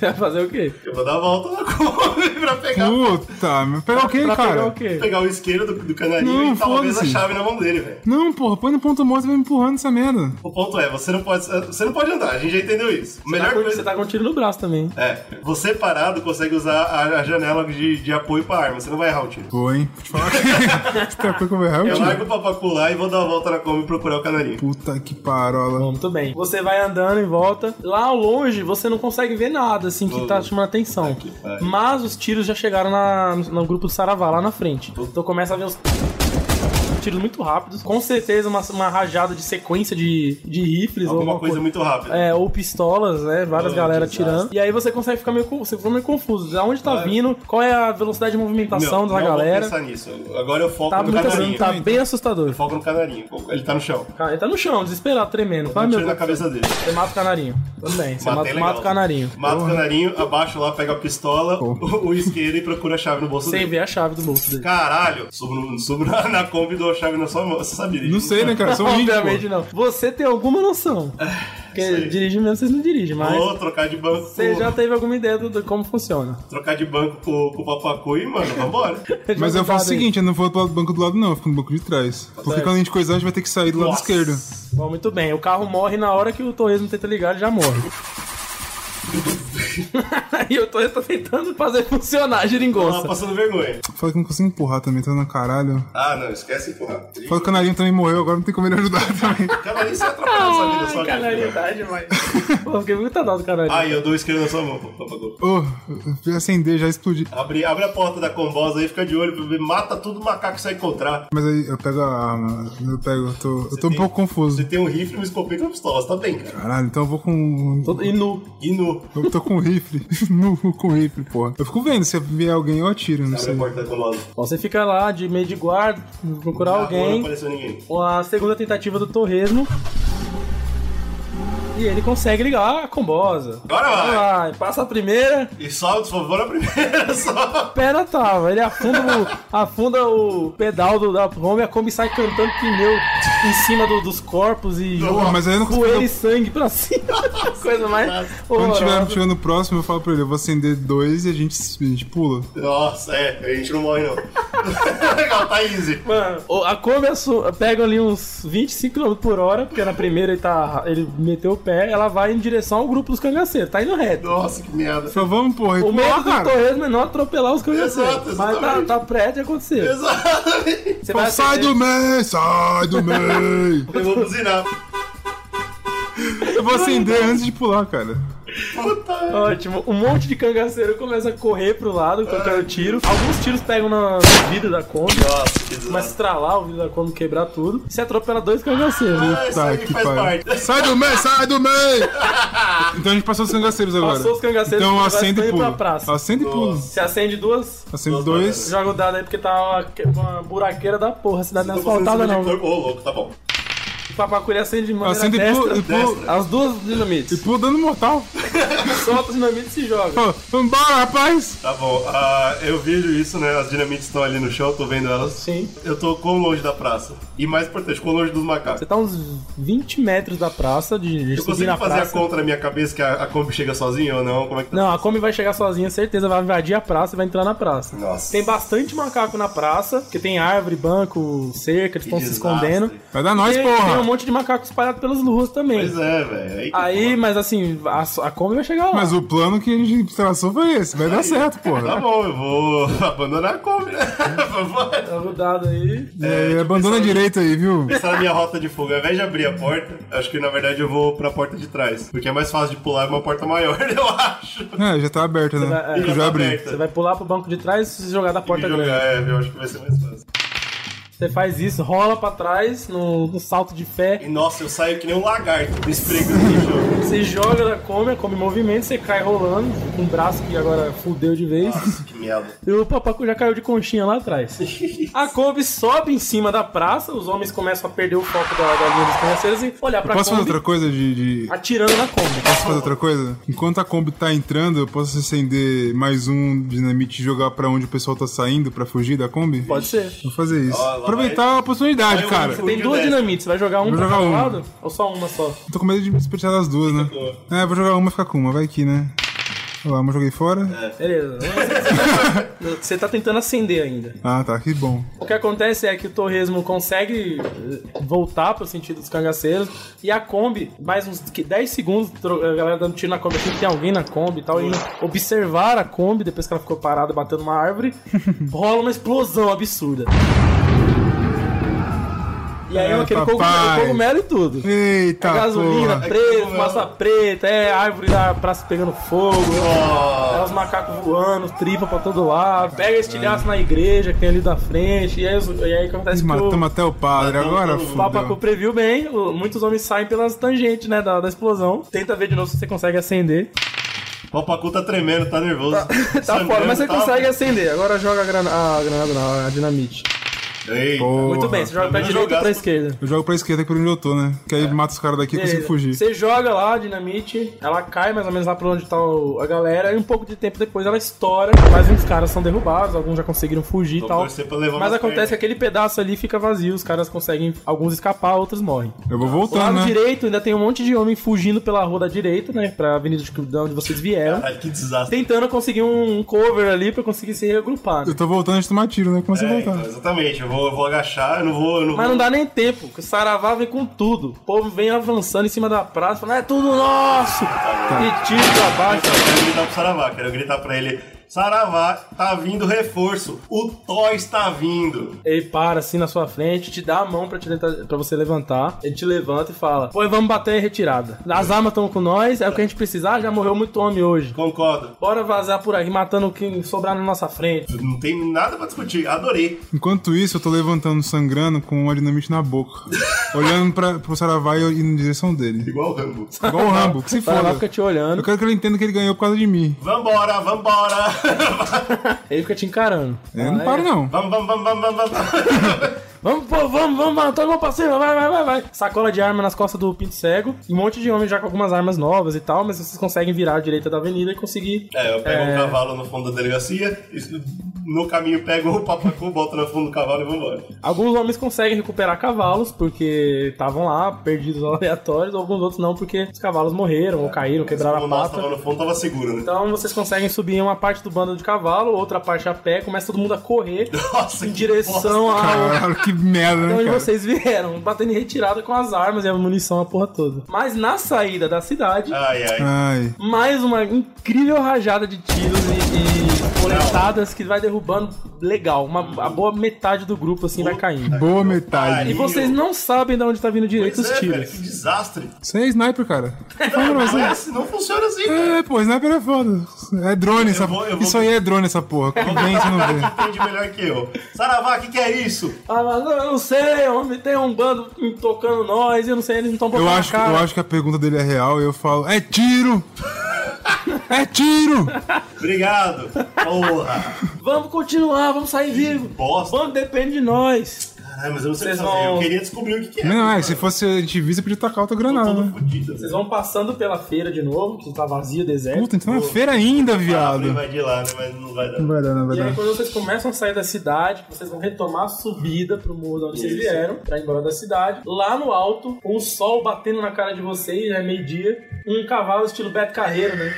[SPEAKER 2] Vai fazer o quê?
[SPEAKER 3] Eu vou dar a volta na Kombi pra pegar,
[SPEAKER 4] Puta, mas pegar o quê,
[SPEAKER 2] pra pegar
[SPEAKER 4] cara?
[SPEAKER 2] o quê?
[SPEAKER 3] pegar o isqueiro do, do canarinho
[SPEAKER 4] Não,
[SPEAKER 3] e talvez a
[SPEAKER 4] foda-se.
[SPEAKER 3] chave na mão dele, velho.
[SPEAKER 4] Não, porra, põe no ponto morto e vai me empurrando essa merda.
[SPEAKER 3] O ponto é, você não pode. Você não pode andar, a gente já entendeu isso.
[SPEAKER 2] Você tá,
[SPEAKER 3] Melhor
[SPEAKER 2] com,
[SPEAKER 3] coisa.
[SPEAKER 2] você tá com um tiro no braço também.
[SPEAKER 3] É, você parado consegue usar a, a janela de, de apoio pra arma, você não vai errar o tiro.
[SPEAKER 4] Pô, hein? Vou te falar que. [laughs] Você tá com o errar,
[SPEAKER 3] Eu
[SPEAKER 4] tio?
[SPEAKER 3] largo o papacu lá e vou dar a volta na Kombi e procurar o canarinho.
[SPEAKER 4] Puta que parola.
[SPEAKER 2] Bom, muito bem. Você vai andando em volta. Lá ao longe, você não consegue ver nada, assim, que tá chamando atenção.
[SPEAKER 3] pariu.
[SPEAKER 2] Mas os tiros já chegaram na, no, no grupo do Saravá, lá na frente. Então começa a ver os tiros muito rápidos. Com certeza uma, uma rajada de sequência de, de rifles ou
[SPEAKER 3] Alguma coisa muito rápida.
[SPEAKER 2] é, ou pistolas, né? Várias
[SPEAKER 3] Oh,
[SPEAKER 2] galera
[SPEAKER 3] desastre.
[SPEAKER 2] tirando. E aí você consegue ficar meio, co- você fica meio confuso. Da onde tá vindo? Qual é a velocidade de movimentação da
[SPEAKER 3] não
[SPEAKER 2] galera?
[SPEAKER 3] Vou pensar nisso. Agora eu foco
[SPEAKER 2] Tá,
[SPEAKER 3] no
[SPEAKER 2] muito,
[SPEAKER 3] canarinho.
[SPEAKER 2] tá bem assustador.
[SPEAKER 3] Eu foco no canarinho. Ele tá no chão.
[SPEAKER 2] Cara, ele tá no chão, desesperado, tremendo.
[SPEAKER 3] Dá
[SPEAKER 2] Fala,
[SPEAKER 3] um
[SPEAKER 2] meu
[SPEAKER 3] tiro na
[SPEAKER 2] Deus.
[SPEAKER 3] cabeça dele.
[SPEAKER 2] Você mata o canarinho. Tudo bem,
[SPEAKER 3] Matei
[SPEAKER 2] você é mata,
[SPEAKER 3] legal.
[SPEAKER 2] mata o canarinho.
[SPEAKER 3] Mata o canarinho, abaixo lá, pega a pistola, o, o isqueiro e procura a chave no bolso
[SPEAKER 2] Você
[SPEAKER 3] dele.
[SPEAKER 2] vê a chave do bolso dele.
[SPEAKER 3] Caralho! Subo, no- subo na, na Kombi e dou a chave na sua mão. Você sabe disso?
[SPEAKER 4] Não sei, né, cara? Sou um índio.
[SPEAKER 2] Obviamente não. Você tem alguma noção. Porque dirige mesmo, vocês não dirigem, mas.
[SPEAKER 3] Vou trocar de banco.
[SPEAKER 2] Você
[SPEAKER 3] com-
[SPEAKER 2] já teve alguma ideia do, do como funciona.
[SPEAKER 3] Trocar de banco com, com o papacu e, mano,
[SPEAKER 2] [laughs]
[SPEAKER 3] vambora.
[SPEAKER 4] pô. Mas eu
[SPEAKER 2] Joga
[SPEAKER 4] faço o
[SPEAKER 2] dado aí. Tá
[SPEAKER 4] seguinte, eu não vou pro banco do lado, não. Eu fico no banco de trás. Porque quando a gente coisar, a gente vai ter que sair do lado
[SPEAKER 3] Nossa.
[SPEAKER 4] esquerdo.
[SPEAKER 2] Bom, muito bem. O carro morre na hora que o Torresmo tenta ligar, ele já morre. [laughs] e o Torresmo tá tentando fazer funcionar a
[SPEAKER 3] Tava
[SPEAKER 2] geringonça.
[SPEAKER 3] passando vergonha.
[SPEAKER 4] Fala que eu não consigo empurrar também, tá no caralho.
[SPEAKER 3] Ah, não, esquece de empurrar.
[SPEAKER 4] Fala que o canarinho também morreu, agora não tem como ele ajudar [laughs] também.
[SPEAKER 3] Canarinho, você atrapalha a sua vida só, cara.
[SPEAKER 2] mas. [laughs] Pô, eu fiquei muito dado, caralho.
[SPEAKER 3] Aí, eu dou o isqueiro na sua mão, papacu.
[SPEAKER 4] Ô, oh, acender, já explodi.
[SPEAKER 3] Abre, abre a porta da combosa aí, fica de olho, mata tudo macaco que você encontrar.
[SPEAKER 4] Mas aí eu pego a arma, eu pego, eu tô, eu tô um
[SPEAKER 3] tem-
[SPEAKER 4] pouco confuso.
[SPEAKER 3] Você tem um rifle, uma escopeta e uma pistola, você tá bem, cara.
[SPEAKER 4] Caralho, então eu vou com.
[SPEAKER 2] Todo- E nu.
[SPEAKER 3] E nu.
[SPEAKER 4] Eu tô com rifle. [laughs] Nu com rifle, porra. Eu fico vendo, se eu ver alguém, eu atiro, não
[SPEAKER 3] Abre
[SPEAKER 4] sei.
[SPEAKER 3] a porta do lado.
[SPEAKER 2] Ó, Você fica lá de meio de guarda, procurar
[SPEAKER 3] tá Não
[SPEAKER 2] alguém.
[SPEAKER 3] apareceu ninguém.
[SPEAKER 2] A segunda tentativa do Torresmo. E ele consegue ligar a combosa.
[SPEAKER 3] Agora vai.
[SPEAKER 2] vai. Passa a primeira,
[SPEAKER 3] E só, por favor, a primeira [laughs] só.
[SPEAKER 2] perna tava. Ele afunda o, afunda o pedal do, da Rome, a Kombi sai cantando pneu em cima do- dos corpos e
[SPEAKER 4] Não, mas aí eu não consigo-
[SPEAKER 2] poeira e sangue pra cima. Coisa mais
[SPEAKER 4] Quando tiver um
[SPEAKER 2] horrorosa.
[SPEAKER 4] chegando próximo, eu falo pra ele, eu vou acender dois e a gente, a gente pula.
[SPEAKER 3] Nossa, é, a gente não morre não. [laughs] Legal, tá easy.
[SPEAKER 2] Mano, o- a Kombi assu- pega ali uns 25 km por hora, porque na primeira ele, tá, ele meteu o pé, ela vai em direção ao grupo dos cangaceiros, tá indo reto.
[SPEAKER 3] Nossa, que merda. [laughs]
[SPEAKER 4] Falei, vamos, porra, e
[SPEAKER 2] O
[SPEAKER 4] pula lá,
[SPEAKER 2] medo do
[SPEAKER 4] cara.
[SPEAKER 2] torresmo é não atropelar os
[SPEAKER 3] Exato,
[SPEAKER 2] cangaceiros. Mas tá,
[SPEAKER 3] exatamente.
[SPEAKER 2] tá perto de acontecer.
[SPEAKER 3] Exatamente.
[SPEAKER 2] Você
[SPEAKER 4] Fala,
[SPEAKER 2] vai
[SPEAKER 4] Sai do meio, sai
[SPEAKER 2] [laughs]
[SPEAKER 4] do meio.
[SPEAKER 3] Eu vou buzinar.
[SPEAKER 4] Eu vou acender antes de pular, cara.
[SPEAKER 3] Puta.
[SPEAKER 2] Ótimo. Um monte de cangaceiro começa a correr pro
[SPEAKER 3] É.
[SPEAKER 2] lado, tocando tiro. Alguns tiros pegam na- no vidro da Kombi,
[SPEAKER 3] Nossa, que
[SPEAKER 2] começa a
[SPEAKER 3] desastre.
[SPEAKER 2] estralar o vidro da Kombi, quebrar tudo. E Você atropela dois cangaceiros. né?
[SPEAKER 3] Ah, isso aí
[SPEAKER 4] Tá, que
[SPEAKER 3] faz
[SPEAKER 4] pariu.
[SPEAKER 3] parte.
[SPEAKER 4] Sai do meio, sai
[SPEAKER 2] [laughs]
[SPEAKER 4] do meio. Então a gente passou os cangaceiros agora.
[SPEAKER 2] Passou os cangaceiros,
[SPEAKER 4] então eu
[SPEAKER 2] agora
[SPEAKER 4] acendo
[SPEAKER 2] estão
[SPEAKER 4] e
[SPEAKER 2] indo pra
[SPEAKER 4] pulo.
[SPEAKER 2] praça.
[SPEAKER 4] Acendo e pulo.
[SPEAKER 3] Nossa.
[SPEAKER 2] Você acende duas,
[SPEAKER 4] Acendo
[SPEAKER 3] Nossa,
[SPEAKER 4] dois.
[SPEAKER 2] joga o dado aí, porque tá uma, que- uma buraqueira da porra. A cidade não é
[SPEAKER 3] Tô passando em cima
[SPEAKER 2] asfaltada,
[SPEAKER 3] de
[SPEAKER 2] não.
[SPEAKER 3] corpo. Ô, louco, tá bom.
[SPEAKER 2] O papacuri acende de maneira
[SPEAKER 4] Acendo e pulo, e
[SPEAKER 2] destra.
[SPEAKER 4] pulo,
[SPEAKER 2] As duas
[SPEAKER 4] e
[SPEAKER 2] dinamites.
[SPEAKER 4] pulo dando mortal.
[SPEAKER 2] Solta os dinamites e se joga.
[SPEAKER 4] Pô, Vambora, rapaz.
[SPEAKER 3] Tá bom. Ah, eu vejo isso, né? As dinamites estão ali no chão, tô vendo elas.
[SPEAKER 2] Sim.
[SPEAKER 3] Eu tô quão longe da praça? E mais importante, quão longe dos macacos?
[SPEAKER 2] Você tá uns 20 metros da praça, de, de
[SPEAKER 3] Eu
[SPEAKER 2] subir
[SPEAKER 3] consigo
[SPEAKER 2] na
[SPEAKER 3] fazer
[SPEAKER 2] praça.
[SPEAKER 3] a conta na minha cabeça que a, a Kombi chega sozinha ou não? Como é que tá?
[SPEAKER 2] Não, a Kombi vai chegar sozinha, certeza, vai invadir a praça e vai entrar na praça.
[SPEAKER 3] Nossa.
[SPEAKER 2] Tem bastante macaco na praça, porque tem árvore, banco, cerca, eles
[SPEAKER 3] Que
[SPEAKER 2] estão se
[SPEAKER 3] desastre.
[SPEAKER 2] escondendo.
[SPEAKER 4] Vai dar nós,
[SPEAKER 2] e tem um
[SPEAKER 4] É porra.
[SPEAKER 2] monte de macaco espalhado pelas ruas também.
[SPEAKER 3] Pois é, velho. Aí, que
[SPEAKER 2] Aí, mas assim, a, a Kombi vai chegar lá.
[SPEAKER 4] Mas o plano que a gente traçou foi esse. Vai dar certo,
[SPEAKER 3] Tá
[SPEAKER 4] porra.
[SPEAKER 3] bom, eu vou [laughs] abandonar a Kombi, né? [laughs] Vamos
[SPEAKER 2] Joga o dado Tá aí.
[SPEAKER 4] É, E aí, abandona a
[SPEAKER 3] pensando-
[SPEAKER 4] direita aí, viu?
[SPEAKER 3] Pensar na minha rota de fuga. Ao invés de abrir a porta, acho que na verdade eu vou pra porta de trás. Porque é mais fácil de pular uma porta maior, [laughs] eu acho.
[SPEAKER 4] É, já tá aberta, né?
[SPEAKER 2] vai- é.
[SPEAKER 4] Eu já
[SPEAKER 3] tá
[SPEAKER 4] abri.
[SPEAKER 3] aberta.
[SPEAKER 2] Você vai pular pro banco de trás e se jogar da porta
[SPEAKER 3] Me jogar,
[SPEAKER 2] grande.
[SPEAKER 3] É, eu acho que vai ser mais fácil.
[SPEAKER 2] Você faz isso, rola pra trás, no, no salto de fé,
[SPEAKER 3] E nossa, eu saio que nem um lagarto, me esfregando no chão.
[SPEAKER 2] você joga da Kombi, a Kombi em movimento, você cai rolando, com o braço que agora fudeu de vez.
[SPEAKER 3] Nossa, que merda.
[SPEAKER 2] E o papacu já caiu de conchinha lá atrás. A Kombi sobe em cima da praça, os homens começam a perder o foco da, da linha dos conheceiros e olhar pra
[SPEAKER 4] Posso fazer
[SPEAKER 2] Kombi
[SPEAKER 4] outra coisa de- de,
[SPEAKER 2] atirando na Kombi.
[SPEAKER 4] Posso fazer outra coisa? Enquanto a Kombi tá entrando, eu posso acender mais um dinamite e jogar pra onde o pessoal tá saindo pra fugir da Kombi?
[SPEAKER 2] Pode ser.
[SPEAKER 4] Vou fazer isso.
[SPEAKER 3] Ó, lá vai.
[SPEAKER 4] Aproveitar a oportunidade,
[SPEAKER 3] Vai,
[SPEAKER 4] cara.
[SPEAKER 3] eu-
[SPEAKER 2] Tem duas dinamites, vai jogar um
[SPEAKER 4] Vou
[SPEAKER 2] pra
[SPEAKER 4] jogar
[SPEAKER 2] cada
[SPEAKER 4] uma.
[SPEAKER 2] lado? Ou só uma só?
[SPEAKER 4] Tô com medo de despertar das duas, né? É, vou jogar uma e ficar com uma. Vai aqui, né? Olha lá, uma joguei fora.
[SPEAKER 2] Beleza. Você tá tentando acender ainda.
[SPEAKER 4] Ah, tá. Que bom.
[SPEAKER 2] O que acontece é que o Torresmo consegue eh, voltar pro sentido dos cangaceiros e a Kombi, mais uns que 10 segundos, tro- a galera dando tiro na Kombi, assim, tem alguém na Kombi e tal, e observar a Kombi depois que ela ficou parada batendo uma
[SPEAKER 4] [laughs]
[SPEAKER 2] árvore, rola uma explosão absurda. E aí
[SPEAKER 4] É,
[SPEAKER 2] aquele
[SPEAKER 4] papai.
[SPEAKER 2] cogumelo, cogumelo e tudo.
[SPEAKER 4] Eita,
[SPEAKER 2] É gasolina
[SPEAKER 4] porra.
[SPEAKER 2] preta, massa preta, é árvore da praça pegando fogo,
[SPEAKER 3] Ó,
[SPEAKER 2] é os macacos voando, tripa pra todo lado, pega estilhaço na igreja que tem ali da frente, e aí, os- e aí acontece
[SPEAKER 4] Nós
[SPEAKER 2] que
[SPEAKER 4] Matamos
[SPEAKER 2] o
[SPEAKER 4] até o padre. Agora,
[SPEAKER 3] Matamos o
[SPEAKER 2] Papacu
[SPEAKER 4] fudeu.
[SPEAKER 2] previu bem, o- muitos homens saem pelas tangentes, né, da, da explosão. Tenta ver de novo se você consegue acender.
[SPEAKER 3] o Papacu tá tremendo, tá nervoso.
[SPEAKER 2] Tá [laughs] fora, mas você
[SPEAKER 3] tá-
[SPEAKER 2] consegue acender. Agora joga a grana- a granada, não, a dinamite.
[SPEAKER 3] Ei,
[SPEAKER 2] Muito
[SPEAKER 4] Porra.
[SPEAKER 2] bem, você joga pra
[SPEAKER 3] Eu
[SPEAKER 2] direita ou
[SPEAKER 3] jogasse-
[SPEAKER 2] pra esquerda.
[SPEAKER 4] Eu jogo pra esquerda que por onde eu tô, né? Que aí
[SPEAKER 3] É.
[SPEAKER 4] mata os caras daqui e consigo
[SPEAKER 2] Beleza.
[SPEAKER 4] fugir.
[SPEAKER 2] Você joga lá a dinamite, ela cai mais ou menos lá pra onde tá o- a galera, e um pouco de tempo depois ela estoura, quase uns caras são derrubados, alguns já conseguiram fugir e
[SPEAKER 3] Vou
[SPEAKER 2] tal.
[SPEAKER 3] torcer pra levar
[SPEAKER 2] Então, Mas
[SPEAKER 3] umas
[SPEAKER 2] acontece que
[SPEAKER 3] pernas.
[SPEAKER 2] aquele pedaço ali fica vazio, os caras conseguem, alguns escapar, outros morrem.
[SPEAKER 4] Eu vou
[SPEAKER 2] Do lado
[SPEAKER 4] voltando, né?
[SPEAKER 2] direito ainda tem um monte de homem fugindo pela rua da direita, né, pra avenida de de onde vocês vieram,
[SPEAKER 3] Caralho, que desastre.
[SPEAKER 2] tentando conseguir um cover ali pra conseguir se reagrupar. né?
[SPEAKER 4] Eu tô voltando antes de tomar tiro, né? Comecei a
[SPEAKER 3] É,
[SPEAKER 4] voltar.
[SPEAKER 3] então, exatamente, eu vou, eu vou agachar, eu não vou. Eu não
[SPEAKER 2] Mas
[SPEAKER 3] vou...
[SPEAKER 2] não dá nem tempo, que o Saravá vem com tudo. O povo vem avançando em cima da praça, falando, é tudo nosso! E tiro pra baixo.
[SPEAKER 3] Eu quero gritar pro Saravá, quero gritar pra ele. Saravá, tá vindo reforço. O Thor está vindo.
[SPEAKER 2] Ele para assim na sua frente, te dá a mão pra, te levantar- pra você levantar. Ele te levanta e fala: Pô, vamos bater em retirada. As armas estão com nós, é o que a gente precisar. Já morreu muito homem hoje.
[SPEAKER 3] Concordo.
[SPEAKER 2] Bora vazar por aqui, matando o que sobrar na nossa frente.
[SPEAKER 3] Não tem nada pra discutir. Adorei.
[SPEAKER 4] Enquanto isso, eu tô levantando, sangrando, com uma dinamite
[SPEAKER 3] [laughs]
[SPEAKER 4] na boca. olhando pra, pro Saravá e indo na direção dele.
[SPEAKER 3] Igual o Rambo.
[SPEAKER 4] Igual o Rambo, que se
[SPEAKER 2] Saravá
[SPEAKER 4] foda.
[SPEAKER 2] fica te olhando,
[SPEAKER 4] Eu quero que ele entenda que ele ganhou por causa de mim.
[SPEAKER 3] Vambora, vambora. [laughs]
[SPEAKER 2] ele fica te encarando.
[SPEAKER 4] É, Eu
[SPEAKER 3] Ah,
[SPEAKER 4] não
[SPEAKER 3] é.
[SPEAKER 4] paro, não.
[SPEAKER 3] vamos, vamos, vamos, vamos, vamos, vamos.
[SPEAKER 2] Vamos, pô, vamos, vamos, matar meu parceiro, vai, vai, vai, vai. Sacola de arma nas costas do Pinto Cego. Um monte de homem já com algumas armas novas e tal, mas vocês conseguem virar à direita da avenida e conseguir.
[SPEAKER 3] É, eu pego um cavalo no fundo da delegacia. isso- No caminho, pego o papacu, boto no fundo do cavalo e vambora.
[SPEAKER 2] Alguns homens conseguem recuperar cavalos, porque estavam lá, perdidos [laughs] aleatórios, alguns outros não, porque os cavalos morreram, ou caíram, quebraram
[SPEAKER 3] Como
[SPEAKER 2] a
[SPEAKER 3] nós
[SPEAKER 2] pata.
[SPEAKER 3] tava no fundo, tava seguro, né?
[SPEAKER 2] Então vocês conseguem subir uma parte do bando de cavalo, outra parte a pé, começa todo mundo a
[SPEAKER 4] [laughs]
[SPEAKER 2] correr
[SPEAKER 3] Nossa,
[SPEAKER 2] em
[SPEAKER 3] que
[SPEAKER 2] direção ao,
[SPEAKER 4] Caralho, Ah, que merda,
[SPEAKER 2] Então,
[SPEAKER 4] né,
[SPEAKER 2] onde
[SPEAKER 4] cara?
[SPEAKER 2] vocês vieram, batendo em retirada com as armas e a munição, a porra toda. Mas na saída da cidade,
[SPEAKER 3] Ai, ai.
[SPEAKER 2] Ah,
[SPEAKER 4] Ai.
[SPEAKER 2] mais uma incrível rajada de tiros e, e coletadas que vai derrubando legal. Uma, a boa metade do grupo assim vai caindo.
[SPEAKER 4] Boa metade.
[SPEAKER 2] E vocês não sabem de onde tá vindo direito
[SPEAKER 3] Pois
[SPEAKER 2] os
[SPEAKER 3] é, velho, que
[SPEAKER 2] tiros.
[SPEAKER 3] desastre.
[SPEAKER 4] Você é sniper, cara.
[SPEAKER 3] Não,
[SPEAKER 2] né?
[SPEAKER 3] é assim, não funciona assim, velho.
[SPEAKER 4] É, pô, sniper é foda. É drone essa
[SPEAKER 3] vou-
[SPEAKER 4] porra.
[SPEAKER 3] eu vou-
[SPEAKER 4] Isso aí é drone essa porra. Que bem, você não vê.
[SPEAKER 3] Entende melhor que eu. Saravá, o que, que é isso?
[SPEAKER 2] Ah, mas não, eu não sei, homem, tem um bando tocando nós, eu não sei, eles não estão botando
[SPEAKER 4] Eu
[SPEAKER 2] a
[SPEAKER 4] acho,
[SPEAKER 2] cara.
[SPEAKER 4] eu acho que a pergunta dele é real e eu falo, é tiro! É tiro!
[SPEAKER 3] Obrigado. Porra.
[SPEAKER 2] Vamos continuar, vamos sair vivo. O
[SPEAKER 3] Bosta.
[SPEAKER 2] bando depende de nós.
[SPEAKER 3] Caralho, mas eu não sei o que
[SPEAKER 2] Vocês
[SPEAKER 3] fazer.
[SPEAKER 2] vão-
[SPEAKER 3] Eu queria descobrir o que, que é.
[SPEAKER 4] Não, é,
[SPEAKER 3] mano.
[SPEAKER 4] se fosse a gente visse, podia tacar outra
[SPEAKER 3] Tô
[SPEAKER 4] granada,
[SPEAKER 3] todo
[SPEAKER 4] né?
[SPEAKER 3] fodido.
[SPEAKER 2] Vocês vão passando pela feira de novo, que tá vazia, deserto.
[SPEAKER 4] Puta, a gente tá na feira ainda,
[SPEAKER 3] Ele
[SPEAKER 4] viado.
[SPEAKER 3] vai de lá, né? Mas não vai dar.
[SPEAKER 4] Não vai dar, não vai
[SPEAKER 2] E aí,
[SPEAKER 3] Né?
[SPEAKER 4] dar.
[SPEAKER 2] quando vocês começam a sair da cidade, vocês vão retomar a subida pro morro de onde vocês
[SPEAKER 3] Isso.
[SPEAKER 2] vieram, pra ir embora da cidade. Lá no alto, com o sol batendo na cara de vocês, já é meio-dia. Um cavalo estilo Beto Carreiro, né?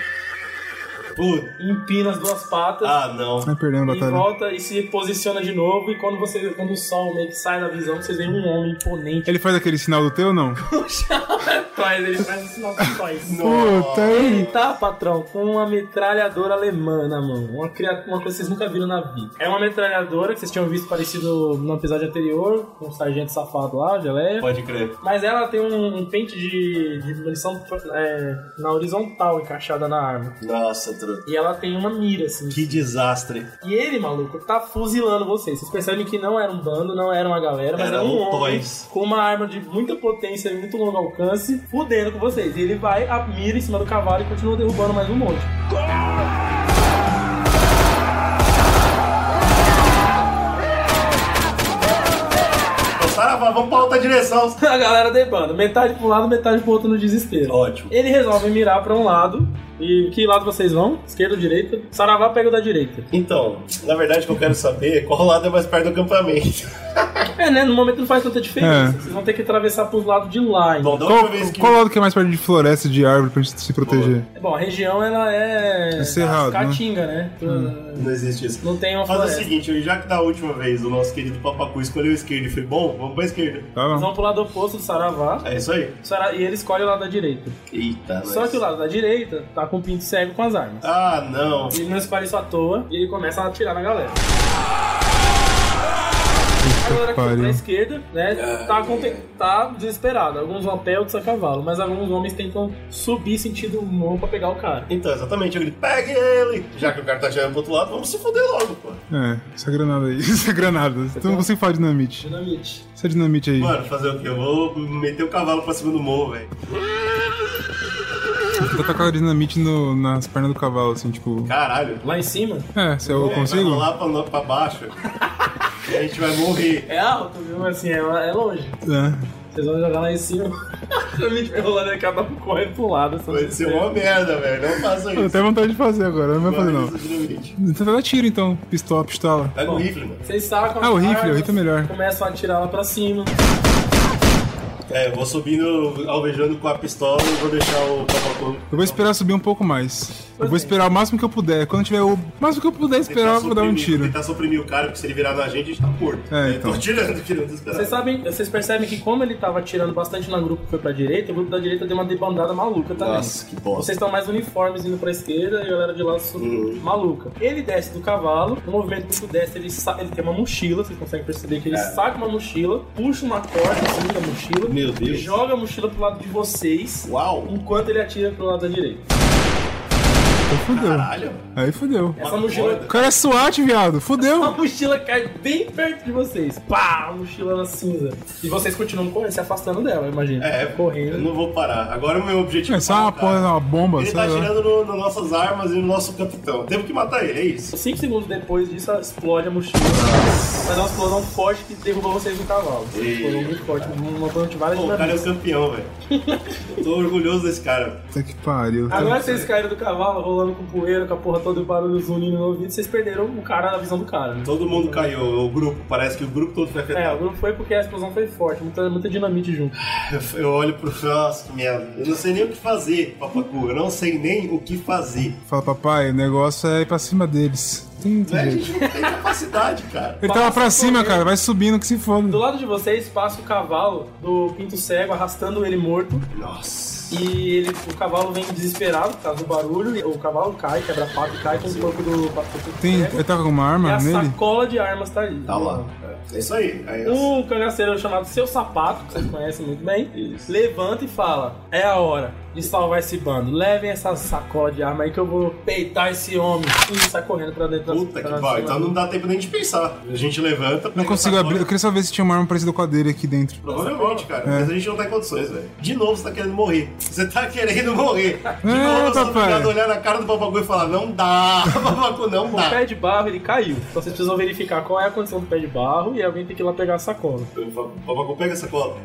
[SPEAKER 3] Puta.
[SPEAKER 2] Empina as duas patas.
[SPEAKER 3] Ah, não.
[SPEAKER 4] Vai perder a
[SPEAKER 2] E
[SPEAKER 4] batalha.
[SPEAKER 2] volta e se posiciona de novo. E quando você quando o sol meio que sai da visão, vocês veem um homem imponente
[SPEAKER 4] Ele faz aquele sinal do teu ou não?
[SPEAKER 2] atrás. Ele faz esse
[SPEAKER 3] [laughs]
[SPEAKER 2] sinal que faz.
[SPEAKER 4] Puta,
[SPEAKER 2] Ele
[SPEAKER 4] aí.
[SPEAKER 2] tá, patrão, com uma metralhadora alemã na mão. Uma, cria- uma coisa que vocês nunca viram na vida. É uma metralhadora que vocês tinham visto parecido no episódio anterior, com o sargento safado lá, geleia.
[SPEAKER 3] Pode crer.
[SPEAKER 2] Mas ela tem um, um pente de, de munição é, na horizontal encaixada na arma.
[SPEAKER 3] Nossa, truta.
[SPEAKER 2] E ela tem uma mira, assim.
[SPEAKER 3] Que desastre.
[SPEAKER 2] E ele, maluco, tá fuzilando vocês. Vocês percebem que não era um bando, não era uma galera, mas
[SPEAKER 3] Era
[SPEAKER 2] era, um
[SPEAKER 3] um
[SPEAKER 2] homem
[SPEAKER 3] toys.
[SPEAKER 2] com uma arma de muita potência e muito longo alcance, fudendo com vocês. E ele vai, a mira em cima do cavalo e continua derrubando mais um monte.
[SPEAKER 3] Ô, Saravá, vamos pra outra direção.
[SPEAKER 2] [laughs] A galera debanda, metade pro lado, metade pro outro no desespero.
[SPEAKER 3] Ótimo.
[SPEAKER 2] Ele resolve mirar pra um lado. E que lado vocês vão? Esquerda ou direita? Saravá pega o da direita.
[SPEAKER 3] Então, na verdade, o que eu quero saber é qual lado é mais perto do acampamento. [laughs]
[SPEAKER 2] É, né? No momento não faz tanta diferença.
[SPEAKER 4] É.
[SPEAKER 2] Vocês vão ter que atravessar pros lados de lá. Então.
[SPEAKER 3] Bom, da
[SPEAKER 4] Qual,
[SPEAKER 3] última vez que.
[SPEAKER 4] qual lado que é mais perto de floresta, de árvore, pra gente se proteger?
[SPEAKER 2] Bom, a região ela é.
[SPEAKER 4] É cerrado, né? Hum.
[SPEAKER 2] Caatinga, né?
[SPEAKER 3] Não existe isso.
[SPEAKER 2] Não tem uma
[SPEAKER 3] Faz assim. o
[SPEAKER 2] floresta.
[SPEAKER 3] seguinte, já que da última vez o nosso querido Papacu escolheu a esquerda e foi bom, vamos pra esquerda.
[SPEAKER 4] Tá
[SPEAKER 2] Eles
[SPEAKER 4] bom.
[SPEAKER 2] vão pro lado oposto do Saravá.
[SPEAKER 3] É isso aí.
[SPEAKER 2] Sara- E ele escolhe o lado da direita.
[SPEAKER 3] Eita,
[SPEAKER 2] Só
[SPEAKER 3] nós.
[SPEAKER 2] que o lado da direita tá com o pinto cego com as armas.
[SPEAKER 3] Ah, não.
[SPEAKER 2] Ele não escolhe isso à toa e ele começa a atirar na galera. A galera que foi pra
[SPEAKER 4] pariu.
[SPEAKER 2] esquerda, né, tá, conte- tá desesperada. Alguns vão a pé, outros a cavalo. Mas alguns homens tentam subir sentido morro pra pegar o cara.
[SPEAKER 3] Então, exatamente, eu grito, pegue ele! Já que o cara tá atirando pro outro lado, vamos se foder logo, pô.
[SPEAKER 4] É, essa granada aí. [laughs] Essa granada. Tu não consegue falar dinamite.
[SPEAKER 2] Dinamite.
[SPEAKER 4] Essa dinamite aí.
[SPEAKER 3] Mano, fazer o quê? Eu vou meter o cavalo pra cima do morro, velho.
[SPEAKER 4] Vou tacar a dinamite no- nas pernas do cavalo, assim, tipo.
[SPEAKER 3] Caralho.
[SPEAKER 2] Lá em cima
[SPEAKER 4] É, se eu
[SPEAKER 3] Vai
[SPEAKER 4] consigo.
[SPEAKER 3] rolar pra, lá- pra baixo. e a gente vai morrer.
[SPEAKER 2] é alto, viu? Mas assim, é, é longe.
[SPEAKER 4] É.
[SPEAKER 2] Vocês vão jogar lá em [laughs] cima. Dinamite vai rolando e né? acaba correndo pro lado. essa
[SPEAKER 3] Vai ser
[SPEAKER 2] desespero.
[SPEAKER 3] uma merda, velho. Não faça
[SPEAKER 4] Eu
[SPEAKER 3] isso.
[SPEAKER 4] tenho vontade de fazer agora, não vai fazer não.
[SPEAKER 3] Não faça isso, Dinamite.
[SPEAKER 4] Tenta dar tiro então, pistola, pistola.
[SPEAKER 3] Pega o rifle, mano.
[SPEAKER 2] Vocês sacam
[SPEAKER 4] Ah, o
[SPEAKER 2] as
[SPEAKER 4] rifle, o
[SPEAKER 2] armas,
[SPEAKER 4] rifle é melhor.
[SPEAKER 2] Começam a atirar lá pra cima.
[SPEAKER 3] É, eu vou subindo, alvejando com a pistola e vou deixar o Papacu.
[SPEAKER 4] Eu vou esperar subir um pouco mais. Eu vou esperar o máximo que eu puder. Quando tiver o máximo que eu puder esperar, eu vou dar um tiro.
[SPEAKER 3] Tentar suprimir o cara, porque se ele virar na gente, a gente tá morto.
[SPEAKER 4] É,
[SPEAKER 3] Eu Tô
[SPEAKER 4] então.
[SPEAKER 3] tirando, tirando os caras.
[SPEAKER 2] Vocês sabem, vocês percebem que como ele tava atirando bastante no grupo que foi pra direita, o grupo da direita deu uma debandada maluca também.
[SPEAKER 3] Nossa, que bosta.
[SPEAKER 2] Vocês estão mais uniformes indo pra esquerda e a galera de lá sub...
[SPEAKER 3] Hum.
[SPEAKER 2] maluca. Ele desce do cavalo, no movimento que tu desce, ele, sa... ele tem uma mochila, vocês conseguem perceber que ele
[SPEAKER 3] É.
[SPEAKER 2] saca uma mochila, puxa uma corda assim da mochila,
[SPEAKER 3] Meu Deus.
[SPEAKER 2] e joga a mochila pro lado de vocês,
[SPEAKER 3] Uau!
[SPEAKER 2] enquanto ele atira pro lado da direita.
[SPEAKER 4] Então fudeu.
[SPEAKER 3] Caralho!
[SPEAKER 4] Aí fudeu.
[SPEAKER 2] Essa
[SPEAKER 3] Uma
[SPEAKER 2] mochila
[SPEAKER 4] O
[SPEAKER 3] corda.
[SPEAKER 4] cara é SWAT, viado.
[SPEAKER 2] A
[SPEAKER 4] Fudeu.
[SPEAKER 2] mochila cai bem perto de vocês. Pá, a mochila na cinza. E vocês continuam correndo, se afastando dela, imagina.
[SPEAKER 3] É,
[SPEAKER 2] correndo.
[SPEAKER 3] Eu não vou parar. Agora o meu objetivo
[SPEAKER 4] É só uma
[SPEAKER 3] cara.
[SPEAKER 4] porra, uma bomba,
[SPEAKER 3] Ele
[SPEAKER 4] sei
[SPEAKER 3] tá
[SPEAKER 4] lá.
[SPEAKER 3] atirando no- nas nossas armas e no nosso capitão. Temos que matar ele, é isso.
[SPEAKER 2] Cinco segundos depois disso, ela explode a mochila. Mas é uma explosão forte que derruba vocês do cavalo. Uma explosão muito forte, matando de várias
[SPEAKER 3] Pô, o cara é
[SPEAKER 2] dinamites.
[SPEAKER 3] o campeão, velho. Eu tô orgulhoso desse cara.
[SPEAKER 4] Puta que pariu.
[SPEAKER 3] é
[SPEAKER 4] tá-
[SPEAKER 2] Agora que vocês caíram do cavalo, rolando com poeira, com a porra toda e o barulho zunindo no ouvido, vocês perderam o cara, a visão do cara. né?
[SPEAKER 3] Todo mundo caiu, o grupo. Parece que o grupo todo foi
[SPEAKER 2] É, o
[SPEAKER 3] afetado.
[SPEAKER 2] grupo foi porque a explosão foi forte, muita, muita dinamite junto.
[SPEAKER 3] Eu, eu olho pro. Nossa, que merda. Eu não sei nem o que fazer, papacu. Eu não sei nem o que fazer.
[SPEAKER 4] Fala, papai, o negócio é ir pra cima deles. Tem muito
[SPEAKER 3] Né? A
[SPEAKER 4] jeito.
[SPEAKER 3] gente não tem capacidade, cara.
[SPEAKER 4] Ele tava pra cima, cara. Vai subindo que se
[SPEAKER 2] Do
[SPEAKER 4] foda.
[SPEAKER 2] lado de vocês passa o cavalo do Pinto Cego, arrastando ele morto.
[SPEAKER 3] Nossa.
[SPEAKER 2] E ele, o cavalo vem desesperado por causa do barulho. e O cavalo cai, quebra a pata e cai com o corpo do, do Pinto
[SPEAKER 4] Tem,
[SPEAKER 2] Cego.
[SPEAKER 4] ele tava com uma
[SPEAKER 2] E
[SPEAKER 4] arma
[SPEAKER 2] a
[SPEAKER 4] nele?
[SPEAKER 2] sacola de armas tá ali.
[SPEAKER 3] Tá lá. É isso aí. aí
[SPEAKER 2] Um cangaceiro chamado Seu Sapato, que vocês conhecem muito bem,
[SPEAKER 3] Isso.
[SPEAKER 2] levanta e fala: É a hora de salvar esse bando. Levem essa sacola de arma aí que eu vou peitar esse homem. E sai correndo pra dentro da-
[SPEAKER 3] Puta que
[SPEAKER 2] pra
[SPEAKER 3] pariu.
[SPEAKER 2] cima
[SPEAKER 3] Então
[SPEAKER 2] do-
[SPEAKER 3] não dá tempo nem de pensar. A gente levanta.
[SPEAKER 4] Não
[SPEAKER 3] pega
[SPEAKER 4] consigo
[SPEAKER 3] essa
[SPEAKER 4] abrir. É. Eu
[SPEAKER 3] corda.
[SPEAKER 4] queria só ver se tinha uma arma parecida com a dele aqui dentro.
[SPEAKER 3] Provavelmente, cara. Mas a gente não tá em condições, velho. De novo você tá querendo morrer. Você tá querendo morrer. De
[SPEAKER 4] É,
[SPEAKER 3] novo eu sou
[SPEAKER 4] papai.
[SPEAKER 3] obrigado a olhar na cara do papacu e falar: Não dá, [laughs] papacu, não
[SPEAKER 2] O
[SPEAKER 3] dá.
[SPEAKER 2] pé de barro ele caiu. Então vocês precisam verificar qual é a condição do pé de barro e alguém tem que ir lá pegar a sacola.
[SPEAKER 3] Papacu, pega essa cola.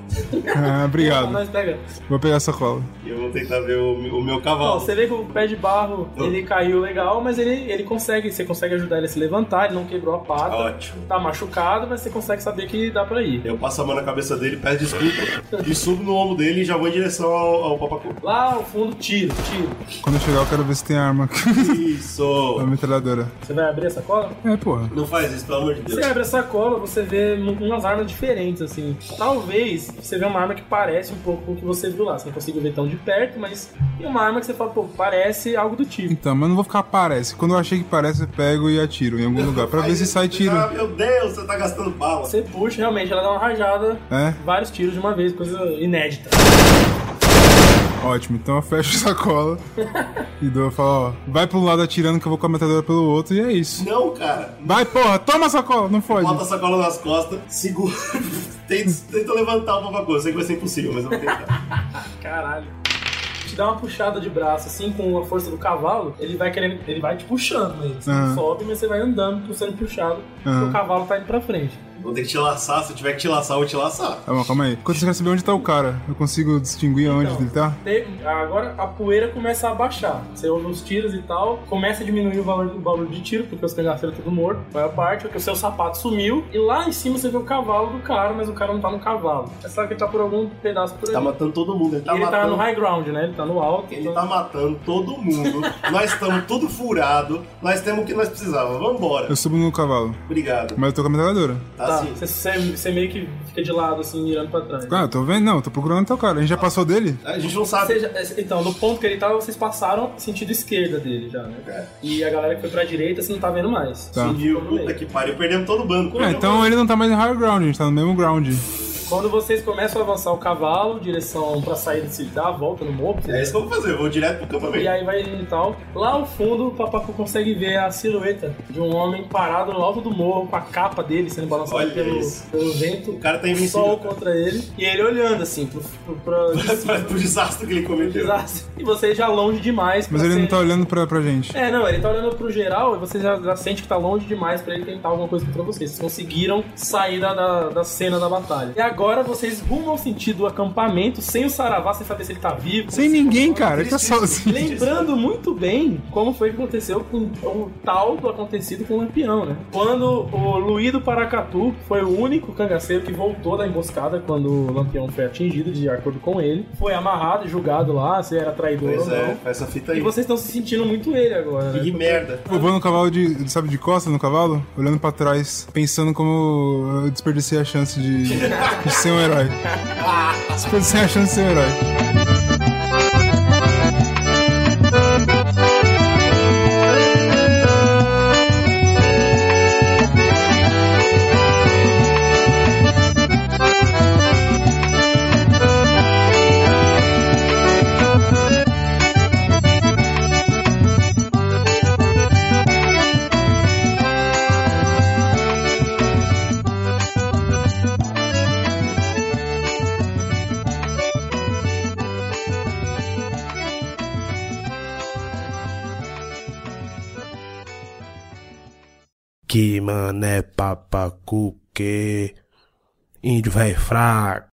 [SPEAKER 2] Então
[SPEAKER 4] Ah, obrigado.
[SPEAKER 2] nós pega.
[SPEAKER 4] Vou pegar essa cola.
[SPEAKER 3] E eu vou tentar ver o, o meu
[SPEAKER 2] Ó,
[SPEAKER 3] cavalo.
[SPEAKER 2] você vê que o pé de barro ele caiu legal, mas ele, ele consegue, você consegue ajudar ele a se levantar, ele não quebrou a pata.
[SPEAKER 3] Ótimo.
[SPEAKER 2] Tá machucado, mas você consegue saber que dá pra ir.
[SPEAKER 3] Eu passo a mão na cabeça dele, peço desculpa. e subo no ombro dele e já vou em direção ao, ao papacu.
[SPEAKER 2] Lá ao fundo, tiro, tiro.
[SPEAKER 4] Quando eu chegar, eu quero ver se tem arma aqui. [laughs]
[SPEAKER 3] Isso.
[SPEAKER 4] A metralhadora.
[SPEAKER 2] Você vai abrir a sacola?
[SPEAKER 4] É, porra.
[SPEAKER 3] Não faz isso, pelo amor de
[SPEAKER 2] Você
[SPEAKER 3] Deus.
[SPEAKER 2] abre a sacola, você vê mu- umas armas diferentes, assim. Talvez você vê uma arma que parece um pouco com o que você viu lá. Você não conseguiu ver tão de perto, mas tem uma arma que você fala, pô, parece algo do tipo.
[SPEAKER 4] Então, mas não vou ficar parece. Quando eu achei que parece, eu pego e atiro em algum lugar. Pra ver se sai tiro.
[SPEAKER 3] Ah, meu Deus, você tá gastando bala.
[SPEAKER 2] Você puxa, realmente, ela dá uma rajada,
[SPEAKER 4] É?
[SPEAKER 2] vários tiros de uma vez, coisa inédita.
[SPEAKER 4] Ótimo. Então eu fecho a sacola e dou, eu falo, ó, vai pra um lado atirando que eu vou com a metralhadora pelo outro e é isso.
[SPEAKER 3] Não, cara.
[SPEAKER 4] Vai, porra, toma a sacola, não fode.
[SPEAKER 3] Bota a sacola nas costas, segura. [laughs] tenta, tenta levantar o papacu. Eu sei que vai ser impossível, mas eu vou tentar.
[SPEAKER 2] Caralho. Te dá uma puxada de braço, assim, com a força do cavalo, ele vai querendo. Ele vai te puxando, né? Você não
[SPEAKER 4] Aham.
[SPEAKER 2] sobe, mas você vai andando, por sendo puxado, porque
[SPEAKER 4] Aham.
[SPEAKER 2] o cavalo tá indo pra frente.
[SPEAKER 3] Vou ter que te laçar. Se eu tiver que te laçar, eu vou te laçar.
[SPEAKER 4] Tá bom, calma aí. Quando você quer saber onde tá o cara, eu consigo distinguir aonde
[SPEAKER 2] Então.
[SPEAKER 4] ele tá?
[SPEAKER 2] Te- Agora a poeira começa a baixar. Você ouve os tiros e tal, começa a diminuir o valor, o valor de tiro, porque os cangaceiros tudo morto, vai a parte, porque o seu sapato sumiu. E lá em cima você vê o cavalo do cara, mas o cara não tá no cavalo. É só que ele tá por algum pedaço por
[SPEAKER 3] Tá
[SPEAKER 2] ali.
[SPEAKER 3] matando todo mundo. Ele tá
[SPEAKER 2] E ele
[SPEAKER 3] matando.
[SPEAKER 2] tá no high ground, né? Ele tá no alto.
[SPEAKER 3] Ele
[SPEAKER 2] então-
[SPEAKER 3] tá matando todo mundo. nós estamos tudo furado. Nós temos o que nós precisávamos. Vambora.
[SPEAKER 4] Eu subo no cavalo,
[SPEAKER 3] Obrigado.
[SPEAKER 4] mas eu tô com a metralhadora.
[SPEAKER 3] Tá,
[SPEAKER 2] Tá,
[SPEAKER 3] assim.
[SPEAKER 2] você, você- você meio que fica de lado, assim, mirando pra trás.
[SPEAKER 4] Ah, eu tô vendo? Não, eu tô procurando onde tá o cara. A gente já passou dele?
[SPEAKER 3] A gente não sabe.
[SPEAKER 2] Você já- então, no ponto que ele tava, vocês passaram sentido esquerda dele já, né?
[SPEAKER 3] É.
[SPEAKER 2] E a galera que foi pra direita, você não tá vendo mais.
[SPEAKER 4] Tá.
[SPEAKER 3] Sumiu, puta que pariu, perdemos todo o banco.
[SPEAKER 4] Ah, então ele não tá mais no high ground, a gente tá no mesmo ground.
[SPEAKER 2] Quando vocês começam a avançar o cavalo, direção pra sair desse, dar a volta no morro,
[SPEAKER 3] É isso que eu vou fazer, eu vou direto pro
[SPEAKER 2] e
[SPEAKER 3] campamento.
[SPEAKER 2] aí vai indo e tal. Lá ao fundo, o Papacu consegue ver a silhueta de um homem parado no alto do morro, com a capa dele sendo balançada
[SPEAKER 3] Olha
[SPEAKER 2] pelo,
[SPEAKER 3] isso.
[SPEAKER 2] pelo vento,
[SPEAKER 3] O cara tá
[SPEAKER 2] o
[SPEAKER 3] invencível.
[SPEAKER 2] sol contra ele, e ele olhando assim pro, pro, pra-
[SPEAKER 3] [laughs] Mas pro desastre que ele
[SPEAKER 2] pro
[SPEAKER 3] cometeu.
[SPEAKER 2] desastre. E vocês já longe demais.
[SPEAKER 4] Mas
[SPEAKER 2] pra
[SPEAKER 4] ele não
[SPEAKER 2] ser-
[SPEAKER 4] tá olhando pra, pra gente.
[SPEAKER 2] É, não, ele tá olhando pro geral e você já, já sente que tá longe demais pra ele tentar alguma coisa contra vocês. Vocês conseguiram sair da, da, da cena da batalha. E agora vocês rumam sentido do acampamento sem o Saravá, sem saber se ele tá vivo.
[SPEAKER 4] Sem ninguém, cara. Ele tá sozinho.
[SPEAKER 2] Lembrando muito bem como foi que aconteceu com o tal do acontecido com o Lampião, né? Quando o Luí do Paracatu foi o único cangaceiro que voltou da emboscada quando o Lampião foi atingido, de acordo com ele. Foi amarrado e julgado lá, se era traidor
[SPEAKER 3] Pois
[SPEAKER 2] ou não.
[SPEAKER 3] é, faz essa fita
[SPEAKER 2] E
[SPEAKER 3] aí.
[SPEAKER 2] vocês estão se sentindo muito ele agora, né?
[SPEAKER 3] Que merda.
[SPEAKER 4] Eu vou no cavalo de. Sabe, de costas no cavalo? Olhando pra trás, pensando como eu desperdicei a chance de, de ser um herói. Desperdicei a chance de ser um herói.
[SPEAKER 1] Que mané papacu que índio velho fraco.